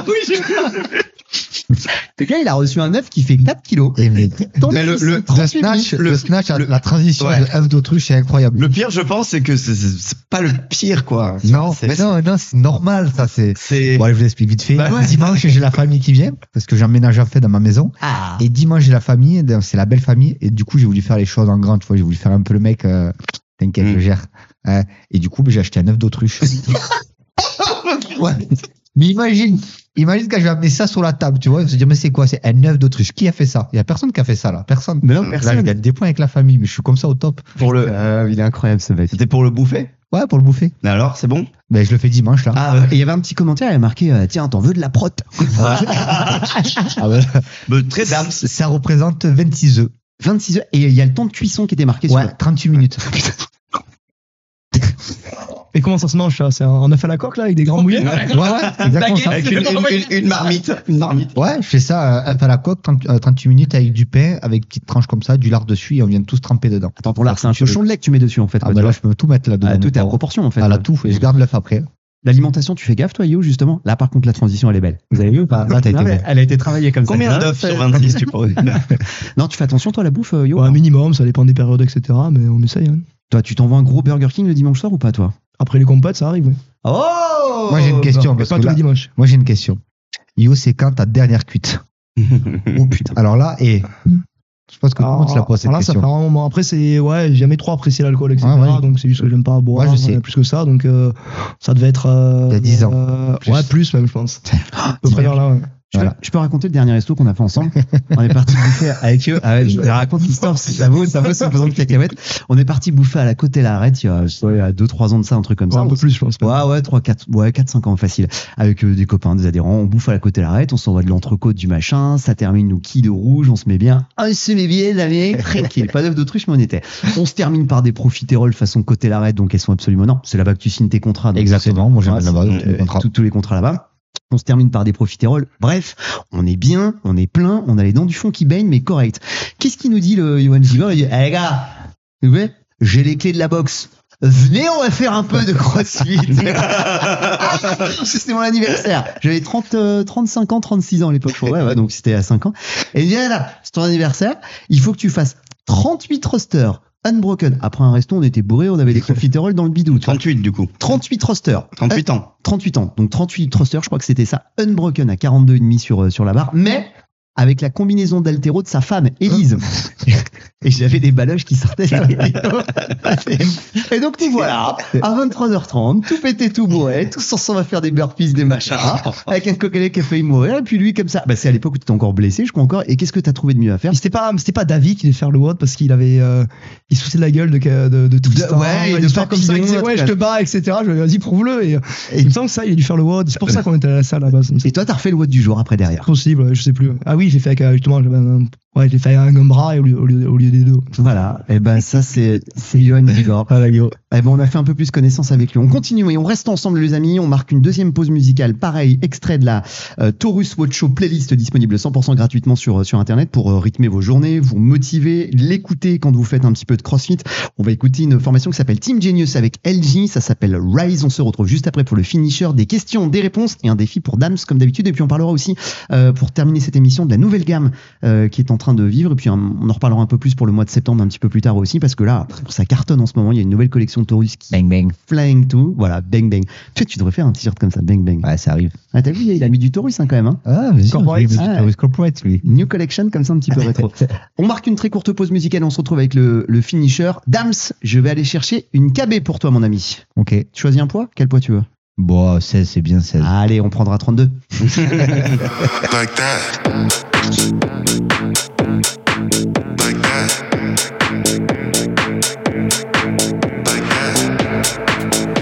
Speaker 3: Oui, j'ai vu.
Speaker 2: Le gars, il a reçu un œuf qui fait 4 kilos.
Speaker 5: Et mais-
Speaker 2: Tant
Speaker 3: Mais
Speaker 2: pis,
Speaker 3: le-
Speaker 2: c'est
Speaker 3: le-
Speaker 2: 38
Speaker 5: snatch,
Speaker 2: minutes.
Speaker 5: le, snatch, la transition
Speaker 3: Ouais.
Speaker 5: de F d'autruche, c'est incroyable.
Speaker 3: Le pire, je pense, c'est que c'est- c'est c'est pas le pire, quoi.
Speaker 5: Non,
Speaker 3: C'est-
Speaker 5: mais non, non, c'est normal, ça, c'est.
Speaker 3: C'est.
Speaker 5: Bon, allez, je vous explique vite fait.
Speaker 3: Bah ouais.
Speaker 5: Dimanche, j'ai la famille qui vient, parce que j'emménage à fait dans ma maison.
Speaker 2: Ah.
Speaker 5: Et dimanche, j'ai la famille, donc c'est la belle famille. Et du coup, j'ai voulu faire les choses en grand, tu vois. J'ai voulu faire un peu le mec, euh, t'inquiète,
Speaker 3: Mm.
Speaker 5: je gère. Hein. et du coup, ben, j'ai acheté un œuf d'autruche. ouais. Mais imagine, imagine quand je vais amener ça sur la table, tu vois. Je se dire, mais c'est quoi C'est un œuf d'autruche. Qui a fait ça Il y a personne qui a fait ça, là. Personne.
Speaker 2: Mais non,
Speaker 5: Là, je
Speaker 2: personne.
Speaker 5: gagne des points avec la famille, mais je suis comme ça au top.
Speaker 3: Pour le...
Speaker 2: Euh, il est incroyable ce mec.
Speaker 3: C'était pour le bouffer
Speaker 5: Ouais, pour le bouffer.
Speaker 3: Mais Alors, c'est bon
Speaker 5: Ben, je le fais dimanche, là.
Speaker 2: Ah, et il y avait un petit commentaire, il a marqué euh, Tiens, t'en veux de la prot
Speaker 5: Ah ben,
Speaker 3: Bah, Très dame.
Speaker 5: ça représente 26 œufs.
Speaker 2: 26 œufs. Et il y a le temps de cuisson qui était marqué sur
Speaker 5: Ouais, 38 minutes.
Speaker 1: Et comment ça se mange ça C'est un- un œuf à la coque là avec des grands mouillés
Speaker 5: Ouais, ouais, exactement ça.
Speaker 3: Avec une, une- une- une marmite. Une marmite.
Speaker 5: Ouais, je fais ça euh, œuf à la coque, 30 euh, 38 minutes avec du pain, avec petite tranche comme ça, du lard dessus et on vient tous tremper dedans.
Speaker 2: Attends, ton lard, c'est un piochon de lait que tu mets dessus en fait.
Speaker 5: Ah
Speaker 2: quoi,
Speaker 5: bah
Speaker 2: tu
Speaker 5: là,
Speaker 2: vois.
Speaker 5: je peux tout mettre là-dedans.
Speaker 2: Ah,
Speaker 5: mon
Speaker 2: tout est à
Speaker 5: pauvre.
Speaker 2: proportion en fait.
Speaker 5: Ah là, tout. Et je garde l'œuf après.
Speaker 2: L'alimentation, tu fais gaffe toi, Yo, justement. Là, par contre, la transition, elle est belle. Vous avez vu ou pas
Speaker 5: Là, t'as été
Speaker 2: Non, mais
Speaker 5: bon.
Speaker 2: Elle a été travaillée comme ça.
Speaker 3: Combien d'œufs Hein, sur 26 tu pourrais
Speaker 2: Non, tu fais attention toi à la bouffe, euh, Yo.
Speaker 1: Ouais, un minimum, ça dépend des périodes, etc. Mais on essaye. hein.
Speaker 2: Toi, tu t'envoies un gros Burger King le dimanche soir ou pas toi
Speaker 1: Après les compètes, ça arrive. oui.
Speaker 2: Oh
Speaker 5: Moi, j'ai une question.
Speaker 1: Mais
Speaker 5: parce
Speaker 1: pas
Speaker 5: que
Speaker 1: tous
Speaker 5: là-
Speaker 1: les dimanches.
Speaker 5: moi, j'ai une question. Yo, c'est quand ta dernière cuite
Speaker 2: Oh putain.
Speaker 5: Alors là, et je pense que tout le monde se la
Speaker 1: Alors
Speaker 5: pose cette
Speaker 1: là, ça
Speaker 5: question.
Speaker 1: fait un moment. Après, c'est ouais, j'ai jamais trop apprécié l'alcool, etc.
Speaker 5: Ouais, ouais.
Speaker 1: Donc c'est juste que j'aime pas boire.
Speaker 5: Moi, je sais.
Speaker 1: euh, Plus que ça, donc euh, ça devait être. euh,
Speaker 5: Il y a 10 ans.
Speaker 1: euh,
Speaker 5: Plus.
Speaker 1: Ouais, plus même, je pense. À peu près vers là. ouais.
Speaker 2: Je,
Speaker 5: Voilà.
Speaker 2: peux, je peux raconter le dernier resto qu'on a fait ensemble. On est parti bouffer avec eux. Ah ouais, je raconte l'histoire, parce que ça vaut, ça vaut cette faisant de cacahuètes. On est parti bouffer à la côte et l'arête il y a 2-3 ans de ça, un truc comme
Speaker 1: Ouais,
Speaker 2: ça.
Speaker 1: un peu plus, je pense.
Speaker 2: Ouais, ouais, 3, 4, ouais, 4, 5 ans facile. Avec euh, des copains, des adhérents, on bouffe à la côte et l'arête, on s'envoie de l'entrecôte, du machin, ça termine nous qui de rouge, on se met bien. Ah, On se met bien, la mec, tranquille. Pas d'œuf d'autruche, mais on était. On se termine par des profiteroles façon côté l'arête, donc elles sont absolument, non, c'est là-bas que tu signes tes contrats. donc
Speaker 5: Exactement, moi j'aime
Speaker 2: Ouais,
Speaker 5: là-bas,
Speaker 3: c'est-
Speaker 5: tous les
Speaker 2: euh,
Speaker 5: contrats.
Speaker 2: tous- tous les contrats là-bas. On se termine par des profiteroles. Bref, on est bien, on est plein, on a les dents du fond qui baignent, mais correct. Qu'est-ce qu'il nous dit le Johan Givor Il dit Eh les gars, vous voyez, j'ai les clés de la boxe. Venez, on va faire un peu de crossfit. c'était mon anniversaire. J'avais 30, euh, 35 ans, 36 ans à l'époque. Ouais, ouais, donc c'était à 5 ans. Et il dit, Ah là, c'est ton anniversaire. Il faut que tu fasses 38 rosters unbroken. Après un resto, on était bourrés, on avait des profiteroles dans le bidou. tu vois.
Speaker 3: 38 du coup.
Speaker 2: 38 rosters.
Speaker 3: 38 ans.
Speaker 2: 38 ans. Donc 38 thruster, je crois que c'était ça, unbroken à 42,5 sur, euh, sur la barre, mais avec la combinaison d'altéro de sa femme, Élise. Et j'avais des baloches qui sortaient de la vidéo. Et donc nous voilà, à 23h30, tout pété, tout bourré, tous ensemble à faire des burpees, des machins, avec un coquelet qui a failli mourir, et puis lui comme ça. Bah, c'est à l'époque où tu t'es encore blessé, je crois encore, et qu'est-ce que t'as trouvé de mieux à faire
Speaker 1: Mais C'était pas, c'était pas David qui devait faire le WOD parce qu'il avait, euh, il se foutait de la gueule de, de, de Tristan.
Speaker 2: ouais, et de
Speaker 1: il se comme ça, il
Speaker 2: Papillon,
Speaker 1: disait, ouais, je te bats, etc. Je lui ai dit, vas-y, prouve-le. Et, euh,
Speaker 2: Et-
Speaker 1: il me semble que ça, il a dû faire le WOD. C'est pour ça qu'on était à la salle à la base. il me semble.
Speaker 2: Et toi, t'as refait le WOD du jour après derrière.
Speaker 1: Possible, ouais, je sais plus. Ah oui, j'ai fait avec, euh, justement, j'avais un- ouais, j'ai fait avec un bras au lieu, au lieu, au lieu des deux.
Speaker 2: Voilà, et ben ça c'est c'est Johan Vigor. Eh ben on a fait un peu plus connaissance avec lui. On continue et on reste ensemble les amis. On marque une deuxième pause musicale. Pareil, extrait de la euh, Taurus Watch Show playlist disponible 100% gratuitement sur euh, sur internet pour euh, rythmer vos journées, vous motiver, l'écouter quand vous faites un petit peu de CrossFit. On va écouter une formation qui s'appelle Team Genius avec LG. Ça s'appelle Rise. On se retrouve juste après pour le finisher, des questions, des réponses et un défi pour Dams comme d'habitude. Et puis on parlera aussi euh, pour terminer cette émission de la nouvelle gamme euh, qui est en train de vivre. Et puis hein, on en reparlera un peu plus pour le mois de septembre, un petit peu plus tard aussi, parce que là, ça cartonne en ce moment. Il y a une nouvelle collection Taurus qui
Speaker 5: Bang bang.
Speaker 2: flingue tout. Voilà, bang bang. Tu sais, tu devrais faire un t-shirt comme ça, bang bang.
Speaker 5: Ouais, ça arrive.
Speaker 2: Ah, t'as vu, il a mis du Taurus hein, quand même. Hein.
Speaker 5: Ah, vas-y,
Speaker 2: Corporate.
Speaker 5: il est
Speaker 2: Ah.
Speaker 5: Taurus Corporate, lui.
Speaker 2: New collection, comme ça un petit peu rétro. on marque une très courte pause musicale. On se retrouve avec le, le finisher. Dams, je vais aller chercher une KB pour toi, mon ami.
Speaker 5: Ok.
Speaker 2: Tu choisis un poids Quel poids tu veux
Speaker 5: Bon, 16, c'est bien 16.
Speaker 2: Allez, on prendra 32.
Speaker 4: Like that. Like that. Like that.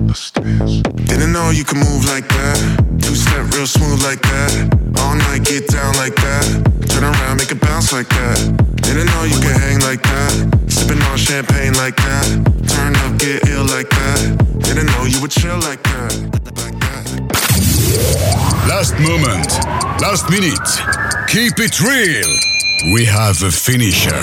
Speaker 4: Didn't know you could move like that. Two step real smooth like that. All night get down like that. Turn around, make it bounce like that. Didn't know you could hang like that. Sipping on champagne like that. Turn up, get ill like that. Didn't know you would chill like that. Like that. Last moment, last minute. Keep it real. We have a finisher.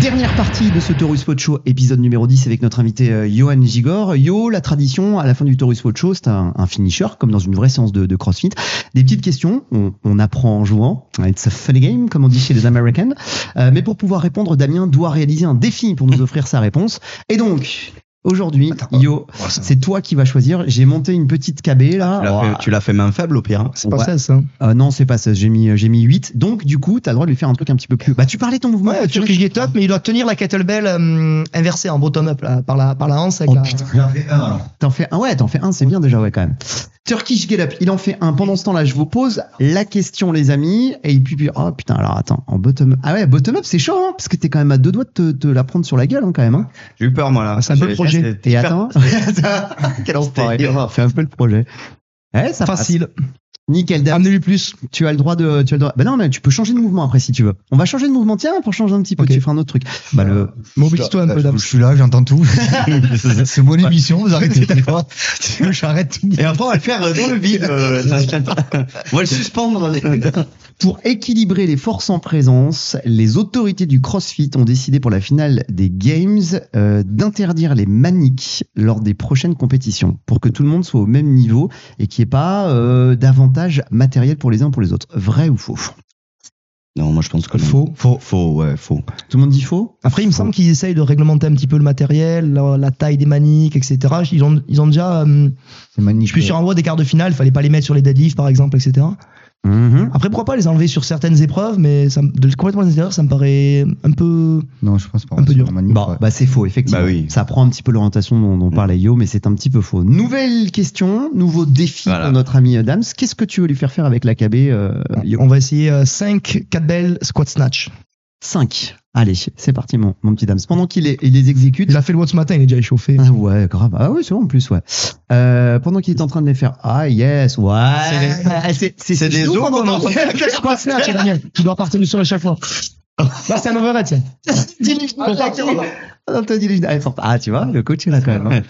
Speaker 2: Dernière partie de ce Taurus Pod Show, épisode numéro 10 avec notre invité euh, Johan Gigor. Yo, la tradition à la fin du Taurus Pod Show, c'est un, un finisher, comme dans une vraie séance de, de CrossFit. Des petites questions, on, on apprend en jouant. It's a funny game, comme on dit chez les Americans. Euh, mais pour pouvoir répondre, Damien doit réaliser un défi pour nous offrir sa réponse. Et donc, aujourd'hui,
Speaker 3: oh,
Speaker 2: Yo, c'est toi qui vas choisir. J'ai monté une petite KB là.
Speaker 3: Tu l'as
Speaker 2: Oh,
Speaker 3: fait- Tu l'as fait main faible au pire. hein.
Speaker 1: C'est pas
Speaker 2: Ouais.
Speaker 1: 16, ça.
Speaker 2: euh, non, c'est pas ça, j'ai mis, j'ai mis 8. Donc, du coup, t'as le droit de lui faire un truc un petit peu plus. Bah, tu parlais de ton mouvement.
Speaker 1: Ouais,
Speaker 2: tu
Speaker 1: Turkish Get Up, mais il doit tenir la kettlebell euh, inversée en bottom-up, là, par la, par la hanse avec
Speaker 2: Oh,
Speaker 1: la.
Speaker 2: T'en fais un, ouais, t'en fais un, c'est bien déjà, ouais, quand même. Turkish Get Up, il en fait un. Pendant ce temps-là, je vous pose la question, les amis. Et puis, puis oh putain, alors attends, en bottom Ah ouais, bottom up, c'est chaud, hein, parce que t'es quand même à deux doigts de te, te la prendre sur la gueule, hein, quand même. Hein.
Speaker 3: J'ai eu peur moi là.
Speaker 1: C'est un peu le projet.
Speaker 3: J'ai-
Speaker 2: Et attends, quel enfoiré.
Speaker 3: C'était-
Speaker 2: Fais un peu le projet. Ouais, ça passe.
Speaker 1: Facile.
Speaker 2: Nickel, Dan,
Speaker 1: Amenez-lui plus.
Speaker 2: tu as le droit de. Tu as le droit... Bah non, mais tu peux changer de mouvement après si tu veux. On va changer de mouvement. Tiens, pour changer un petit peu,
Speaker 1: Ok.
Speaker 2: tu feras un autre truc. Bah, le...
Speaker 1: Mobilise-toi un peu, Dams.
Speaker 5: Je suis là, j'entends tout. C'est mon émission, vous arrêtez. d'accord J'arrête tout.
Speaker 3: Et après, on va le faire euh, dans le vide. euh, on va le suspendre.
Speaker 2: Pour équilibrer les forces en présence, les autorités du CrossFit ont décidé pour la finale des Games euh, d'interdire les maniques lors des prochaines compétitions pour que tout le monde soit au même niveau et qu'il n'y ait pas euh, d'avantage matériel pour les uns pour les autres. Vrai ou faux
Speaker 3: Non, moi je pense que non.
Speaker 1: Faux.
Speaker 3: Faux, faux, ouais, faux.
Speaker 2: Tout le monde dit faux
Speaker 1: Après, il me semble qu'ils essayent de réglementer un petit peu le matériel, la, la taille des maniques, etc. Ils ont, ils ont déjà. euh,
Speaker 5: C'est magnifique.
Speaker 1: je suis sur un voie des quarts de finale, il fallait pas les mettre sur les deadlifts, par exemple, etc.
Speaker 2: Mhm.
Speaker 1: Après, pourquoi pas les enlever sur certaines épreuves, mais ça, me- de, complètement à l'intérieur, ça me paraît un peu.
Speaker 5: Non, je pense pas.
Speaker 1: Un peu dur.
Speaker 5: C'est magnifique,
Speaker 2: Bon,
Speaker 5: ouais.
Speaker 2: bah c'est faux, effectivement.
Speaker 3: Bah oui. Mm.
Speaker 2: Ça prend un petit peu l'orientation dont, dont parlait Yo, mais c'est un petit peu faux. Nouvelle question, nouveau défi
Speaker 3: Voilà.
Speaker 2: pour notre ami Adams. Qu'est-ce que tu veux lui faire faire avec l'AKB euh,
Speaker 1: On va essayer 5 kettlebell squat snatch.
Speaker 2: 5. Allez, c'est parti, mon, mon petit Adams. Pendant qu'il les, il les exécute,
Speaker 1: Il a fait le WOD ce matin, il est déjà échauffé.
Speaker 2: Ah ouais, grave. Ah oui, c'est bon en plus, ouais. Euh, pendant qu'il est en train de les faire, ah yes, ouais. Ah, C'est- C'est
Speaker 3: c'est des
Speaker 2: nous
Speaker 3: os
Speaker 2: qu'on
Speaker 3: qu'on
Speaker 2: entend.
Speaker 3: entend.
Speaker 1: Squat snatch, Daniel. Tu dois partir du sol à chaque fois. Là, c'est un overhead, tiens.
Speaker 2: Ah, t'as dit les- ah, fort. Ah, tu vois, le coach est là quand même. hein.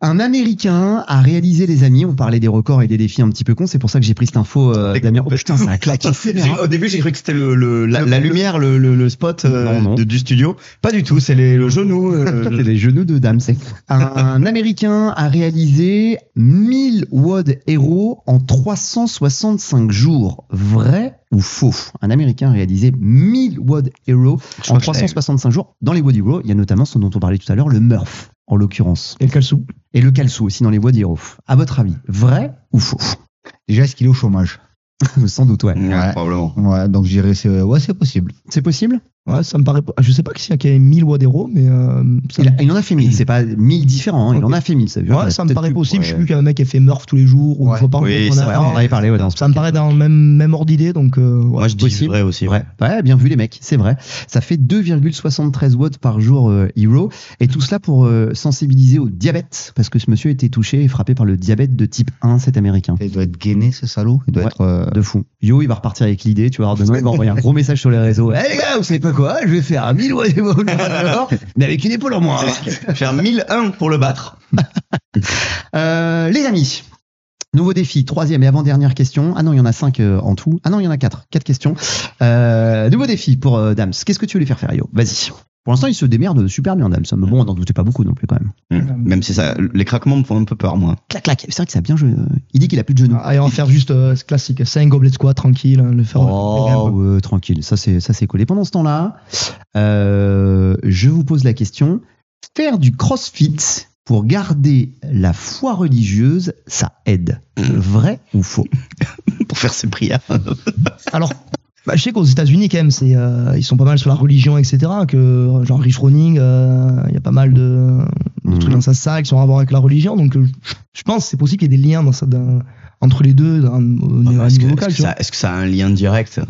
Speaker 2: Un Américain a réalisé, les amis, on parlait des records et des défis un petit peu cons, c'est pour ça que j'ai pris cette info, euh,
Speaker 3: Des-
Speaker 2: Damien. Oh, putain, ça a claqué sévère, hein.
Speaker 3: J'ai- Au début, j'ai cru que c'était le, le- la, la lumière, le, le- le spot euh,
Speaker 2: Non, non.
Speaker 3: de- du studio. Pas du tout, c'est les- le genou. euh,
Speaker 2: C'est les genoux de dames, c'est. Un Américain a réalisé 1000 WOD Hero en 365 jours. Vrai ou faux Un Américain a réalisé 1000 WOD Hero
Speaker 3: Je
Speaker 2: en
Speaker 3: crois que je l'ai
Speaker 2: 365 jours. Dans les WOD Hero, il y a notamment ce dont on parlait tout à l'heure, le Murph, en l'occurrence.
Speaker 1: Et le calçou.
Speaker 2: Et le Calso aussi dans les WOD Hero. À votre avis, vrai ou faux
Speaker 5: Déjà, est-ce qu'il est au chômage
Speaker 2: Sans doute, ouais.
Speaker 3: Ouais,
Speaker 5: Ouais.
Speaker 3: probablement.
Speaker 5: Ouais, donc je dirais, c'est ouais, c'est possible.
Speaker 2: C'est possible
Speaker 1: Ouais, ça me paraît. pas- Je sais pas s'il y a qu'il y a 1000 watts d'héros, mais. euh, ça-
Speaker 2: il, a- il en a fait 1000. C'est pas 1000 différents, hein. il
Speaker 1: Ok.
Speaker 2: en a fait 1000. Ça, veut dire
Speaker 1: Ouais,
Speaker 2: qu'il a
Speaker 1: ça me
Speaker 2: peut-être
Speaker 1: paraît
Speaker 2: plus-
Speaker 1: possible. Je sais
Speaker 3: ouais.
Speaker 1: plus qu'un mec qui a fait Murph tous les jours ou
Speaker 5: Ouais.
Speaker 1: une fois par
Speaker 3: Oui,
Speaker 1: jour. qu'on
Speaker 3: c'est
Speaker 1: a
Speaker 2: Ouais,
Speaker 1: fait,
Speaker 2: on en avait parlé ouais, dans ce
Speaker 1: Ça me paraît dans le même, même ordre d'idée, donc. euh, ouais.
Speaker 3: Moi, je dis
Speaker 2: Possible.
Speaker 3: vrai aussi.
Speaker 2: Ouais. ouais, bien vu les mecs, c'est vrai. Ça fait 2,73 watts par jour euh, Hero. Et tout cela pour euh, sensibiliser au diabète, parce que ce monsieur était touché et frappé par le diabète de type 1, cet américain.
Speaker 5: Il doit être gainé, ce salaud. Il doit
Speaker 2: Ouais.
Speaker 5: être. euh,
Speaker 2: De fou. Yo, il va repartir avec l'idée, tu vas voir, demain, il va envoyer un gros message sur les réseaux. Eh les gars, vous savez pas quoi, je vais faire un 1000 watts Hero, mais avec une épaule en moins. hein.
Speaker 3: Faire 1001 pour le battre.
Speaker 2: Euh, les amis, nouveau défi, troisième et avant-dernière question. Ah non, il y en a cinq euh, en tout. Ah non, il y en a quatre. Quatre questions. Euh, nouveau défi pour euh, Dams. Qu'est-ce que tu veux lui faire faire, Yo Vas-y. Pour l'instant, il se démerde super bien, Dams. Mais bon, on n'en doutait pas beaucoup non plus quand même.
Speaker 3: Même si ça, les craquements me font un peu peur, moi.
Speaker 2: Clac, clac. C'est vrai que ça a bien joué. euh. Il dit qu'il a plus de genoux.
Speaker 1: Ah, et en faire juste euh, ce classique, c'est un gobelet de squat tranquille, hein, le faire.
Speaker 2: Oh, ouais, tranquille, ça c'est ça c'est collé. Pendant ce temps-là, euh, je vous pose la question faire du crossfit pour garder la foi religieuse, ça aide. Vrai ou faux
Speaker 3: Pour faire ses prières.
Speaker 1: Alors, bah, je sais qu'aux États-Unis, quand même, c'est, euh, ils sont pas mal sur la religion, etc. Que, genre, Rich Froning, il y a pas mal de, de trucs dans sa salle qui sont à voir avec la religion. Donc, euh, je- je pense que c'est possible qu'il y ait des liens dans ça, dans- entre les deux dans, au niveau
Speaker 3: Est-ce que, est-ce
Speaker 1: local.
Speaker 3: que
Speaker 1: tu vois.
Speaker 3: ça, est-ce que ça a un lien direct
Speaker 5: euh,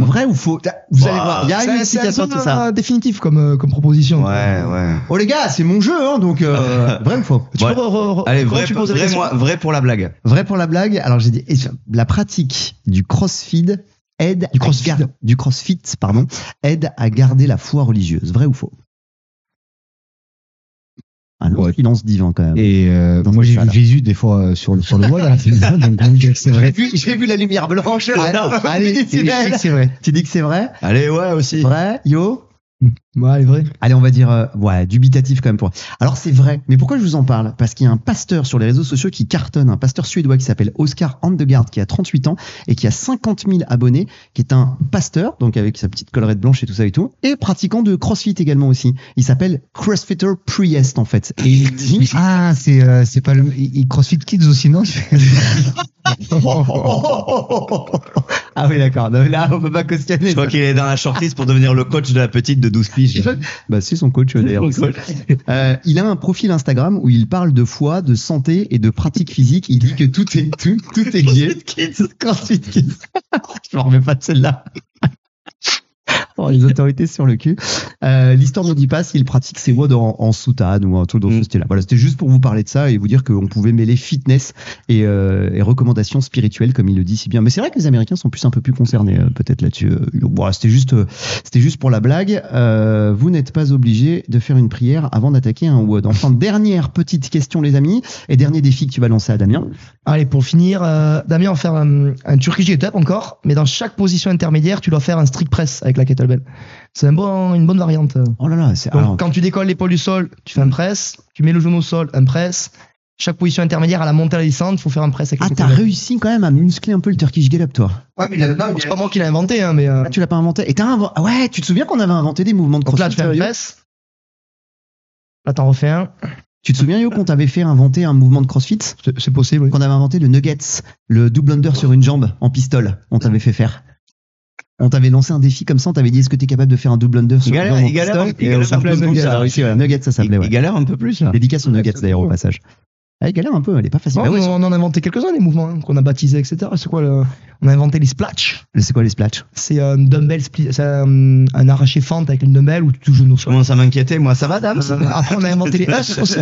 Speaker 2: Vrai ou
Speaker 3: Bah,
Speaker 2: faux Vous allez voir, il y a
Speaker 1: C'est
Speaker 2: une
Speaker 1: un-
Speaker 2: explication
Speaker 1: c'est
Speaker 2: à
Speaker 1: un
Speaker 2: tout
Speaker 1: peu,
Speaker 2: ça.
Speaker 1: euh, définitif comme, euh, comme proposition.
Speaker 3: ouais.
Speaker 2: Oh les gars, c'est mon jeu, hein, donc euh, vrai ou faux
Speaker 1: Tu
Speaker 3: Ouais.
Speaker 1: peux re- re- re-
Speaker 3: Allez,
Speaker 1: comment
Speaker 3: vrai,
Speaker 1: tu poses la
Speaker 3: vrai,
Speaker 1: question
Speaker 3: moi- vrai pour la blague.
Speaker 2: Vrai pour la blague. Alors j'ai dit, et la pratique du crossfit aide
Speaker 1: Du
Speaker 2: à
Speaker 1: crossfit.
Speaker 2: gar- du crossfit, pardon, aide à garder la foi religieuse. Vrai ou faux Un long
Speaker 5: Ouais.
Speaker 2: silence divin quand même.
Speaker 5: Et euh,
Speaker 2: Dans
Speaker 5: moi
Speaker 2: cette
Speaker 5: j'ai
Speaker 2: salle.
Speaker 5: vu Jésus des fois euh, sur le sur le voile à la fin, donc on dit que c'est vrai.
Speaker 2: vu, vu la lumière blanche.
Speaker 5: Ah, non, allez, c'est
Speaker 2: Décidel.
Speaker 5: c'est vrai.
Speaker 2: tu dis que c'est vrai
Speaker 3: Allez, ouais, aussi.
Speaker 2: Vrai, yo
Speaker 1: Ouais, elle est vraie.
Speaker 2: Allez, on va dire, euh, ouais, dubitatif quand même pour. Alors c'est vrai, mais pourquoi je vous en parle Parce qu'il y a un pasteur sur les réseaux sociaux qui cartonne, un pasteur suédois qui s'appelle Oscar Andegaard, qui a 38 ans et qui a 50 000 abonnés, qui est un pasteur, donc avec sa petite collerette blanche et tout ça et tout, et pratiquant de CrossFit également aussi. Il s'appelle CrossFitter Priest en fait. Et il dit,
Speaker 5: Ah, c'est euh, c'est pas le il il CrossFit Kids aussi non
Speaker 2: ah oui d'accord, Non, là on peut pas questionner.
Speaker 3: Je crois qu'il est dans la shortlist pour devenir le coach de la petite de 12 piges.
Speaker 2: Bah, c'est son coach euh, d'ailleurs. Euh, il a un profil Instagram où il parle de foi, de santé et de pratique physique. Il dit que tout est tout, tout est lié. Crossfit Kids. Je m'en remets pas de celle-là. Oh, les autorités sur le cul. Euh, L'histoire ne dit pas s'il pratique ses WOD en, en soutane ou un truc dans ce
Speaker 3: Mm.
Speaker 2: style-là. Voilà, c'était juste pour vous parler de ça et vous dire qu'on pouvait mêler fitness et, euh, et recommandations spirituelles, comme il le dit si bien. Mais c'est vrai que les Américains sont plus un peu plus concernés euh, peut-être là-dessus. Euh, voilà, c'était juste, euh, c'était juste pour la blague. Euh, vous n'êtes pas obligé de faire une prière avant d'attaquer un WOD. Enfin, dernière petite question, les amis, et dernier défi que tu vas lancer à Damien.
Speaker 1: Allez, pour finir, euh, Damien, on va faire un, un Turkish get-up encore, mais dans chaque position intermédiaire, tu dois faire un strict press avec la kettlebell. C'est un bon, une bonne variante. Donc,
Speaker 2: Oh là là, c'est alors,
Speaker 1: quand tu décolles l'épaule du sol, tu fais un press. Tu mets le genou au sol, un press. Chaque position intermédiaire, à la montée à la descente, il faut faire un press avec
Speaker 2: Ah,
Speaker 1: la
Speaker 2: t'as
Speaker 1: kettlebell.
Speaker 2: réussi quand même à muscler un peu le Turkish Get Up, toi.
Speaker 1: Ouais, mais il a- non, mais c'est pas moi qui l'ai inventé, hein, mais. euh,
Speaker 2: Ah, tu l'as pas inventé. Et t'as invo- ah ouais, tu te souviens qu'on avait inventé des mouvements de
Speaker 1: donc là,
Speaker 2: crossfit
Speaker 1: tu fais un
Speaker 2: euh, Yo
Speaker 1: press. Là, t'en refais un.
Speaker 2: Tu te souviens, Yo, qu'on t'avait fait inventer un mouvement de crossfit
Speaker 1: C'est c'est possible, oui.
Speaker 2: Qu'on avait inventé le Nuggets, le double under sur une jambe en pistole. On t'avait fait faire. On t'avait lancé un défi comme ça, on t'avait dit est-ce que t'es capable de faire un double under sur une
Speaker 3: Il galère-
Speaker 2: jambe en
Speaker 3: il galère-
Speaker 2: pistole
Speaker 3: il
Speaker 2: Et
Speaker 3: galère
Speaker 2: au Sample
Speaker 3: un peu,
Speaker 2: Nuggets,
Speaker 3: ça,
Speaker 2: ça a réussi, ouais, Nuggets, ça
Speaker 3: Il,
Speaker 2: s'appelait,
Speaker 3: il
Speaker 2: ouais.
Speaker 3: galère un peu plus là.
Speaker 2: Dédicace aux Nuggets
Speaker 3: c'est
Speaker 2: d'ailleurs au
Speaker 3: cool.
Speaker 2: passage. Ah, il galère un peu, elle est pas facile.
Speaker 1: Bon,
Speaker 2: Ah ouais,
Speaker 1: Oh, on, on en a inventé quelques-uns, les mouvements hein, qu'on a baptisés, etc. C'est quoi le... On a inventé les splatchs.
Speaker 2: c'est quoi les splats
Speaker 1: C'est un dumbbell split, c'est un, un arraché fente avec une dumbbell où tu touches le genou au
Speaker 3: Je
Speaker 1: sol.
Speaker 3: commence à m'inquiéter, moi. Ça va, Dams
Speaker 1: Euh, Après, on a inventé les us aussi.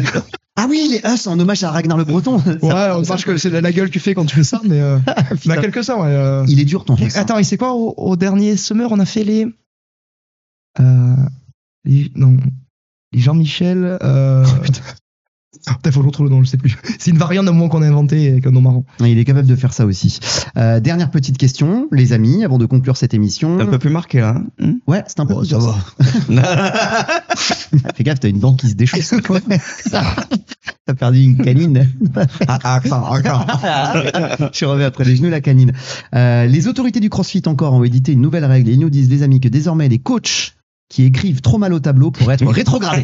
Speaker 2: Ah oui, les us en hommage à Ragnar le Breton.
Speaker 1: Ouais, on sache que c'est la la gueule que tu fais quand tu fais ça, mais euh, on a quelques-uns, ouais. euh.
Speaker 2: Il est dur ton truc. ça.
Speaker 1: Attends, et c'est quoi au, au dernier summer On a fait les. Euh, les non. Les Jean-Michel. Euh... Putain, faut que je retrouve le nom, je sais plus. C'est une variante d'un moment qu'on a inventé avec un nom marrant.
Speaker 2: Il est capable de faire ça aussi. Euh, dernière petite question, les amis, avant de conclure cette émission.
Speaker 3: T'es un peu plus marqué là. hein Hum
Speaker 2: Ouais, c'est un peu.
Speaker 3: Oh,
Speaker 2: bizarre,
Speaker 3: ça
Speaker 2: ça. Fais gaffe, t'as une dent qui se déchausse. t'as perdu une canine.
Speaker 3: Ah, attends, attends.
Speaker 2: Je reviens après les genoux, la canine. Euh, les autorités du CrossFit encore ont édité une nouvelle règle. Ils nous disent, les amis, que désormais les coachs qui écrivent trop mal au tableau pourraient être rétrogradés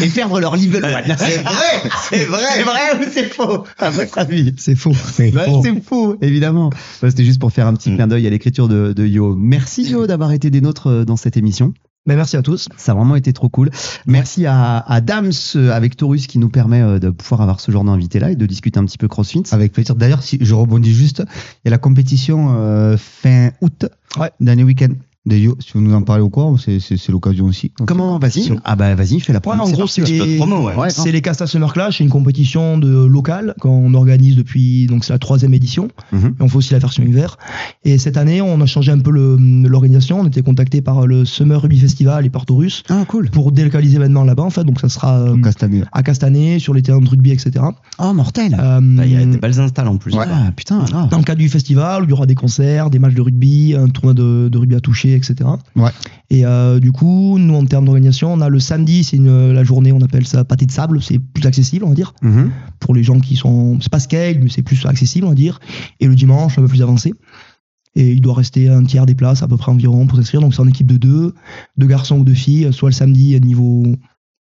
Speaker 2: et perdre leur level one. C'est vrai, c'est vrai, c'est vrai ou c'est faux À votre avis
Speaker 1: C'est faux.
Speaker 2: Bah, C'est faux, évidemment. Bah, C'était juste pour faire un petit clin d'œil à l'écriture de, de Yo. Merci Yo d'avoir été des nôtres euh, dans cette émission.
Speaker 1: Mais merci à tous.
Speaker 2: Ça a vraiment été trop cool. Merci à, à Dams euh, avec Taurus qui nous permet euh, de pouvoir avoir ce genre d'invité là et de discuter un petit peu CrossFit.
Speaker 5: Avec plaisir. D'ailleurs, si je rebondis juste, il y a la compétition euh, fin août,
Speaker 1: Ouais.
Speaker 5: dernier week-end. D'ailleurs, si vous nous en parlez ou quoi, c'est- c'est c'est l'occasion aussi.
Speaker 2: Comment Vas-y.
Speaker 5: Sure.
Speaker 2: Ah bah vas-y, fais la
Speaker 1: Ouais,
Speaker 2: première.
Speaker 1: en gros, c'est
Speaker 3: Tu peux te
Speaker 1: les,
Speaker 3: promo, ouais. Hein.
Speaker 2: Ouais,
Speaker 1: c'est les Casta Summer Clash, c'est une compétition de locale qu'on organise depuis donc c'est la troisième édition.
Speaker 2: Mhm.
Speaker 1: Et on fait aussi la version hiver. Et cette année, on a changé un peu le- l'organisation. On était contacté par le Summer Rugby Festival et par Taurus
Speaker 2: Ah cool.
Speaker 1: pour délocaliser l'événement là-bas. En fait, donc ça sera
Speaker 3: Mhm.
Speaker 1: euh,
Speaker 5: Castaner.
Speaker 1: à Castanet, sur les terrains de rugby, etc.
Speaker 2: Oh mortel.
Speaker 1: Euh,
Speaker 3: Bah, Il y a des belles installs en plus.
Speaker 2: Ah, putain. Ah.
Speaker 1: dans le cadre du festival, il y aura des concerts, des matchs de rugby, un tournoi de, de rugby à toucher, etc.
Speaker 5: Ouais.
Speaker 1: Et euh, du coup, nous, en termes d'organisation, on a le samedi, c'est une- la journée, on appelle ça pâté de sable, c'est plus accessible, on va dire,
Speaker 2: Mhm.
Speaker 1: pour les gens qui sont. C'est pas scale, mais c'est plus accessible, on va dire. Et le dimanche, un peu plus avancé. Et il doit rester un tiers des places, à peu près environ, pour s'inscrire. Donc, c'est en équipe de deux, deux garçons ou deux filles, soit le samedi à niveau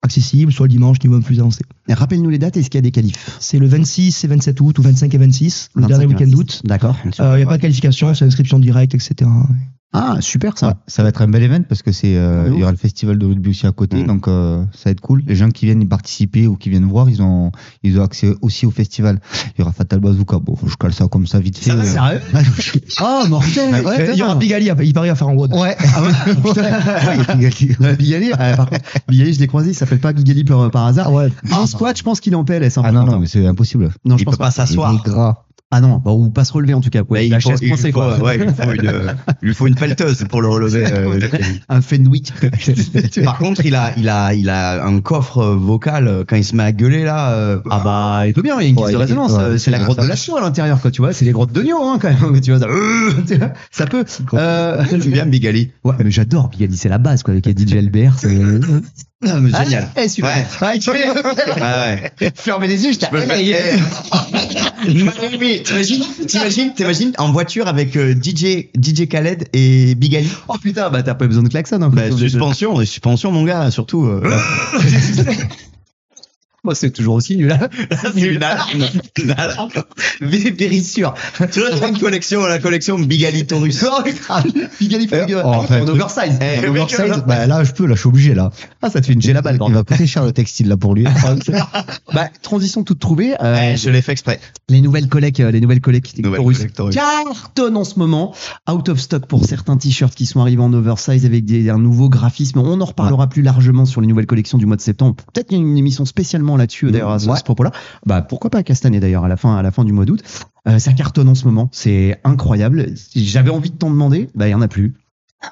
Speaker 1: accessible, soit le dimanche, niveau un peu plus avancé.
Speaker 2: Et Rappelle-nous les dates. Est-ce qu'il y a des qualifs
Speaker 1: C'est le 26 et 27 août, ou 25 et 26, le
Speaker 2: 25,
Speaker 1: dernier week-end
Speaker 2: 26.
Speaker 1: d'août.
Speaker 2: D'accord.
Speaker 1: Il n'y Euh, a pas de qualification, c'est inscription directe, etc.
Speaker 2: Ah super
Speaker 5: Ouais,
Speaker 2: ça.
Speaker 5: ça va être un bel event parce que c'est euh,
Speaker 2: De ouf.
Speaker 5: il y aura le festival de rugby aussi à côté
Speaker 3: Mm.
Speaker 5: donc euh, ça va être cool les gens qui viennent y participer ou qui viennent voir ils ont ils ont accès aussi au festival il y aura Fatal Bazooka bon je cale ça comme ça vite fait euh.
Speaker 2: Sérieux Oh mortel. Ouais,
Speaker 1: il y aura Bigali, il paraît à faire
Speaker 5: Euh,
Speaker 1: en WOD.
Speaker 2: Ouais. Ah ouais. Putain. Ouais, Bigali, euh, par contre, Bigali, je l'ai croisé, il s'appelle pas Bigali par, par hasard.
Speaker 1: ouais.
Speaker 2: Un squat, je pense qu'il est en PLS.
Speaker 5: ah
Speaker 2: hein, par
Speaker 5: non
Speaker 2: contre.
Speaker 5: non mais c'est impossible
Speaker 2: non, je
Speaker 3: Il
Speaker 2: pense
Speaker 3: peut pas s'asseoir.
Speaker 5: Il est gras
Speaker 2: Ah non, bah, ou pas se relever en tout cas. Ouais,
Speaker 3: Mais
Speaker 2: la
Speaker 3: il, faut,
Speaker 2: chaise
Speaker 3: il,
Speaker 2: coincée,
Speaker 3: faut,
Speaker 2: quoi.
Speaker 3: ouais, il, faut une, euh, il lui faut une pelleteuse pour le relever. euh,
Speaker 2: Un Fenwick.
Speaker 3: Par contre, il a, il, a, il a un coffre euh, vocal euh, quand il se met à gueuler là. euh,
Speaker 2: ah bah, il peut bien, il y a une caisse
Speaker 5: Ouais,
Speaker 2: de
Speaker 5: il-
Speaker 2: résonance.
Speaker 5: ouais,
Speaker 2: euh, c'est la
Speaker 5: ça-
Speaker 2: grotte de la chaux à l'intérieur, quoi. Tu vois, c'est les grottes de Nio, hein, quand même. Tu vois, ça, tu vois, ça peut. Euh,
Speaker 3: J'aime bien Bigali.
Speaker 2: ouais, mais j'adore Bigali, c'est la base, quoi. Avec DJ LBR, c'est.
Speaker 3: Ah, mais
Speaker 2: Ah,
Speaker 3: Génial.
Speaker 2: eh, super.
Speaker 3: Ouais.
Speaker 2: Ouais, tu fais-
Speaker 3: Ouais, Ah, ouais.
Speaker 2: Fermez les yeux, je
Speaker 3: Je me fais-
Speaker 2: t'ai.
Speaker 3: Eh, T'imagines, t'imagines, t'imagines en voiture avec euh, DJ, DJ Khaled et Bigali.
Speaker 2: Oh putain, bah t'as pas besoin de klaxon, en
Speaker 3: Bah,
Speaker 2: fait. Hein
Speaker 3: suspension, suspension, mon gars, surtout. euh,
Speaker 2: Moi, c'est toujours aussi nul. hein.
Speaker 3: C'est une alarme. Une alarme.
Speaker 2: Vé- Vérissure.
Speaker 3: Tu vois, c'est une collection, la collection Euh, Bigalitorus.
Speaker 2: Oh, grave. Pigali,
Speaker 5: Eh,
Speaker 2: Pigali,
Speaker 5: oh, enfin,
Speaker 2: en oversize.
Speaker 5: Eh,
Speaker 3: mec,
Speaker 5: oversize,
Speaker 3: euh,
Speaker 5: bah, là, je peux, là, je suis obligé, là.
Speaker 2: Ah, ça te fait une
Speaker 5: J'ai la balle.
Speaker 2: gélabale.
Speaker 5: Il va coûter cher le textile, là, pour lui.
Speaker 2: Bah, transition toute trouvée. euh,
Speaker 3: Ouais, je l'ai fait exprès.
Speaker 2: les nouvelles collègues, les nouvelles collègues qui
Speaker 3: Nouvelle
Speaker 2: Taurus
Speaker 3: collecte, Taurus.
Speaker 2: cartonnent en ce moment. Out of stock pour certains t-shirts qui sont arrivés en oversize avec des, un nouveau graphisme. On en reparlera plus largement sur les nouvelles collections du mois de septembre. Peut-être qu'il y a une émission spécialement là-dessus d'ailleurs à ce,
Speaker 5: Ouais.
Speaker 2: ce propos-là. Bah pourquoi pas Castanet d'ailleurs à la fin à la fin du mois d'août. Euh, ça cartonne en ce moment, c'est incroyable. J'avais envie de t'en demander, bah il y en a plus.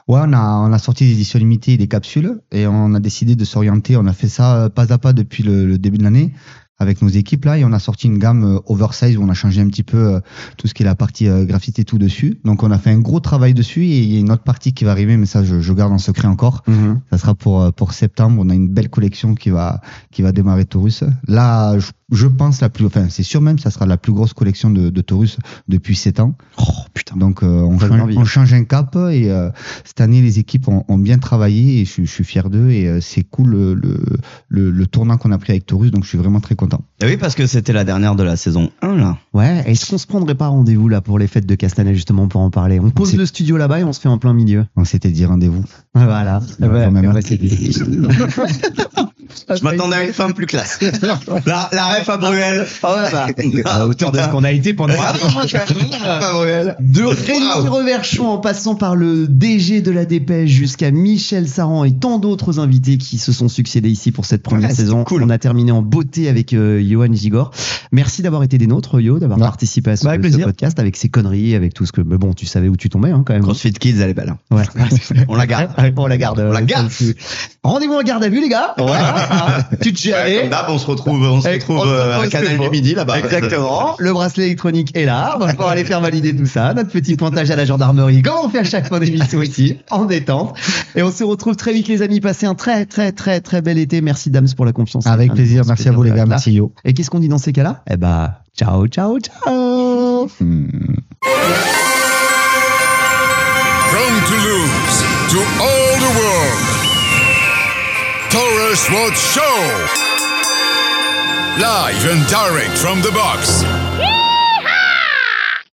Speaker 5: Ouais, on a, on a sorti des éditions limitées et des capsules et on a décidé de s'orienter. On a fait ça euh, pas à pas depuis le, le début de l'année avec nos équipes là et on a sorti une gamme euh, oversize où on a changé un petit peu euh, tout ce qui est la partie euh, graphite et tout dessus. Donc on a fait un gros travail dessus et il y a une autre partie qui va arriver mais ça je, je garde en secret encore.
Speaker 2: Mhm.
Speaker 5: Ça sera pour, euh, pour septembre. On a une belle collection qui va, qui va démarrer Taurus. Là, je, je pense la plus, enfin c'est sûr même, ça sera la plus grosse collection de, de Taurus depuis 7 ans.
Speaker 2: Oh putain.
Speaker 5: Donc euh, on,
Speaker 2: Ça donne
Speaker 5: change,
Speaker 2: envie.
Speaker 5: on change un cap et euh, cette année les équipes ont, ont bien travaillé et je, suis- je suis fier d'eux et euh, c'est cool le, le, le, le tournant qu'on a pris avec Taurus donc je suis vraiment très content.
Speaker 3: Ah oui, parce que c'était la dernière de la saison 1, là.
Speaker 2: Ouais, est-ce qu'on se prendrait pas rendez-vous là pour les fêtes de Castanet justement pour en parler On pose
Speaker 5: C'est-
Speaker 2: le studio là-bas et on se fait en plein milieu.
Speaker 5: On s'était dit rendez-vous.
Speaker 2: Ah, Voilà.
Speaker 5: Ouais,
Speaker 2: Ouais,
Speaker 5: quand même,
Speaker 2: ouais,
Speaker 5: hein.
Speaker 2: ben, c'est-
Speaker 3: Je m'attendais à une femme plus classe. La, la ref à Bruel.
Speaker 2: Ah, à hauteur de ce qu'on a été pendant de Rémi Reverchon en passant par le DG de la dépêche jusqu'à Michel Saran et tant d'autres invités qui se sont succédés ici pour cette première
Speaker 3: Ouais, c'était
Speaker 2: saison.
Speaker 3: Ah, cool.
Speaker 2: On a terminé en beauté avec euh, Johan Gigor. Merci d'avoir été des nôtres, Yo, d'avoir
Speaker 5: Ouais.
Speaker 2: participé à ce,
Speaker 3: Bah, avec
Speaker 2: ce
Speaker 3: plaisir.
Speaker 2: podcast avec ces conneries, avec tout ce que. Mais bon, tu savais où tu tombais hein, quand même.
Speaker 3: CrossFit Kids, elle est belle.
Speaker 2: Ouais.
Speaker 3: On la garde.
Speaker 2: on la garde.
Speaker 3: On la
Speaker 2: euh,
Speaker 3: garde.
Speaker 2: celle-ci. Rendez-vous en garde à vue, les gars. Voilà. tu te gères.
Speaker 3: Comme d'hab, on se retrouve, on se
Speaker 2: Et on
Speaker 3: retrouve
Speaker 2: se
Speaker 3: euh,
Speaker 2: retrouve
Speaker 3: à Canal
Speaker 2: ce
Speaker 3: du Midi, là-bas.
Speaker 2: Exactement. Le bracelet électronique est là. On va pouvoir aller faire valider tout ça. Notre petit pointage à la gendarmerie, comme on fait à chaque fin d'émission ici, en détente. Et on se retrouve très vite, les amis. Passez un très, très, très, très bel été. Merci, Dams, pour la confiance. Hein,
Speaker 5: Avec
Speaker 2: Un
Speaker 5: plaisir,
Speaker 2: immense
Speaker 5: merci à vous les
Speaker 2: d'être
Speaker 5: gars,
Speaker 2: là.
Speaker 5: merci Yo.
Speaker 2: Et qu'est-ce qu'on dit dans ces cas-là Eh bah, ciao, ciao, ciao.
Speaker 4: From Toulouse to all the world, Taurus World Show. Live and direct from the box.